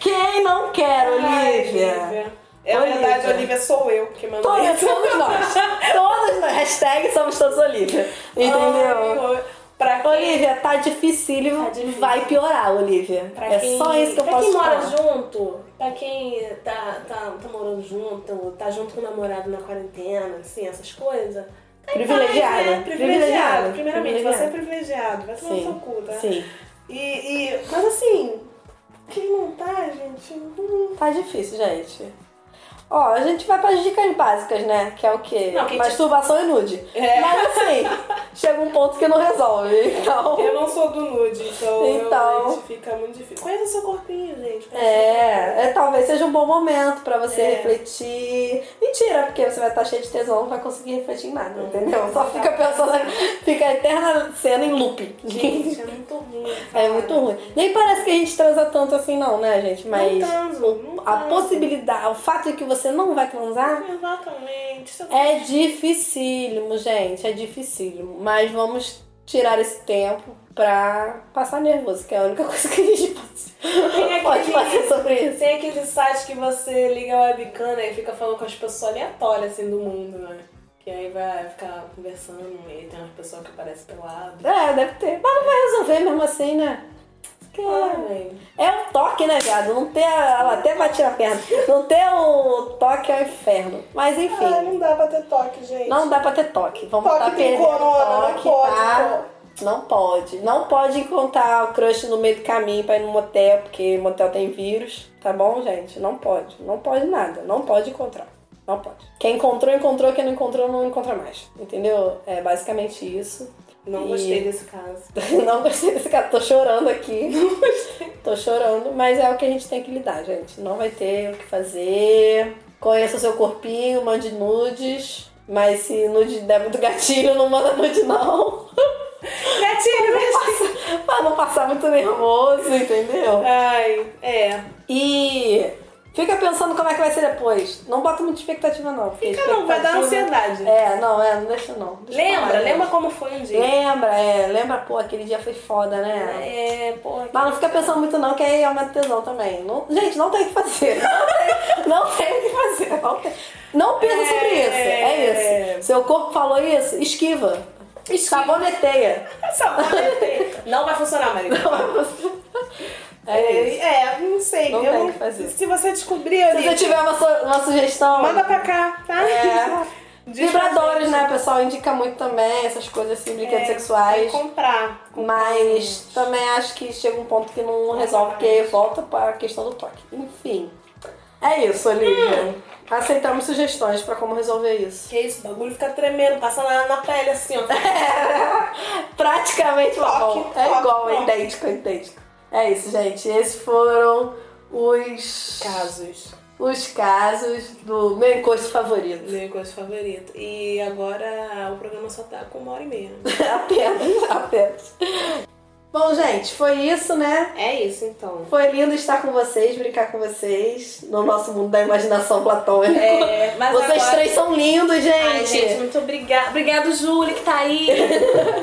[SPEAKER 1] Quem não quer,
[SPEAKER 2] Ai,
[SPEAKER 1] Olivia?
[SPEAKER 2] Olivia. É na
[SPEAKER 1] Olivia.
[SPEAKER 2] verdade, Olivia sou eu que mandou
[SPEAKER 1] Todos,
[SPEAKER 2] isso.
[SPEAKER 1] somos nós. Todos nós. Hashtag somos todos Olivia. Entendeu?
[SPEAKER 2] Ai, pra quem
[SPEAKER 1] Olivia, tá dificílimo.
[SPEAKER 2] Tá difícil.
[SPEAKER 1] Vai piorar, Olivia.
[SPEAKER 2] Pra
[SPEAKER 1] é
[SPEAKER 2] quem,
[SPEAKER 1] só isso que eu
[SPEAKER 2] pra
[SPEAKER 1] posso
[SPEAKER 2] quem mora
[SPEAKER 1] falar.
[SPEAKER 2] junto, pra quem tá, tá, tá morando junto, tá junto com o namorado na quarentena, assim, essas coisas. tá em paz,
[SPEAKER 1] Privilegiada.
[SPEAKER 2] né?
[SPEAKER 1] Privilegiada.
[SPEAKER 2] Privilegiado. Primeiramente,
[SPEAKER 1] Privilegiada.
[SPEAKER 2] você é tá? privilegiado, vai tomar no seu cu, tá?
[SPEAKER 1] Sim.
[SPEAKER 2] E, e, mas assim, quem não tá, gente. Hum.
[SPEAKER 1] Tá difícil, gente. Ó, a gente vai pras dicas básicas, né? Que é o quê?
[SPEAKER 2] Não, que
[SPEAKER 1] Masturbação e nude.
[SPEAKER 2] É.
[SPEAKER 1] Mas assim, chega um ponto que não resolve. Então.
[SPEAKER 2] Eu não sou do nude, então, eu
[SPEAKER 1] Então.
[SPEAKER 2] realmente fica muito difícil. Conheça seu corpinho, gente. Conheça seu
[SPEAKER 1] É, é, talvez seja um bom momento pra você
[SPEAKER 2] É.
[SPEAKER 1] refletir. Mentira, porque você vai estar cheio de tesão, não vai conseguir refletir em
[SPEAKER 2] É.
[SPEAKER 1] nada, entendeu? Só fica pensando, assim, fica a eterna cena em loop.
[SPEAKER 2] corpinho. Gente, é muito ruim.
[SPEAKER 1] É muito ruim. Nem parece que a gente transa tanto assim, não, né, gente? Mas
[SPEAKER 2] Não transo, não
[SPEAKER 1] a
[SPEAKER 2] transo.
[SPEAKER 1] possibilidade, o fato de que você não vai transar
[SPEAKER 2] Exatamente. tá Isso
[SPEAKER 1] é dificílimo, gente. É dificílimo. Mas vamos tirar esse tempo pra passar nervoso, que é a única coisa que a gente
[SPEAKER 2] Tem
[SPEAKER 1] pode, pode
[SPEAKER 2] aquele-
[SPEAKER 1] fazer sobre isso.
[SPEAKER 2] Tem aquele site que você liga a webcam né, e fica falando com as pessoas aleatórias assim do mundo, né? Que aí vai ficar conversando e tem umas pessoas que aparecem pelado.
[SPEAKER 1] É, deve ter. Mas não vai resolver mesmo assim, né? Que-
[SPEAKER 2] Ah, velho.
[SPEAKER 1] É o toque, né, viado? Não ter. a- Ela até bati na perna. Não ter o toque é o inferno. Mas enfim.
[SPEAKER 2] Ah, não dá pra ter toque, gente.
[SPEAKER 1] Não dá pra ter toque. Vamos
[SPEAKER 2] Toque
[SPEAKER 1] tá
[SPEAKER 2] tem
[SPEAKER 1] perdendo
[SPEAKER 2] corona, não
[SPEAKER 1] toque,
[SPEAKER 2] pode,
[SPEAKER 1] tá? Não pode. Não pode encontrar o crush no meio do caminho pra ir no motel, porque motel tem vírus, tá bom, gente? Não pode. Não pode nada. Não pode encontrar. Não pode. Quem encontrou, encontrou. Quem não encontrou, não encontra mais. Entendeu? É basicamente isso.
[SPEAKER 2] Não
[SPEAKER 1] E-
[SPEAKER 2] gostei desse caso.
[SPEAKER 1] Não gostei desse cara. Tô chorando aqui. Tô chorando. Mas é o que a gente tem que lidar, gente. Não vai ter o que fazer. Conheça o seu corpinho, mande nudes. Mas se nude der muito gatilho, não manda nude, não.
[SPEAKER 2] Gatilho, né? gatilho.
[SPEAKER 1] pra não passar muito nervoso, entendeu?
[SPEAKER 2] Ai, é.
[SPEAKER 1] E fica pensando como é que vai ser depois. Não bota muita expectativa, não. porque
[SPEAKER 2] Fica não, um vai dar
[SPEAKER 1] expectativa-
[SPEAKER 2] ansiedade.
[SPEAKER 1] É, não, é, não deixa não. Deixa pra
[SPEAKER 2] Lembra,
[SPEAKER 1] lá,
[SPEAKER 2] lembra como foi um dia.
[SPEAKER 1] Lembra, é, lembra, pô, aquele dia foi foda, né?
[SPEAKER 2] É, porra.
[SPEAKER 1] Mas não fica pensando muito não, que aí aumenta o tesão também. Não- gente, não tem o que fazer. Não tem, não tem o que fazer. Não, tem- não pensa
[SPEAKER 2] É,
[SPEAKER 1] sobre isso. É
[SPEAKER 2] é.
[SPEAKER 1] isso. Seu corpo falou isso, esquiva.
[SPEAKER 2] Esquiva.
[SPEAKER 1] Saboneteia.
[SPEAKER 2] Sabe, Não vai funcionar, Maria.
[SPEAKER 1] É isso.
[SPEAKER 2] É, não sei.
[SPEAKER 1] Não
[SPEAKER 2] eu
[SPEAKER 1] tem
[SPEAKER 2] não-
[SPEAKER 1] o que fazer.
[SPEAKER 2] Se você descobrir,
[SPEAKER 1] Se você
[SPEAKER 2] ali,
[SPEAKER 1] tiver uma, su- uma sugestão...
[SPEAKER 2] manda pra cá, tá?
[SPEAKER 1] É.
[SPEAKER 2] Diz pra
[SPEAKER 1] Vibradores,
[SPEAKER 2] gente.
[SPEAKER 1] né, pessoal? Indica muito também essas coisas assim, brinquedos
[SPEAKER 2] É,
[SPEAKER 1] sexuais.
[SPEAKER 2] Tem que comprar.
[SPEAKER 1] Mas também acho que chega um ponto que não resolve, porque volta para a questão do toque. Enfim. É isso, Olivia.
[SPEAKER 2] Hum.
[SPEAKER 1] Aceitamos sugestões para como resolver isso.
[SPEAKER 2] Que isso, o bagulho fica tremendo, passa na, na pele assim, ó.
[SPEAKER 1] Praticamente igual.
[SPEAKER 2] Toque,
[SPEAKER 1] É
[SPEAKER 2] toque,
[SPEAKER 1] igual, é
[SPEAKER 2] toque.
[SPEAKER 1] idêntico, é idêntico. É isso, gente. Esses foram os,
[SPEAKER 2] Casos.
[SPEAKER 1] os casos do meu encosto favorito.
[SPEAKER 2] Meu coisa favorito. E agora o programa só tá com uma hora e meia.
[SPEAKER 1] apenas, apenas. Bom, gente, foi isso, né?
[SPEAKER 2] É isso, então.
[SPEAKER 1] Foi lindo estar com vocês, brincar com vocês no nosso mundo da imaginação platônica.
[SPEAKER 2] É, mas
[SPEAKER 1] Vocês
[SPEAKER 2] agora...
[SPEAKER 1] três são lindos, gente.
[SPEAKER 2] Ai, gente, muito obrigada. Obrigado, Júlia, que tá aí.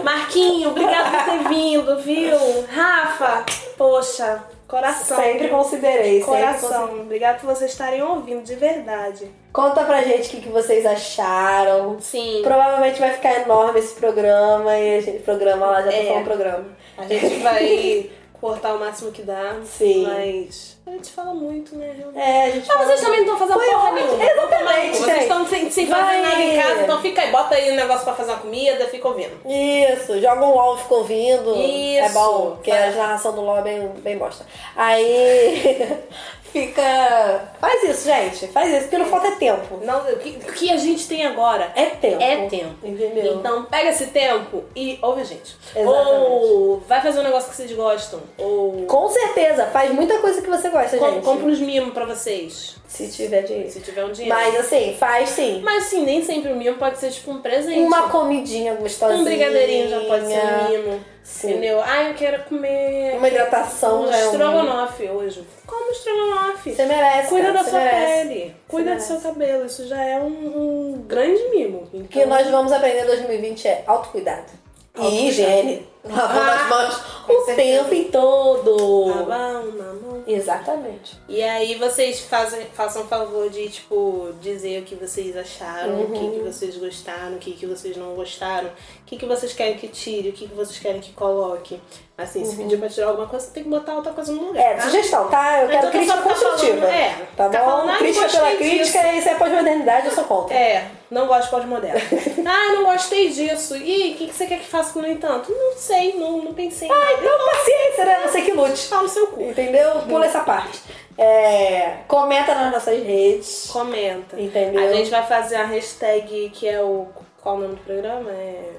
[SPEAKER 2] Marquinho, obrigado por ter vindo, viu? Rafa, poxa, coração.
[SPEAKER 1] sempre considerei, sempre
[SPEAKER 2] Coração,
[SPEAKER 1] considerei.
[SPEAKER 2] obrigado por vocês estarem ouvindo, de verdade.
[SPEAKER 1] Conta pra gente o que, que vocês acharam.
[SPEAKER 2] Sim.
[SPEAKER 1] Provavelmente vai ficar enorme esse programa e a gente programa lá, já tô
[SPEAKER 2] É.
[SPEAKER 1] falando programa.
[SPEAKER 2] A gente vai cortar o máximo que dá.
[SPEAKER 1] Sim.
[SPEAKER 2] Mas a gente fala muito, né? realmente.
[SPEAKER 1] É, a gente
[SPEAKER 2] Mas vocês também não estão fazendo
[SPEAKER 1] Foi
[SPEAKER 2] porra
[SPEAKER 1] ótimo,
[SPEAKER 2] nenhuma.
[SPEAKER 1] exatamente,
[SPEAKER 2] Vocês
[SPEAKER 1] gente.
[SPEAKER 2] estão sem, sem fazer
[SPEAKER 1] Vai.
[SPEAKER 2] nada em casa, então fica aí, bota aí um negócio pra fazer uma comida, fica ouvindo.
[SPEAKER 1] Isso, joga um LOL, fica ouvindo.
[SPEAKER 2] Isso.
[SPEAKER 1] É bom, porque a narração do LOL é bem, bem bosta. Aí fica. Faz isso, gente. Faz isso, porque não falta é tempo.
[SPEAKER 2] Não, o que, o que a gente tem agora
[SPEAKER 1] É tempo.
[SPEAKER 2] é tempo.
[SPEAKER 1] Entendeu?
[SPEAKER 2] Então pega esse tempo e ouve a gente.
[SPEAKER 1] Exatamente.
[SPEAKER 2] Ou vai fazer um negócio que vocês gostam. Ou
[SPEAKER 1] Com certeza, faz muita coisa que você gosta,
[SPEAKER 2] com-
[SPEAKER 1] gente.
[SPEAKER 2] compra uns mimos pra vocês.
[SPEAKER 1] Se tiver dinheiro.
[SPEAKER 2] Se tiver um dinheiro.
[SPEAKER 1] Mas assim, faz sim.
[SPEAKER 2] Mas sim, nem sempre o mimo pode ser tipo um presente.
[SPEAKER 1] Uma comidinha gostosinha.
[SPEAKER 2] um brigadeirinho já pode ser um mimo.
[SPEAKER 1] Sim.
[SPEAKER 2] Entendeu? Ai, eu quero comer
[SPEAKER 1] Uma hidratação
[SPEAKER 2] um
[SPEAKER 1] já é um-
[SPEAKER 2] estrogonofe hoje. Como estrogonofe?
[SPEAKER 1] Você merece.
[SPEAKER 2] Cuida
[SPEAKER 1] cara,
[SPEAKER 2] da
[SPEAKER 1] você
[SPEAKER 2] sua
[SPEAKER 1] merece.
[SPEAKER 2] pele, cuida do
[SPEAKER 1] merece.
[SPEAKER 2] seu cabelo. Isso já é um, um grande mimo. Então,
[SPEAKER 1] O que nós vamos aprender em 2020 é autocuidado.
[SPEAKER 2] Autocuidado.
[SPEAKER 1] E higiene. Lavando
[SPEAKER 2] Ah,
[SPEAKER 1] as mãos
[SPEAKER 2] com
[SPEAKER 1] o
[SPEAKER 2] certeza. Ah,
[SPEAKER 1] tempo todo.
[SPEAKER 2] Lavão na mão.
[SPEAKER 1] Exatamente.
[SPEAKER 2] E aí vocês fazem, façam favor de, tipo, dizer o que vocês acharam, o que, que
[SPEAKER 1] Uhum.
[SPEAKER 2] vocês gostaram, o que, que vocês não gostaram, o que, que vocês querem que tire, o que, que vocês querem que coloque. Assim, se pedir pra tirar alguma coisa, você tem que botar outra coisa no lugar.
[SPEAKER 1] Uhum. É,
[SPEAKER 2] tá?
[SPEAKER 1] sugestão, tá? Eu
[SPEAKER 2] Não
[SPEAKER 1] quero
[SPEAKER 2] adianta só
[SPEAKER 1] crítica
[SPEAKER 2] ficar
[SPEAKER 1] construtiva.
[SPEAKER 2] falando- é,
[SPEAKER 1] tá
[SPEAKER 2] ficar
[SPEAKER 1] bom?
[SPEAKER 2] falando, ah,
[SPEAKER 1] crítica
[SPEAKER 2] gostei
[SPEAKER 1] pela crítica, isso é pós-modernidade, eu sou contra.
[SPEAKER 2] É, não gosto de pós-moderno. ah, não gostei disso. E o que, que você quer que faça com no entanto? Não sei, não, não pensei. Ah,
[SPEAKER 1] Então paciência, né? Você que lute.
[SPEAKER 2] Fala o seu cu.
[SPEAKER 1] Entendeu? Pula essa parte. É, comenta nas nossas redes.
[SPEAKER 2] Comenta.
[SPEAKER 1] Entendeu?
[SPEAKER 2] A gente vai fazer a hashtag que é o. Qual o nome do programa? É.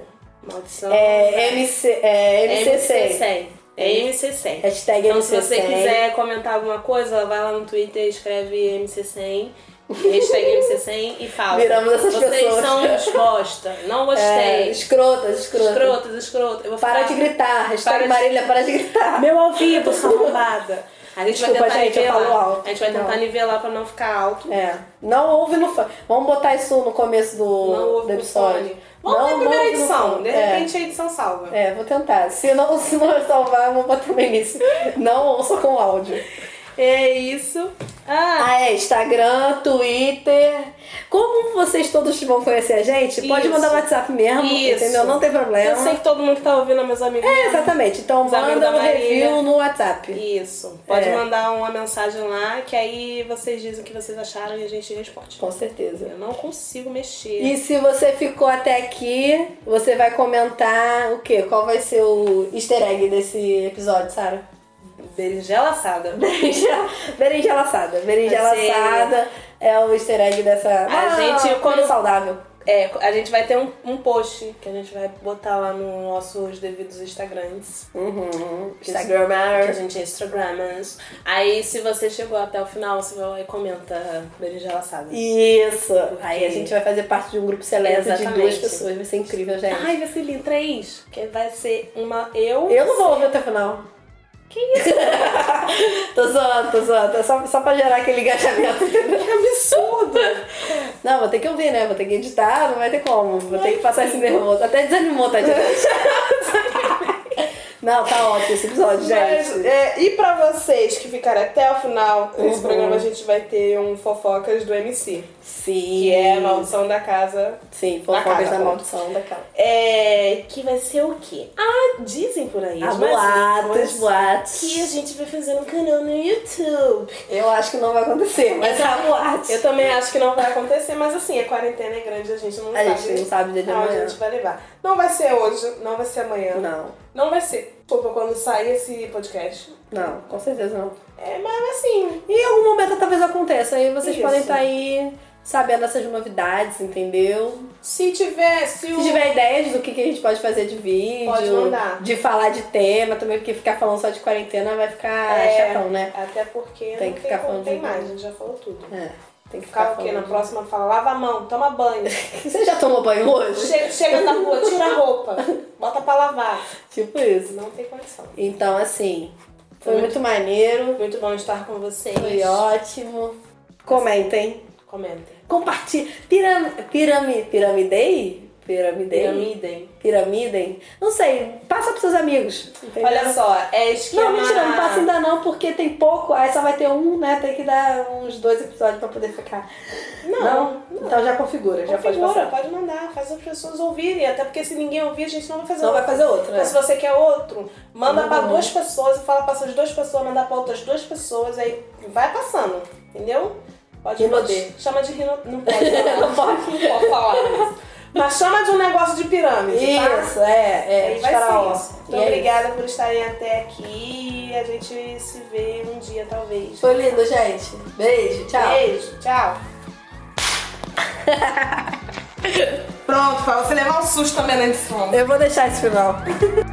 [SPEAKER 2] Maldição.
[SPEAKER 1] É, MC, é, MCC.
[SPEAKER 2] MC100. É MC100.
[SPEAKER 1] Hashtag
[SPEAKER 2] Então, se
[SPEAKER 1] MC100.
[SPEAKER 2] você quiser comentar alguma coisa, vai lá no Twitter, escreve MC100, hashtag MC100 e fala.
[SPEAKER 1] Viramos essas
[SPEAKER 2] Vocês
[SPEAKER 1] pessoas.
[SPEAKER 2] são uns bosta, não
[SPEAKER 1] É,
[SPEAKER 2] gostei.
[SPEAKER 1] escrotas, escrotas.
[SPEAKER 2] escrotas, escrotas. Eu vou
[SPEAKER 1] Para
[SPEAKER 2] falar.
[SPEAKER 1] de gritar. Hashtag
[SPEAKER 2] Para de-
[SPEAKER 1] Marília, para de gritar.
[SPEAKER 2] Meu ouvido, sua arrombada. A gente
[SPEAKER 1] Desculpa,
[SPEAKER 2] vai tentar
[SPEAKER 1] gente, eu
[SPEAKER 2] nivelar.
[SPEAKER 1] falo alto.
[SPEAKER 2] A gente vai tentar
[SPEAKER 1] Não.
[SPEAKER 2] nivelar pra não ficar alto.
[SPEAKER 1] É. Não ouve no fone. Vamos botar isso no começo do,
[SPEAKER 2] Não
[SPEAKER 1] do
[SPEAKER 2] ouve no
[SPEAKER 1] episódio.
[SPEAKER 2] fone. Vamos ver a
[SPEAKER 1] não
[SPEAKER 2] primeira
[SPEAKER 1] ouve no
[SPEAKER 2] edição.
[SPEAKER 1] fone.
[SPEAKER 2] De
[SPEAKER 1] É.
[SPEAKER 2] repente a edição salva.
[SPEAKER 1] É, vou tentar. Se não, se não eu salvar, vou botar no início. Não ouça com áudio.
[SPEAKER 2] É isso. Ah,
[SPEAKER 1] Ah, é, Instagram, Twitter. Como vocês todos vão conhecer a gente, pode
[SPEAKER 2] Isso.
[SPEAKER 1] mandar WhatsApp mesmo,
[SPEAKER 2] Isso.
[SPEAKER 1] entendeu? Não tem problema.
[SPEAKER 2] eu sei que todo mundo que tá ouvindo, meus amigos.
[SPEAKER 1] É, exatamente. Então
[SPEAKER 2] Os amigos
[SPEAKER 1] manda
[SPEAKER 2] da
[SPEAKER 1] um
[SPEAKER 2] Marília.
[SPEAKER 1] review no WhatsApp.
[SPEAKER 2] Isso. Pode
[SPEAKER 1] É.
[SPEAKER 2] mandar uma mensagem lá, que aí vocês dizem o que vocês acharam e a gente responde.
[SPEAKER 1] Com certeza.
[SPEAKER 2] Eu não consigo mexer.
[SPEAKER 1] E se você ficou até aqui, você vai comentar o quê? Qual vai ser o easter egg desse episódio, Sara?
[SPEAKER 2] Berinjela assada.
[SPEAKER 1] Berinjela, berinjela assada. Berinjela
[SPEAKER 2] Vai ser-
[SPEAKER 1] assada é o easter egg dessa...
[SPEAKER 2] A gente,
[SPEAKER 1] comida
[SPEAKER 2] quando-
[SPEAKER 1] Ah, saudável.
[SPEAKER 2] É, a gente vai ter um, um post que a gente vai botar lá nos nossos devidos Instagrams.
[SPEAKER 1] Uhum.
[SPEAKER 2] Que a
[SPEAKER 1] Instagramer.
[SPEAKER 2] gente é Instagramers. Aí, se você chegou até o final, você vai lá e comenta berinjela assada.
[SPEAKER 1] Isso.
[SPEAKER 2] Porque-
[SPEAKER 1] Aí a gente vai fazer parte de um grupo seleto de
[SPEAKER 2] Exatamente.
[SPEAKER 1] duas pessoas. Vai ser incrível, gente.
[SPEAKER 2] Ai, vai ser lindo. Três. Que vai ser uma eu.
[SPEAKER 1] Ah, Eu não vou ouvir até o final.
[SPEAKER 2] Que isso?
[SPEAKER 1] Tô zoando, tô zoando. É só, só pra gerar aquele engajamento.
[SPEAKER 2] Que absurdo.
[SPEAKER 1] Não, vou ter que ouvir, né? Vou ter que editar, não vai ter como. Vou ter que passar esse nervoso. Até desanimou, tá Não, tá ótimo esse episódio,
[SPEAKER 2] Mas,
[SPEAKER 1] gente.
[SPEAKER 2] é, e pra vocês que ficaram até o final desse
[SPEAKER 1] Uhum.
[SPEAKER 2] programa, a gente vai ter um Fofocas do MC,
[SPEAKER 1] Sim.
[SPEAKER 2] que é a maldição da casa.
[SPEAKER 1] Sim,
[SPEAKER 2] Da
[SPEAKER 1] fofocas
[SPEAKER 2] casa,
[SPEAKER 1] da
[SPEAKER 2] né?
[SPEAKER 1] maldição da um. casa.
[SPEAKER 2] É, que vai ser o quê? Ah, dizem por aí.
[SPEAKER 1] Há
[SPEAKER 2] as mais
[SPEAKER 1] boatos,
[SPEAKER 2] boas, Que a
[SPEAKER 1] boatos.
[SPEAKER 2] gente vai fazer um canal no YouTube.
[SPEAKER 1] Eu acho que não vai acontecer, mas
[SPEAKER 2] é
[SPEAKER 1] há boatos.
[SPEAKER 2] Eu também acho que não vai acontecer, mas assim, a quarentena é grande, a gente não
[SPEAKER 1] A
[SPEAKER 2] sabe
[SPEAKER 1] gente não sabe dia de
[SPEAKER 2] aonde a
[SPEAKER 1] amanhã.
[SPEAKER 2] Ah, gente vai levar. Não vai ser hoje, não vai ser amanhã.
[SPEAKER 1] Não,
[SPEAKER 2] Não vai ser, desculpa, quando sair esse podcast.
[SPEAKER 1] não, com certeza não.
[SPEAKER 2] É, mas assim,
[SPEAKER 1] E em algum momento talvez aconteça. Aí vocês
[SPEAKER 2] Isso.
[SPEAKER 1] podem estar aí sabendo essas novidades, entendeu?
[SPEAKER 2] se tiver, se o...
[SPEAKER 1] Se tiver ideias do que, que a gente pode fazer de vídeo,
[SPEAKER 2] Pode mandar.
[SPEAKER 1] de falar de tema também, porque ficar falando só de quarentena vai ficar
[SPEAKER 2] É.
[SPEAKER 1] chatão, né?
[SPEAKER 2] Até porque
[SPEAKER 1] Tem
[SPEAKER 2] não tem,
[SPEAKER 1] que ficar
[SPEAKER 2] como,
[SPEAKER 1] falando
[SPEAKER 2] tem
[SPEAKER 1] de-
[SPEAKER 2] mais, a gente já falou tudo.
[SPEAKER 1] É, tem que
[SPEAKER 2] Ficar
[SPEAKER 1] ficar
[SPEAKER 2] o quê? Na
[SPEAKER 1] falando.
[SPEAKER 2] próxima fala, lava a mão, toma banho.
[SPEAKER 1] Você já tomou banho hoje?
[SPEAKER 2] chega, chega na rua, tira a roupa, bota pra lavar.
[SPEAKER 1] Tipo isso.
[SPEAKER 2] Não tem condição.
[SPEAKER 1] Então, assim, foi
[SPEAKER 2] Foi
[SPEAKER 1] muito maneiro,
[SPEAKER 2] Muito bom estar com vocês.
[SPEAKER 1] foi ótimo. Comentem,
[SPEAKER 2] Comentem.
[SPEAKER 1] compartilhem. Piram, pirami, piramidei? Piramidei?
[SPEAKER 2] Piramidem.
[SPEAKER 1] Piramidem? Não sei, passa pros seus amigos. entendeu?
[SPEAKER 2] Olha só, é esquema...
[SPEAKER 1] Não, mentira, não passa ainda não, porque tem pouco, aí só vai ter um, né? Tem que dar uns dois episódios pra poder ficar.
[SPEAKER 2] Não.
[SPEAKER 1] Então já configura, já pode
[SPEAKER 2] Configura,
[SPEAKER 1] passar.
[SPEAKER 2] pode mandar, faz as pessoas ouvirem. Até porque se ninguém ouvir, a gente não vai fazer
[SPEAKER 1] Não vai
[SPEAKER 2] outro.
[SPEAKER 1] fazer outro, né?
[SPEAKER 2] Então, se você quer outro, manda
[SPEAKER 1] Manda
[SPEAKER 2] pra
[SPEAKER 1] um.
[SPEAKER 2] duas pessoas e fala pra essas duas pessoas, manda pra outras duas pessoas, aí vai passando, entendeu? Pode
[SPEAKER 1] Rino-
[SPEAKER 2] poder. Chama de rino. Não pode falar.
[SPEAKER 1] Não pode.
[SPEAKER 2] não pode falar. isso. Mas chama de um negócio de pirâmide. Tá?
[SPEAKER 1] Isso, é, é.
[SPEAKER 2] Aí vai
[SPEAKER 1] faraó.
[SPEAKER 2] ser isso.
[SPEAKER 1] E
[SPEAKER 2] Então,
[SPEAKER 1] é
[SPEAKER 2] obrigada por estarem até aqui e a gente se vê um dia, talvez.
[SPEAKER 1] isso. Foi lindo, gente. Beijo, tchau.
[SPEAKER 2] Beijo, tchau. Pronto, pra você levar um susto também na edição.
[SPEAKER 1] Eu vou deixar esse final.